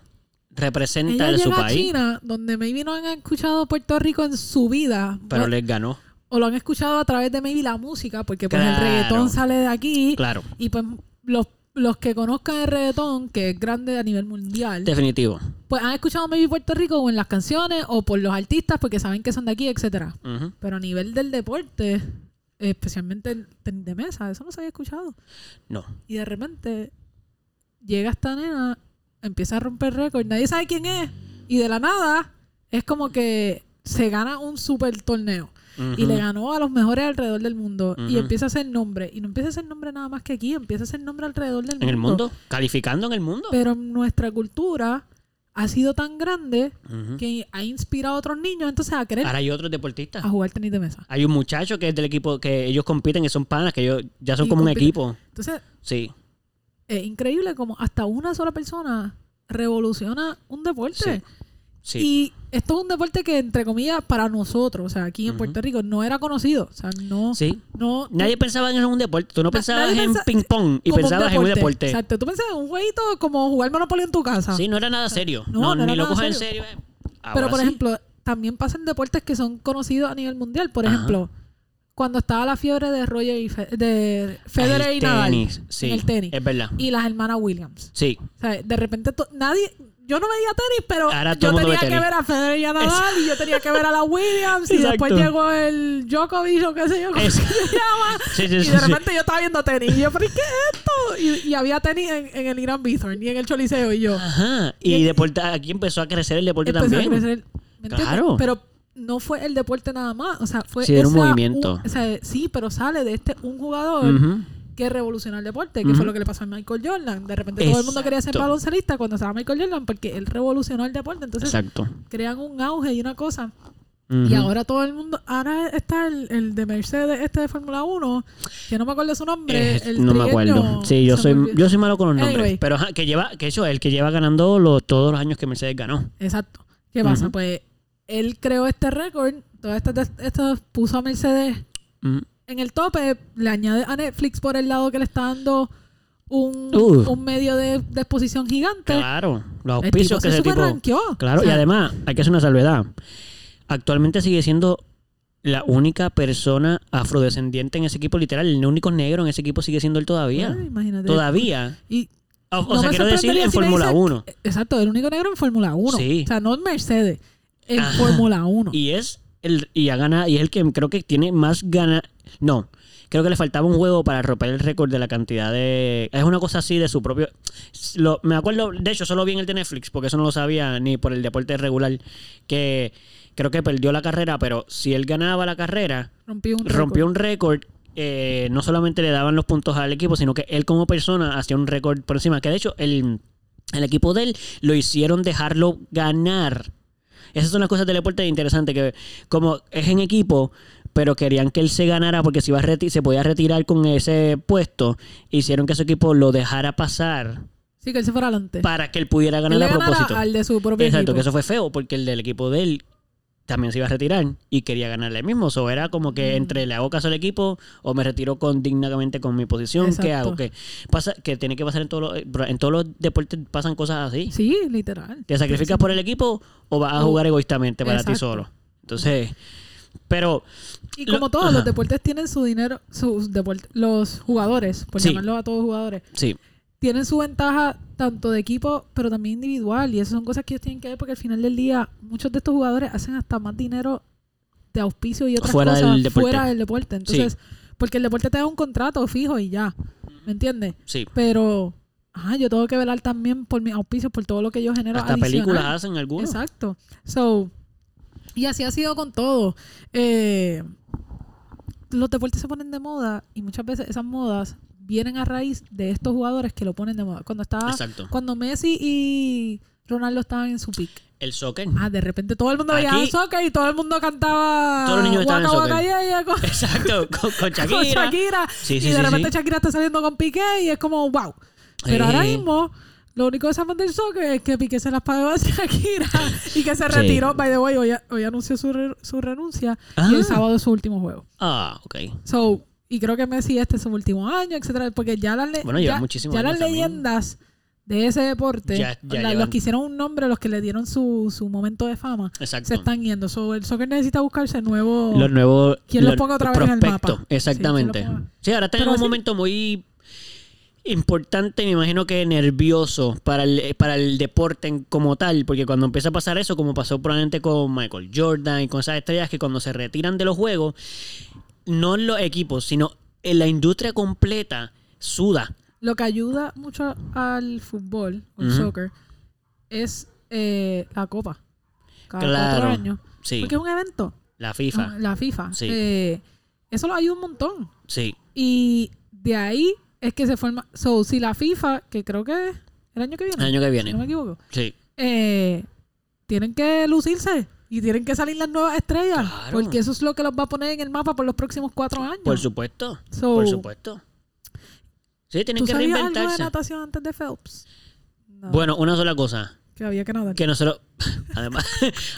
A: Representa
B: ella
A: Ah, de su
B: llega a
A: país,
B: China, donde maybe no han escuchado Puerto Rico en su vida.
A: pero
B: o,
A: les ganó.
B: o lo han escuchado a través de maybe la música, porque pues
A: Claro.
B: el reggaetón sale de aquí.
A: Claro,
B: Y pues los, los que conozcan el reggaetón, que es grande a nivel mundial,
A: definitivo.
B: pues han escuchado maybe Puerto Rico o en las canciones o por los artistas, porque saben que son de aquí, etcétera.
A: Ujú.
B: Pero a nivel del deporte, especialmente el tenis de mesa, eso no se había escuchado.
A: No.
B: Y de repente llega esta nena, empieza a romper récord, nadie sabe quién es. Y de la nada es como que se gana un super torneo. Y le ganó a los mejores alrededor del mundo. Y
A: Ujú.
B: empieza a ser nombre. Y no empieza a ser nombre nada más que aquí, empieza a ser nombre alrededor del mundo.
A: ¿En el mundo? ¿Calificando en el mundo?
B: Pero nuestra cultura ha sido tan grande
A: Ujú.
B: que ha inspirado a otros niños entonces a querer
A: Ahora hay otros deportistas.
B: a jugar tenis de mesa.
A: Hay un muchacho que es del equipo que ellos compiten, que son panas, que ellos ya son
B: Y
A: como un
B: compiten.
A: equipo.
B: Entonces,
A: Sí,
B: es increíble como hasta una sola persona revoluciona un deporte.
A: sí.
B: Y esto es un deporte que, entre comillas, para nosotros, o sea, aquí en
A: Ujú.
B: Puerto Rico, no era conocido. O sea, no...
A: Sí.
B: no
A: Nadie pensaba en eso en un deporte. Tú no
B: Na-
A: pensabas
B: nadie
A: en
B: pensa-
A: ping-pong y
B: como un
A: pensabas en un deporte.
B: Exacto. Tú pensabas en un jueguito como jugar Monopoly en tu casa.
A: Sí, no era nada serio.
B: No,
A: No,
B: no era
A: ni lo
B: nada
A: coges en serio. eh. Ahora
B: Pero, por
A: sí.
B: ejemplo, también pasan deportes que son conocidos a nivel mundial. Por
A: Ajá.
B: ejemplo, cuando estaba la fiebre de Roger y Fe- de Federer
A: El
B: y Nadal
A: tenis, sí, Em
B: en el tenis.
A: Es verdad.
B: Y las hermanas Williams. (laughs)
A: Sí.
B: O sea, de repente to- nadie... Yo no veía tenis, pero
A: Ahora todo
B: yo
A: el mundo ve
B: tenía
A: tenis.
B: que ver a Federer y a Nadal y yo tenía que ver a la Williams y después
A: Exacto.
B: llegó el Djokovic o qué sé yo. (laughs)
A: Es- Sí, sí,
B: Y
A: sí,
B: de
A: sí.
B: repente yo estaba viendo tenis. Y yo, ¿pero ¿y qué es esto? Y, y había tenis en, en el Irán Bithorn y en el Choliseo. Y yo,
A: Ajá. Y deporte, aquí empezó a crecer el deporte
B: empezó a
A: Ah, también.
B: crecer. ¿me entiendes?
A: Claro.
B: Pero no fue el deporte nada más. O sea, fue.
A: Sí, era un
B: esa-
A: movimiento.
B: u- o sea, sí, pero sale de este un jugador
A: Ujú.
B: que revolucionó el deporte, que
A: Ujú.
B: fue lo que le pasó a Michael Jordan. De repente todo el mundo quería ser
A: Exacto.
B: baloncelista cuando estaba Michael Jordan porque él revolucionó el deporte. Entonces
A: Exacto.
B: crean un auge y una cosa.
A: Ujú.
B: Y ahora todo el mundo, ahora está el, el de Mercedes, este de Fórmula 1, que no me acuerdo su nombre.
A: Eh,
B: el
A: no me acuerdo.
B: trigueño,
A: Sí, yo
B: se me
A: soy,
B: olvidó.
A: yo soy malo con los nombres.
B: Anyway.
A: Pero ajá, que lleva, que eso es el que lleva ganando los, todos los años que Mercedes ganó.
B: Exacto. ¿Qué pasa?
A: Ujú.
B: Pues él creó este récord, todo esto, esto puso a Mercedes
A: Ujú.
B: en el tope, le añade a Netflix por el lado que le está dando un,
A: Uf.
B: un medio de, de exposición gigante.
A: Claro, los
B: El
A: auspicios
B: tipo
A: que
B: se
A: ese tipo.
B: superranqueó.
A: Claro,
B: O sea,
A: y además, hay que hacer una salvedad. Actualmente sigue siendo la única persona afrodescendiente en ese equipo, literal. El único negro en ese equipo sigue siendo él todavía.
B: Ay, imagínate.
A: Todavía.
B: Y
A: O, o
B: no
A: sea,
B: me
A: quiero decir
B: sorprendería
A: en
B: si me
A: Fórmula
B: dicen- e-,
A: 1.
B: Exacto, el único negro en Fórmula 1.
A: Sí.
B: O sea, no en Mercedes, en
A: Ajá.
B: Fórmula 1.
A: Y es el y ha ganado, y es el que creo que tiene más ganas. No, creo que le faltaba un juego para romper el récord de la cantidad de. Es una cosa así de su propio. lo- me acuerdo, de hecho, solo vi en el de Netflix, porque eso no lo sabía ni por el deporte regular, que creo que perdió la carrera, pero si él ganaba la carrera,
B: Rompió un récord.
A: rompió un récord. eh, no solamente le daban los puntos al equipo, sino que él como persona hacía un récord por encima. Que de hecho, el, el equipo de él lo hicieron dejarlo ganar. Esas son las cosas del deporte interesantes, que como es en equipo, pero querían que él se ganara porque se, iba a reti- se podía retirar con ese puesto, hicieron que su equipo lo dejara pasar
B: Sí, que él se fuera adelante.
A: para que él pudiera
B: Él
A: ganar
B: le
A: a
B: ganara
A: propósito.
B: al de su propio
A: Exacto,
B: equipo.
A: que eso fue feo porque el del equipo de él también se iba a retirar y quería ganarle mismo. O era como que
B: Mm.
A: entre le hago caso al equipo o me retiro con dignamente con mi posición. ¿Qué
B: Exacto.
A: hago? ¿Qué pasa? Que tiene que pasar en todos los, eh, en todos los deportes pasan cosas así.
B: Sí, literal.
A: ¿Te sacrificas por el equipo o vas a
B: O-
A: jugar egoístamente para ti
B: Uh, Exacto.
A: solo? Entonces, pero
B: Y
A: Lo-
B: como todos
A: ajá.
B: los deportes tienen su dinero, sus deportes, los jugadores, por
A: Sí.
B: llamarlo a todos jugadores,
A: sí,
B: tienen su ventaja tanto de equipo, pero también individual. Y esas son cosas que ellos tienen que ver porque al final del día muchos de estos jugadores hacen hasta más dinero de auspicio y otras
A: Fuera
B: cosas
A: del deporte.
B: fuera del deporte. Entonces, porque el deporte te da un contrato fijo y ya, ¿me entiendes?
A: sí.
B: Pero, ajá, yo tengo que velar también por mis auspicios, por todo lo que yo genero.
A: Hasta
B: adicional.
A: películas hacen algunos.
B: Exacto. So, y así ha sido con todo. Eh, los deportes se ponen de moda y muchas veces esas modas vienen a raíz de estos jugadores que lo ponen de moda. Cuando estaba,
A: Exacto.
B: cuando Messi y Ronaldo estaban en su pick.
A: El soccer. (laughs)
B: Ah, de repente todo el mundo veía
A: Aquí-
B: soccer y todo el mundo cantaba
A: Todos los niños estaban en
B: Waka Waka
A: soccer.
B: Yeah, yeah, con,
A: Exacto, con, con Shakira.
B: (laughs) con Shakira.
A: Sí, sí,
B: y de
A: sí,
B: repente
A: sí.
B: Shakira está saliendo con Piqué y es como, wow. Pero ahora
A: Sí.
B: mismo, lo único que sabemos del soccer es que Piqué se las pagó a Shakira
A: (laughs)
B: y que se retiró. By the way, hoy, hoy anunció su, re- su renuncia y
A: Ah.
B: el sábado es su último juego.
A: Ah, ok.
B: So, y creo que Messi este es su último año, etcétera, porque ya las, le-
A: Bueno, lleva
B: ya,
A: muchísimos
B: ya las
A: años también.
B: leyendas de ese deporte,
A: Ya- ya
B: la- los
A: llevan-
B: que hicieron un nombre, los que le dieron su, su momento de fama,
A: Exacto.
B: se están yendo. So, el soccer necesita buscarse nuevo.
A: los nuevos
B: ¿Quién los
A: los
B: ponga otra vez en el
A: prospectos,
B: mapa? Sí,
A: Exactamente.
B: ¿quién los ponga?
A: Sí, ahora está en
B: Pero
A: un
B: así-
A: momento muy importante, me imagino que nervioso para el, para el deporte en- como tal, porque cuando empieza a pasar eso, como pasó probablemente con Michael Jordan y con esas estrellas que cuando se retiran de los juegos, no en los equipos, sino en la industria completa, suda.
B: lo que ayuda mucho al fútbol, al
A: Ujú.
B: soccer, es eh, la copa. Cada
A: Claro.
B: cuatro años.
A: Sí,
B: Porque es un evento.
A: la FIFA.
B: No, La FIFA.
A: Sí.
B: Eh, eso lo ayuda un montón.
A: Sí,
B: Y de ahí es que se forma. So, si la FIFA, que creo que es el año que viene,
A: el año que
B: si no me
A: viene.
B: equivoco,
A: Sí,
B: eh, tienen que lucirse y tienen que salir las nuevas estrellas.
A: Claro.
B: Porque eso es lo que los va a poner en el mapa por los próximos cuatro años.
A: por supuesto.
B: So,
A: Por supuesto. Sí, tienen
B: Oh. ¿Tú
A: que
B: sabías algo de
A: reinventarse.
B: natación antes de Phelps? No,
A: Bueno, una sola cosa.
B: que había que nadar.
A: que nosotros (laughs) además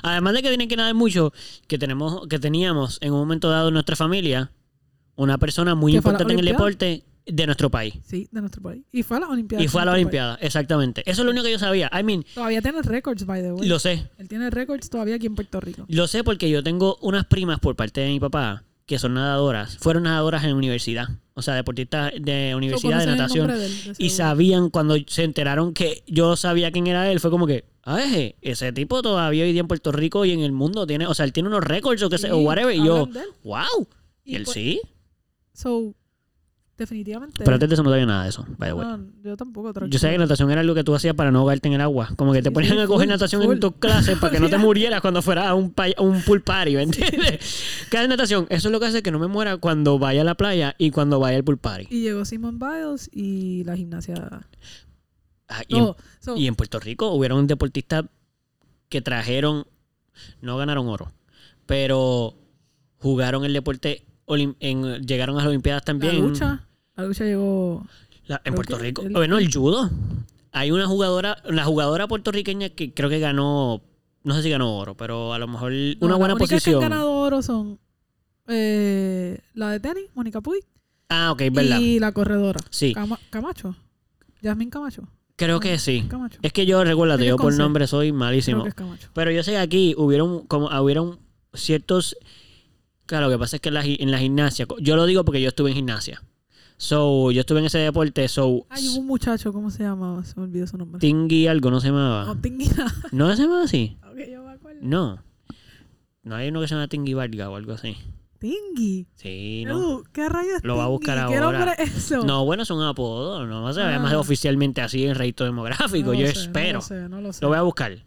A: además de que tienen que nadar mucho que tenemos que teníamos en un momento dado en nuestra familia una persona muy
B: Que fue a la
A: importante en el
B: Olimpiada.
A: deporte de nuestro país
B: Sí, de nuestro país. Y fue a la Olimpiada.
A: y fue a la Olimpiada exactamente eso es lo único que yo sabía I mean
B: Todavía tiene récords, by the way.
A: lo sé
B: Él tiene récords todavía aquí en Puerto Rico.
A: lo sé porque yo tengo unas primas por parte de mi papá que son nadadoras fueron nadadoras en universidad o sea deportistas de universidad de
B: Conocen el
A: natación
B: nombre de él, de
A: y
B: seguro.
A: sabían cuando se enteraron que yo sabía quién era él, fue como que, ah, eje, ese tipo todavía hoy día en Puerto Rico y en el mundo tiene, o sea, él tiene unos récords o que sé, o
B: Sí,
A: whatever, y yo,
B: hablan de él.
A: wow. Y,
B: Y
A: él
B: pues-
A: sí.
B: So, definitivamente.
A: Pero antes de eso no sabía nada de eso, by the way.
B: No, yo tampoco,
A: Yo sabía que natación era algo que tú hacías para no ahogarte en el agua. Como que te
B: Sí,
A: ponían
B: sí,
A: a coger
B: full,
A: natación en
B: full.
A: tus clases para que
B: (laughs)
A: no te murieras cuando fueras a un, pay- un pool party, ¿me entiendes? ¿Qué hace natación? Eso es lo que hace que no me muera cuando vaya a la playa y cuando vaya al pool party.
B: Y llegó Simon Biles y la gimnasia.
A: Ah, y en-
B: No, so,
A: Y en Puerto Rico hubieron deportistas que trajeron, no ganaron oro, pero jugaron el deporte, olim- en- llegaron a las Olimpiadas
B: la
A: también.
B: lucha. La lucha llegó.
A: La- en
B: Creo
A: Puerto
B: que
A: Rico.
B: el-
A: bueno, el judo. Hay una jugadora, una jugadora puertorriqueña que creo que ganó, no sé si ganó oro, pero a lo mejor
B: No,
A: una
B: las
A: buena
B: únicas que han
A: posición.
B: ganado oro son eh, la de tenis, Mónica Puig,
A: Ah, ok, es verdad.
B: y la corredora.
A: Sí.
B: Cama- Camacho. Yasmín Camacho.
A: Creo que sí.
B: Camacho.
A: Es que yo, recuérdate,
B: Creo que
A: yo
B: es
A: por
B: con C.
A: nombre soy
B: Creo
A: malísimo.
B: que es Camacho.
A: Pero yo sé que aquí hubieron, como, hubieron ciertos... Claro, lo que pasa es que en la, gi- en la gimnasia... Yo lo digo porque yo estuve en gimnasia. So, yo estuve en ese deporte. So,
B: Ay, Ah, hubo un muchacho, ¿cómo se llamaba? Se me olvidó su nombre.
A: Stingy algo, no se
B: No,
A: llamaba.
B: Tingy. (laughs) nada.
A: ¿No se llamaba así?
B: Ok, yo me acuerdo.
A: No. No hay uno que se llama Tingy Varga o algo así.
B: Tingy.
A: Sí, no.
B: Edu, ¿Qué rayos es
A: Lo va a buscar
B: Tingy? ¿Qué
A: ahora.
B: nombre es eso?
A: No, bueno, son apodos. No se ve
B: Ah.
A: más oficialmente así en registro demográfico.
B: No lo
A: yo
B: sé,
A: espero.
B: No lo sé, no lo sé.
A: Lo voy a buscar.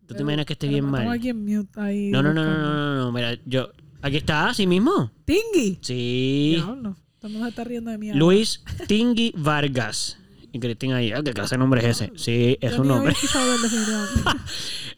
A: ¿Tú te
B: Edu,
A: imaginas que esté
B: pero
A: bien
B: me tengo
A: mal?
B: aquí en mute ahí
A: No, no, no, no,
B: buscando.
A: no, no, no. Mira, yo... Aquí está, así mismo.
B: Tingy.
A: Sí.
B: Diablo. Todo el mundo se está riendo de mí. ahora.
A: Luis Tingui Vargas. Y Cristina ahí, ah, ¿qué clase de nombre es ese? Sí, es
B: Yo
A: un
B: ni
A: nombre.
B: había escuchado
A: (laughs)
B: de él, definitivamente.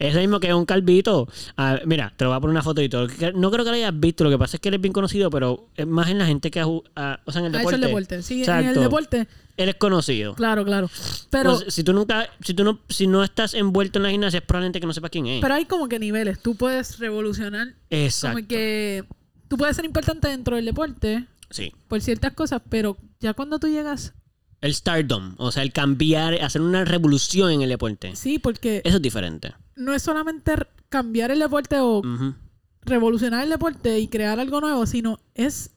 A: Ese mismo que es un calvito. Ah, mira, te lo voy a poner una foto y todo. Que- No creo que lo hayas visto, lo que pasa es que él es bien conocido, pero es más en la gente que ha ju- ah, O sea, en el
B: Ah, eso es
A: deporte.
B: el deporte. Sí, en
A: Exacto. Pues,
B: el deporte.
A: Él es conocido.
B: Claro, claro. Pero,
A: No sé, si tú nunca, si tú no, si no estás envuelto en la gimnasia, es probablemente que no sepas quién es.
B: pero hay como que niveles. Tú puedes revolucionar.
A: Exacto.
B: Como que tú puedes ser importante dentro del deporte
A: Sí.
B: por ciertas cosas, pero ya cuando tú llegas.
A: El stardom, o sea, el cambiar, hacer una revolución en el deporte.
B: Sí, porque
A: Eso es diferente.
B: no es solamente r- cambiar el deporte o
A: Ujú.
B: revolucionar el deporte y crear algo nuevo, sino es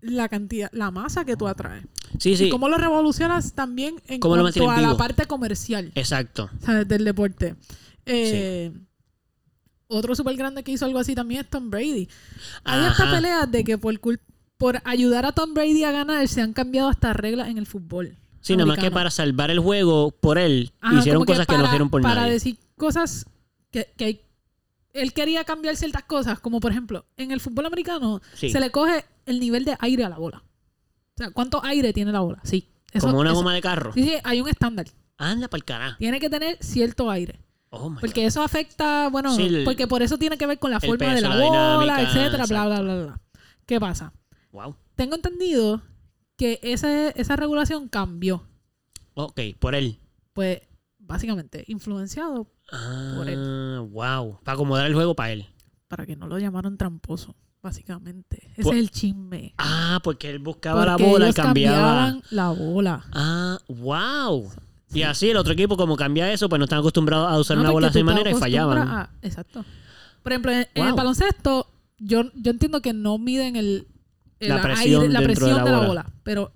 B: la cantidad, la masa que tú atraes.
A: Sí, sí.
B: Y cómo lo revolucionas también en
A: Cómo lo
B: cuanto
A: mantienes
B: a la
A: vivo.
B: parte comercial
A: Exacto.
B: ¿sabes? del deporte. Eh, Otro súper grande que hizo algo así también es Tom Brady. Hay hasta
A: Ajá.
B: peleas de que por cul- por ayudar a Tom Brady a ganar se han cambiado hasta reglas en el fútbol.
A: Sí, nada más que
B: americano.
A: para salvar el juego por él,
B: Ajá,
A: hicieron
B: como
A: cosas que, no
B: para-
A: hicieron por
B: para
A: nadie.
B: decir cosas que, que hay- él quería cambiar ciertas cosas, como por ejemplo, en el fútbol americano
A: Sí.
B: se le coge el nivel de aire a la bola. O sea, ¿cuánto aire tiene la bola? Sí. Eso-
A: Como una
B: eso-
A: goma de carro.
B: Sí, sí, hay un estándar.
A: Anda para el carajo.
B: Tiene que tener cierto aire.
A: Oh my
B: Porque eso afecta, bueno,
A: Sí, el-
B: porque por eso tiene que ver con la
A: el
B: forma de
A: peso,
B: la,
A: la
B: bola,
A: dinámica,
B: etcétera, bla, bla, bla, bla. ¿Qué pasa?
A: God. Wow.
B: Tengo entendido que ese, esa regulación cambió.
A: Ok, por él.
B: Pues, básicamente, influenciado
A: Ah,
B: Por
A: wow. Para acomodar el juego para él.
B: para que no lo llamaron tramposo, básicamente. Ese
A: Por-
B: es el chisme.
A: Ah, porque él buscaba la
B: Porque
A: bola y
B: ellos
A: Pues, cambiaba.
B: cambiaban la bola.
A: Ah, wow. Y así el otro equipo, como cambia eso, pues no están acostumbrados a usar
B: No,
A: una
B: porque
A: bola de
B: tú
A: esa
B: te
A: manera y
B: acostumbras
A: fallaban.
B: a- exacto. Por ejemplo, en, en el
A: Wow.
B: baloncesto, yo, yo entiendo que no miden el, el
A: La presión
B: aire,
A: dentro
B: la
A: de
B: presión
A: la
B: de la,
A: bola.
B: bola. pero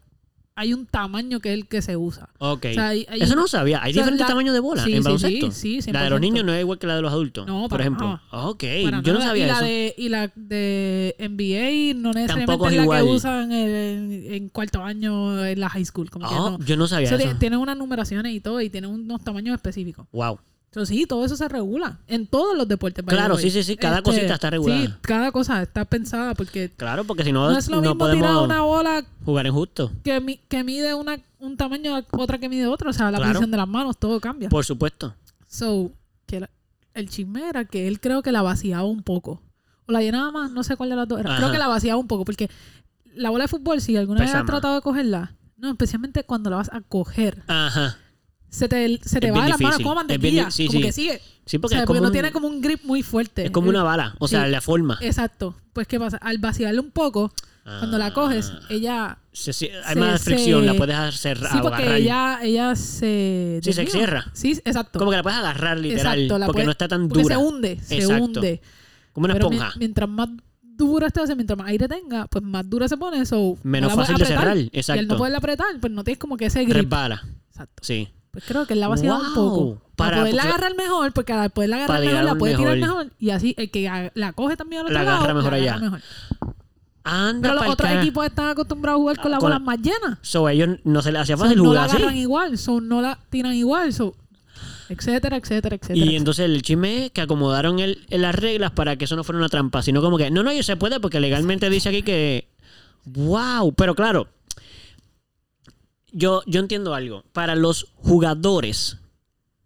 B: hay un tamaño que es el que se usa.
A: Ok.
B: O sea, hay- hay-
A: Eso no lo sabía. Hay
B: o sea,
A: diferentes
B: la-
A: tamaños de bola
B: Sí,
A: en
B: sí,
A: baloncesto.
B: sí, sí,
A: la de los
B: 100%.
A: niños no es igual que la de los adultos.
B: No,
A: por
B: para
A: ejemplo.
B: nada.
A: Ok.
B: Para
A: Yo no
B: nada.
A: sabía
B: y la
A: eso.
B: de y la de NBA no necesariamente
A: Tampoco es
B: es la
A: igual.
B: que usan en, en cuarto año en la high school como que
A: Ah,
B: no.
A: Yo no sabía
B: O sea,
A: eso.
B: ti- tienen unas numeraciones y todo y tienen unos tamaños específicos
A: Wow.
B: entonces sí todo eso se regula en todos los deportes by
A: Claro,
B: the way. Este,
A: sí, sí, sí, cada cosita está regulada.
B: sí cada cosa está pensada porque
A: Claro, porque si no,
B: no
A: no,
B: es lo mismo tirar
A: podemos
B: una bola
A: jugar en justo.
B: que, mi- que mide una, un tamaño a otra que mide otro o sea la
A: Claro.
B: posición de las manos todo cambia
A: Por supuesto.
B: So, que la- el chisme era que él creo que la vaciaba un poco. O la llenaba más, no sé cuál de las dos era.
A: Ajá.
B: Creo que la vaciaba un poco, porque la bola de fútbol, si alguna
A: Pesa
B: vez has
A: más.
B: tratado de cogerla, no, especialmente cuando la vas a coger,
A: Ajá.
B: se te, se te
A: Es
B: va
A: bien
B: de las manos
A: difícil.
B: como
A: Es bien
B: mantequilla.
A: di- sí,
B: como
A: sí.
B: que sigue.
A: Sí,
B: O
A: porque
B: sea,
A: es,
B: porque
A: como
B: no
A: un-
B: tiene como un grip muy fuerte.
A: es como una
B: El-
A: bala. O
B: sí.
A: sea, la forma.
B: Exacto. Pues, ¿qué pasa? Al vaciarle un poco, cuando la coges,
A: Ah.
B: ella.
A: Se- sí, hay
B: se-
A: más fricción,
B: se-
A: la puedes hacer
B: Sí, porque
A: agarrar.
B: ella, ella se.
A: Sí, se
B: Dios mío.
A: cierra.
B: Sí, exacto.
A: Como que la puedes agarrar literal.
B: Exacto, la
A: porque
B: puedes-
A: no está tan
B: porque
A: dura.
B: se hunde, se
A: Exacto.
B: hunde.
A: Como una
B: Pero mi-
A: esponja.
B: mientras más dura esté, o sea, mientras más aire tenga, pues más dura se pone. So,
A: Menos
B: no la puedes
A: fácil de
B: apretar.
A: cerrar,
B: Y al
A: exacto.
B: no poderla apretar, pues no tienes como que ese grip.
A: Resbala.
B: Exacto.
A: Sí.
B: Pues creo que él la vacila
A: Wow.
B: un poco. Para
A: Para-
B: poderla
A: porque-
B: agarrar mejor, porque al poderla agarrar
A: Para
B: mejor, la
A: llegar
B: puede tirar
A: mejor.
B: mejor. Y así, el que a- la coge también al otro
A: La agarra
B: lado,
A: mejor
B: la
A: allá.
B: agarra mejor.
A: Anda
B: Pero los
A: pa'l
B: otros
A: cara-
B: equipos están acostumbrados a jugar con
A: Ah,
B: las
A: con la-
B: bolas más llenas.
A: So, a ellos no se les hacía
B: So,
A: fácil
B: no la
A: jugar así.
B: agarran igual, so, no la tiran igual, so, etcétera, etcétera, etcétera.
A: Y entonces el chisme es que acomodaron el, el- las reglas para que eso no fuera una trampa, sino como que, no, no, se puede porque legalmente dice aquí que, wow, pero claro, yo, yo entiendo algo, para los jugadores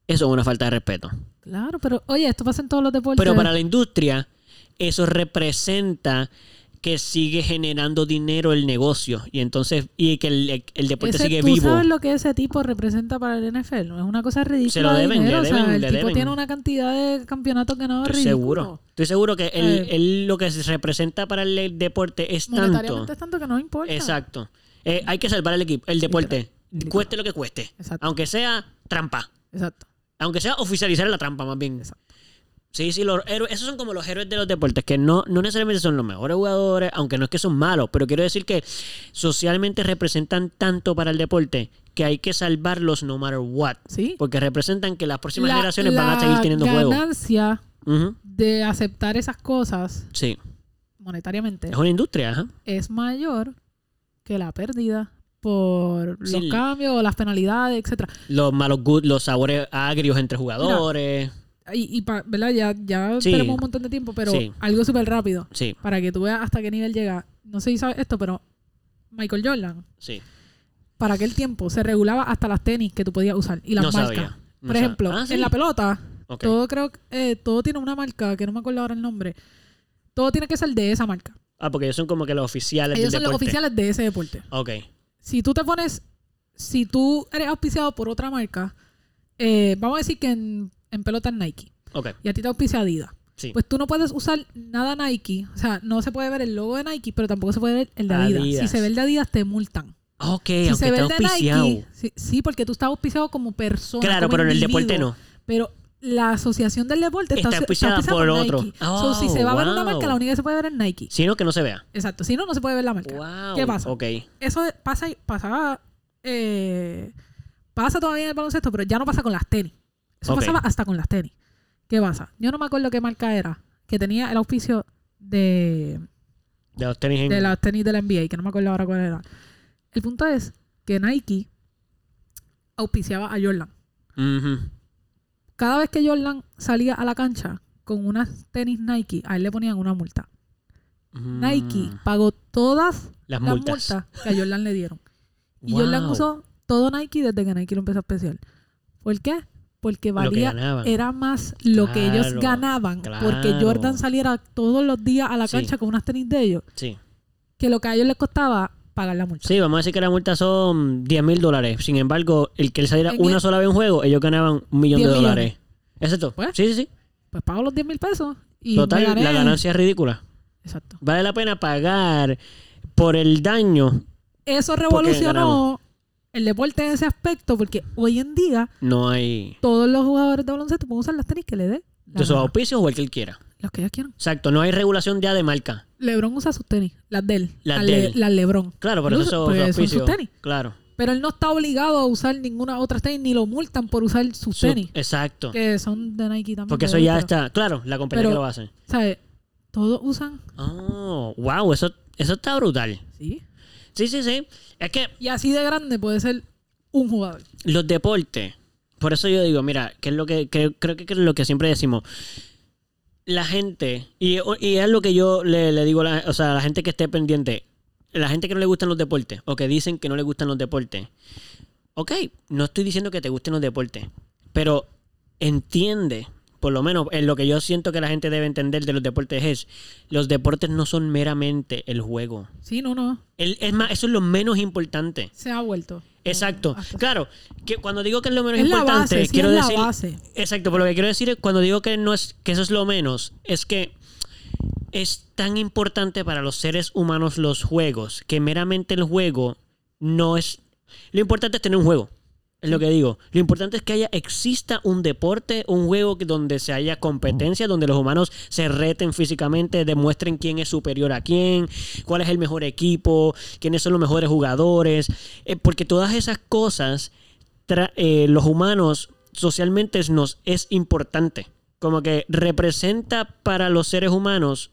A: eso es una falta de respeto,
B: Claro, pero oye, esto pasa en todos los deportes.
A: pero para la industria eso representa que sigue generando dinero el negocio y entonces y que el, el deporte
B: Ese-
A: sigue
B: ¿Tú
A: vivo.
B: sabes lo que ese tipo representa para el NFL? Es una cosa ridícula.
A: Se lo
B: de
A: deben, le
B: dinero, o sea,
A: deben,
B: el
A: le
B: tipo
A: deben.
B: tiene una cantidad de campeonatos ganados
A: Estoy
B: ridículo.
A: seguro. Estoy seguro que él,
B: Eh.
A: él lo que se representa para el, el deporte es tanto.
B: Monetariamente es tanto que no importa.
A: Exacto. Eh, hay que salvar el equipo, el deporte.
B: Literal.
A: Cueste lo que cueste.
B: Exacto.
A: Aunque sea trampa.
B: Exacto.
A: Aunque sea oficializar la trampa, más bien.
B: Exacto.
A: Sí, sí, los héroes, esos son como los héroes de los deportes, que no, no necesariamente son los mejores jugadores, aunque no es que son malos, pero quiero decir que socialmente representan tanto para el deporte que hay que salvarlos no matter what.
B: Sí.
A: Porque representan que las próximas
B: La-
A: generaciones van a
B: la
A: seguir teniendo juegos.
B: ganancia
A: Ujú.
B: de aceptar esas cosas
A: Sí.
B: monetariamente
A: Es una industria, ajá.
B: es mayor que la pérdida por
A: Sí.
B: los cambios o las penalidades, etcétera.
A: Los malos gustos, los sabores agrios entre jugadores.
B: Y, y pa- ¿verdad? Ya, ya
A: Sí.
B: tenemos un montón de tiempo, pero
A: Sí.
B: algo súper rápido.
A: Sí,
B: para que tú veas hasta qué nivel llega. No sé si sabes esto, pero Michael Jordan,
A: sí.
B: para aquel tiempo, se regulaba hasta las tenis que tú podías usar y las
A: no
B: marcas.
A: sabía. No
B: Por
A: sab-
B: ejemplo,
A: Ah, sí.
B: en la pelota,
A: Ok.
B: todo creo que- eh, todo tiene una marca que no me acuerdo ahora el nombre. Todo tiene que ser de esa marca.
A: Ah, porque ellos son como que los oficiales
B: Ellos
A: del
B: son los
A: deporte.
B: oficiales de ese deporte.
A: Ok.
B: Si tú te pones, si tú eres auspiciado por otra marca, eh, vamos a decir que en, en pelota es Nike
A: Ok.
B: y a ti te auspicia Adidas.
A: Sí.
B: Pues tú no puedes usar nada Nike. O sea, no se puede ver el logo de Nike, pero tampoco se puede ver el de Adidas.
A: Adidas.
B: Si se ve el de Adidas, te multan.
A: ok,
B: si
A: aunque
B: se ve
A: está
B: el de
A: auspiciado.
B: Nike. Sí, sí, porque tú estás auspiciado como persona.
A: claro,
B: como
A: pero en el
B: individuo,
A: deporte no.
B: Pero la asociación del deporte está,
A: Está auspiciada por otro. Oh,
B: Nike. So, si se va a ver una
A: wow.
B: marca, la única que se puede ver es Nike.
A: Sino que no se vea.
B: Exacto. Si no, no se puede ver la marca.
A: Wow.
B: ¿Qué pasa?
A: Ok.
B: Eso pasa, pasa, eh, pasa todavía en el baloncesto, pero ya no pasa con las tenis. Eso
A: Ok.
B: pasaba hasta con las tenis. ¿Qué pasa? Yo no me acuerdo qué marca era, que tenía el auspicio de,
A: De los tenis en...
B: de las tenis de la NBA, que no me acuerdo ahora cuál era. El punto es que Nike auspiciaba a Jordan.
A: Ujú.
B: Cada vez que Jordan salía a la cancha con unas tenis Nike, a él le ponían una multa.
A: Mm.
B: Nike pagó todas
A: Las
B: las
A: multas.
B: multas que a Jordan le dieron. Y
A: Wow.
B: Jordan usó todo Nike desde que Nike lo empezó a especial. ¿Por qué? Porque
A: Lo que
B: valía, eh,
A: ganaban.
B: era más lo que ellos
A: Claro,
B: ganaban
A: claro.
B: porque Jordan saliera todos los días a la
A: Sí.
B: cancha con unas tenis de ellos
A: Sí.
B: que lo que a ellos les costaba pagar la multa.
A: Sí, vamos a decir que la multa son 10 mil dólares. Sin embargo, el que él saliera
B: En
A: una
B: el-
A: sola vez en juego, ellos ganaban un millón de
B: 10 millones.
A: dólares. ¿Exacto?
B: Pues.
A: Sí, sí, sí.
B: Pues pago los 10 mil pesos y
A: Total,
B: me gané-
A: la ganancia es ridícula.
B: Exacto.
A: Vale la pena pagar por el daño.
B: Eso
A: ganamos.
B: revolucionó el deporte en ese aspecto porque hoy en día
A: No hay
B: todos los jugadores de baloncesto pueden usar las tenis que le dé la
A: de sus
B: gana,
A: auspicios o el que él quiera.
B: los que ellos quieran.
A: Exacto, no hay regulación ya de marca.
B: LeBron usa sus tenis, las de él,
A: Las
B: las,
A: de
B: Le-
A: él.
B: las LeBron.
A: Claro, pero
B: Él
A: eso
B: usa-
A: son sus
B: porque son sus
A: auspicios.
B: tenis.
A: Claro.
B: Pero él no está obligado a usar ninguna otra tenis, ni lo multan por usar sus
A: Su-
B: tenis,
A: Exacto.
B: que son de Nike también.
A: Porque eso
B: pero-
A: ya
B: pero,
A: está. Claro, la compañía
B: pero-
A: que lo hace.
B: ¿Sabes? Todos usan.
A: Oh, wow, eso, eso está brutal.
B: Sí.
A: Sí, sí, sí. Es que
B: Y así de grande puede ser un jugador.
A: los deportes, por eso yo digo, mira, que es lo que creo, creo que es lo que siempre decimos. La gente, y, y es lo que yo le, le digo a la, o sea, a la gente que esté pendiente, la gente que no le gustan los deportes o que dicen que no le gustan los deportes. Ok, no estoy diciendo que te gusten los deportes, pero entiende, por lo menos en lo que yo siento que la gente debe entender de los deportes es, los deportes no son meramente el juego.
B: Sí, no, no.
A: El- es más, eso es lo menos importante.
B: Se ha vuelto.
A: Exacto.
B: Hasta-
A: Claro, que cuando digo que es lo menos
B: Ah, pues Es la
A: importante,
B: base, sí,
A: quiero
B: es la
A: decir.
B: base.
A: Exacto, pero lo que quiero decir es cuando digo que no es, que eso es lo menos, es que es tan importante para los seres humanos los juegos, que meramente el juego no es. Lo importante es tener un juego. Es lo que digo. Lo importante es que haya, exista un deporte, un juego que- donde se haya competencia, donde los humanos se reten físicamente, demuestren quién es superior a quién, cuál es el mejor equipo, quiénes son los mejores jugadores. Eh, porque todas esas cosas, tra- eh, los humanos socialmente nos es importante. Como que representa para los seres humanos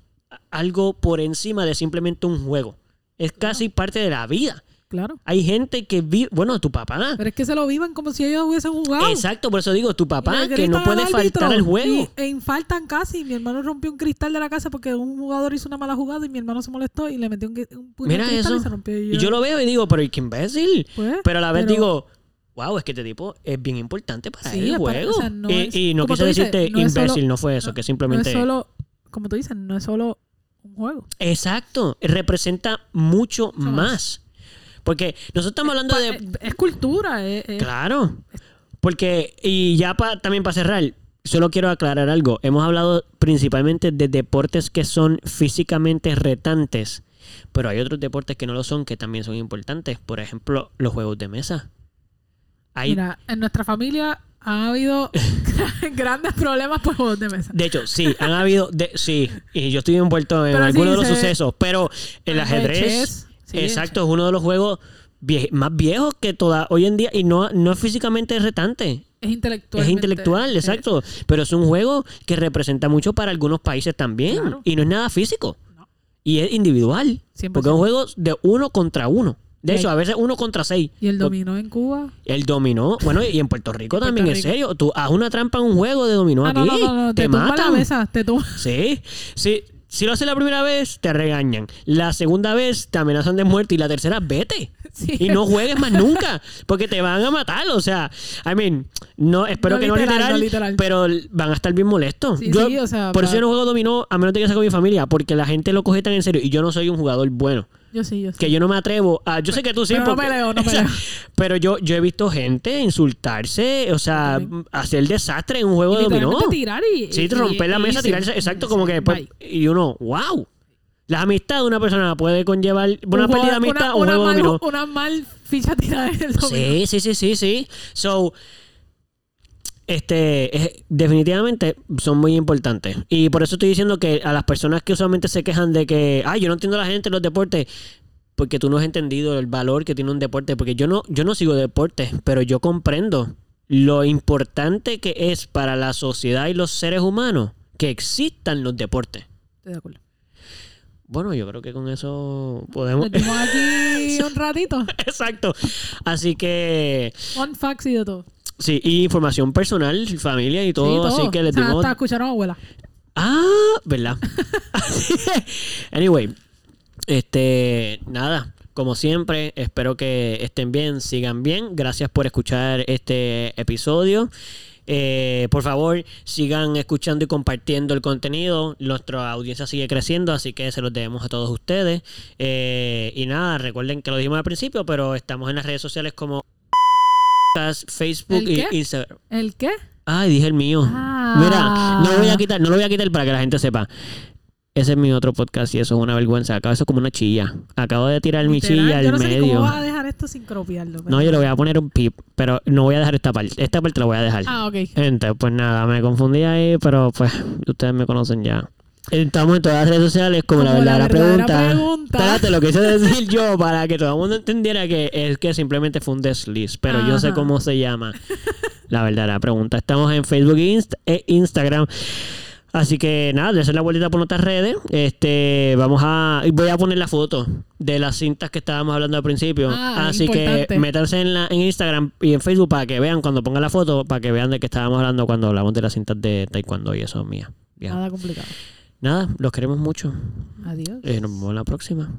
A: algo por encima de simplemente un juego. Es casi parte de la vida.
B: Claro.
A: Hay gente que vive, bueno, tu papá.
B: Pero es que se lo vivan como si ellos hubiesen jugado.
A: Exacto, por eso digo, tu papá,
B: Y le
A: que
B: gritan
A: no
B: al
A: puede
B: árbitro,
A: faltar al juego.
B: Y, e infaltan casi. Mi hermano rompió un cristal de la casa porque un jugador hizo una mala jugada y mi hermano se molestó y le metió un, gui- un puño al
A: Mira
B: cristal
A: eso.
B: y se rompió.
A: Y yo lo veo y digo, pero ¿y qué imbécil?
B: Pues,
A: Pero a la vez
B: pero-
A: digo, wow, es que este tipo es bien importante para
B: Sí,
A: el
B: es para-
A: juego.
B: o sea, no
A: y,
B: es-
A: y no
B: como
A: quise
B: tú dices,
A: decirte
B: no es solo-
A: imbécil, no fue eso,
B: no-
A: que
B: No es
A: simplemente...
B: solo, como tú dices, no es solo un juego.
A: Exacto, representa mucho
B: más.
A: más. Porque nosotros estamos hablando
B: Pa- eh,
A: de...
B: es, es cultura. Es, es-
A: Claro. Porque, y ya pa- también para cerrar, solo quiero aclarar algo. Hemos hablado principalmente de deportes que son físicamente retantes, pero hay otros deportes que no lo son que también son importantes. Por ejemplo, los juegos de mesa. Hay,
B: Mira, en nuestra familia ha habido (laughs) grandes problemas por juegos de mesa.
A: de hecho, sí, han habido, de- sí, y yo estoy envuelto en
B: Pero sí,
A: algunos de los
B: se-
A: sucesos, pero el
B: Ah, el
A: ajedrez,
B: chess, sí, el
A: exacto, es uno de los juegos vie- más viejos que toda hoy en día y no, no es físicamente retante.
B: Es intelectual. Eh,
A: Es intelectual, exacto. Pero es un juego que representa mucho para algunos países también.
B: Claro.
A: Y no es nada físico.
B: No.
A: Y es individual.
B: 100%.
A: Porque es un juego de uno contra uno. De
B: Y
A: hecho,
B: hay-
A: a veces uno contra seis.
B: Y el
A: dominó.
B: dominó en Cuba.
A: El dominó. Bueno, y en Puerto Rico
B: En
A: también,
B: Puerto
A: en
B: Rico.
A: serio. Tú haz una trampa en un juego de dominó
B: Ah,
A: aquí.
B: no, no, no, no,
A: Te,
B: Te, tumba la
A: matan.
B: mesa. Te tumba.
A: Sí. sí. Si lo haces la primera vez, te regañan. La segunda vez, te amenazan de muerte. Y la tercera, vete.
B: (laughs) Sí.
A: Y no juegues más nunca, porque te van a matar. O sea, I mean, no, espero
B: No
A: que no,
B: literal,
A: literal,
B: no literal.
A: pero l- van a estar bien molestos.
B: Sí,
A: Yo-
B: sí, o sea,
A: por eso
B: va-
A: yo no juego dominó, a menos de que sea con mi familia, porque la gente lo coge tan en serio. Y yo no soy un jugador bueno,
B: Yo sí, yo sí.
A: que yo no me atrevo a. Yo sé que tú sí,
B: pero no
A: porque-
B: peleo, no
A: (laughs) o sea,
B: peleo.
A: Pero yo, yo he visto gente insultarse, o sea,
B: Yo también.
A: hacer desastre en un juego de dominó.
B: Literalmente tirar y.
A: Sí,
B: y-
A: romper la
B: y-
A: mesa,
B: y-
A: tirarse. Exacto, como que pues, después.
B: Bye.
A: Y uno, wow. La amistad de una persona puede conllevar una pérdida de
B: Un juego-
A: amistad
B: una-
A: o un
B: una
A: juego de
B: mal-
A: dominó.
B: Una mal ficha tirada en el dominó.
A: Sí, sí, sí, sí, sí. So, este, es- definitivamente son muy importantes. Y por eso estoy diciendo que a las personas que usualmente se quejan de que, ay, yo no entiendo a la gente en los deportes, porque tú no has entendido el valor que tiene un deporte, porque yo no, yo no sigo deportes, pero yo comprendo lo importante que es para la sociedad y los seres humanos que existan los deportes.
B: Estoy de acuerdo.
A: Bueno, yo creo que con eso podemos... (laughs)
B: Les dimos aquí un ratito.
A: Exacto. Así que...
B: On facts y de todo.
A: Sí, y información personal, familia y todo,
B: Sí,
A: así que les
B: O sea,
A: dimos...
B: Hasta escucharon a abuela.
A: Ah, ¿verdad? (laughs) Así que, anyway, este, nada, como siempre, espero que estén bien, sigan bien. Gracias por escuchar este episodio. Eh, por favor, sigan escuchando y compartiendo el contenido. Nuestra audiencia sigue creciendo, así que se los debemos a todos ustedes. Eh, y nada, recuerden que lo dijimos al principio, pero estamos en las redes sociales como Facebook
B: ¿El
A: y
B: qué?
A: Instagram.
B: ¿El qué?
A: Ay, dije el mío.
B: Ah.
A: Mira, no lo voy a quitar, no lo voy a quitar para que la gente sepa. Ese es mi otro podcast y eso es una vergüenza. Acabo eso es como una chilla. Acabo de tirar mi
B: Literal,
A: chilla
B: yo
A: al
B: no sé ni
A: medio.
B: cómo vas a dejar esto sin cropiarlo.
A: No, yo le voy a poner un pip, pero no voy a dejar esta parte. Esta parte la voy a dejar.
B: Ah, ok.
A: Gente, pues nada, me confundí ahí, pero pues ustedes me conocen ya. Estamos en todas las redes sociales como, la verdadera, pregunta.
B: pregunta.
A: Espérate, lo que hice decir yo para que todo el mundo entendiera que es que simplemente fue un desliz, pero yo sé
B: Ajá.
A: cómo se llama. La verdadera pregunta. Estamos en Facebook e Inst- e Instagram. Así que nada, de hacer la vueltita por nuestras redes. Este, vamos a. y Voy a poner la foto de las cintas que estábamos hablando al principio.
B: Ah,
A: Así que
B: importante.
A: métanse en, la, en Instagram y en Facebook para que vean cuando pongan la foto, para que vean de qué estábamos hablando cuando hablamos de las cintas de Taekwondo y eso mía. Ya.
B: Ah. Nada complicado.
A: Nada, los queremos mucho.
B: Adiós.
A: Eh, nos vemos en la próxima.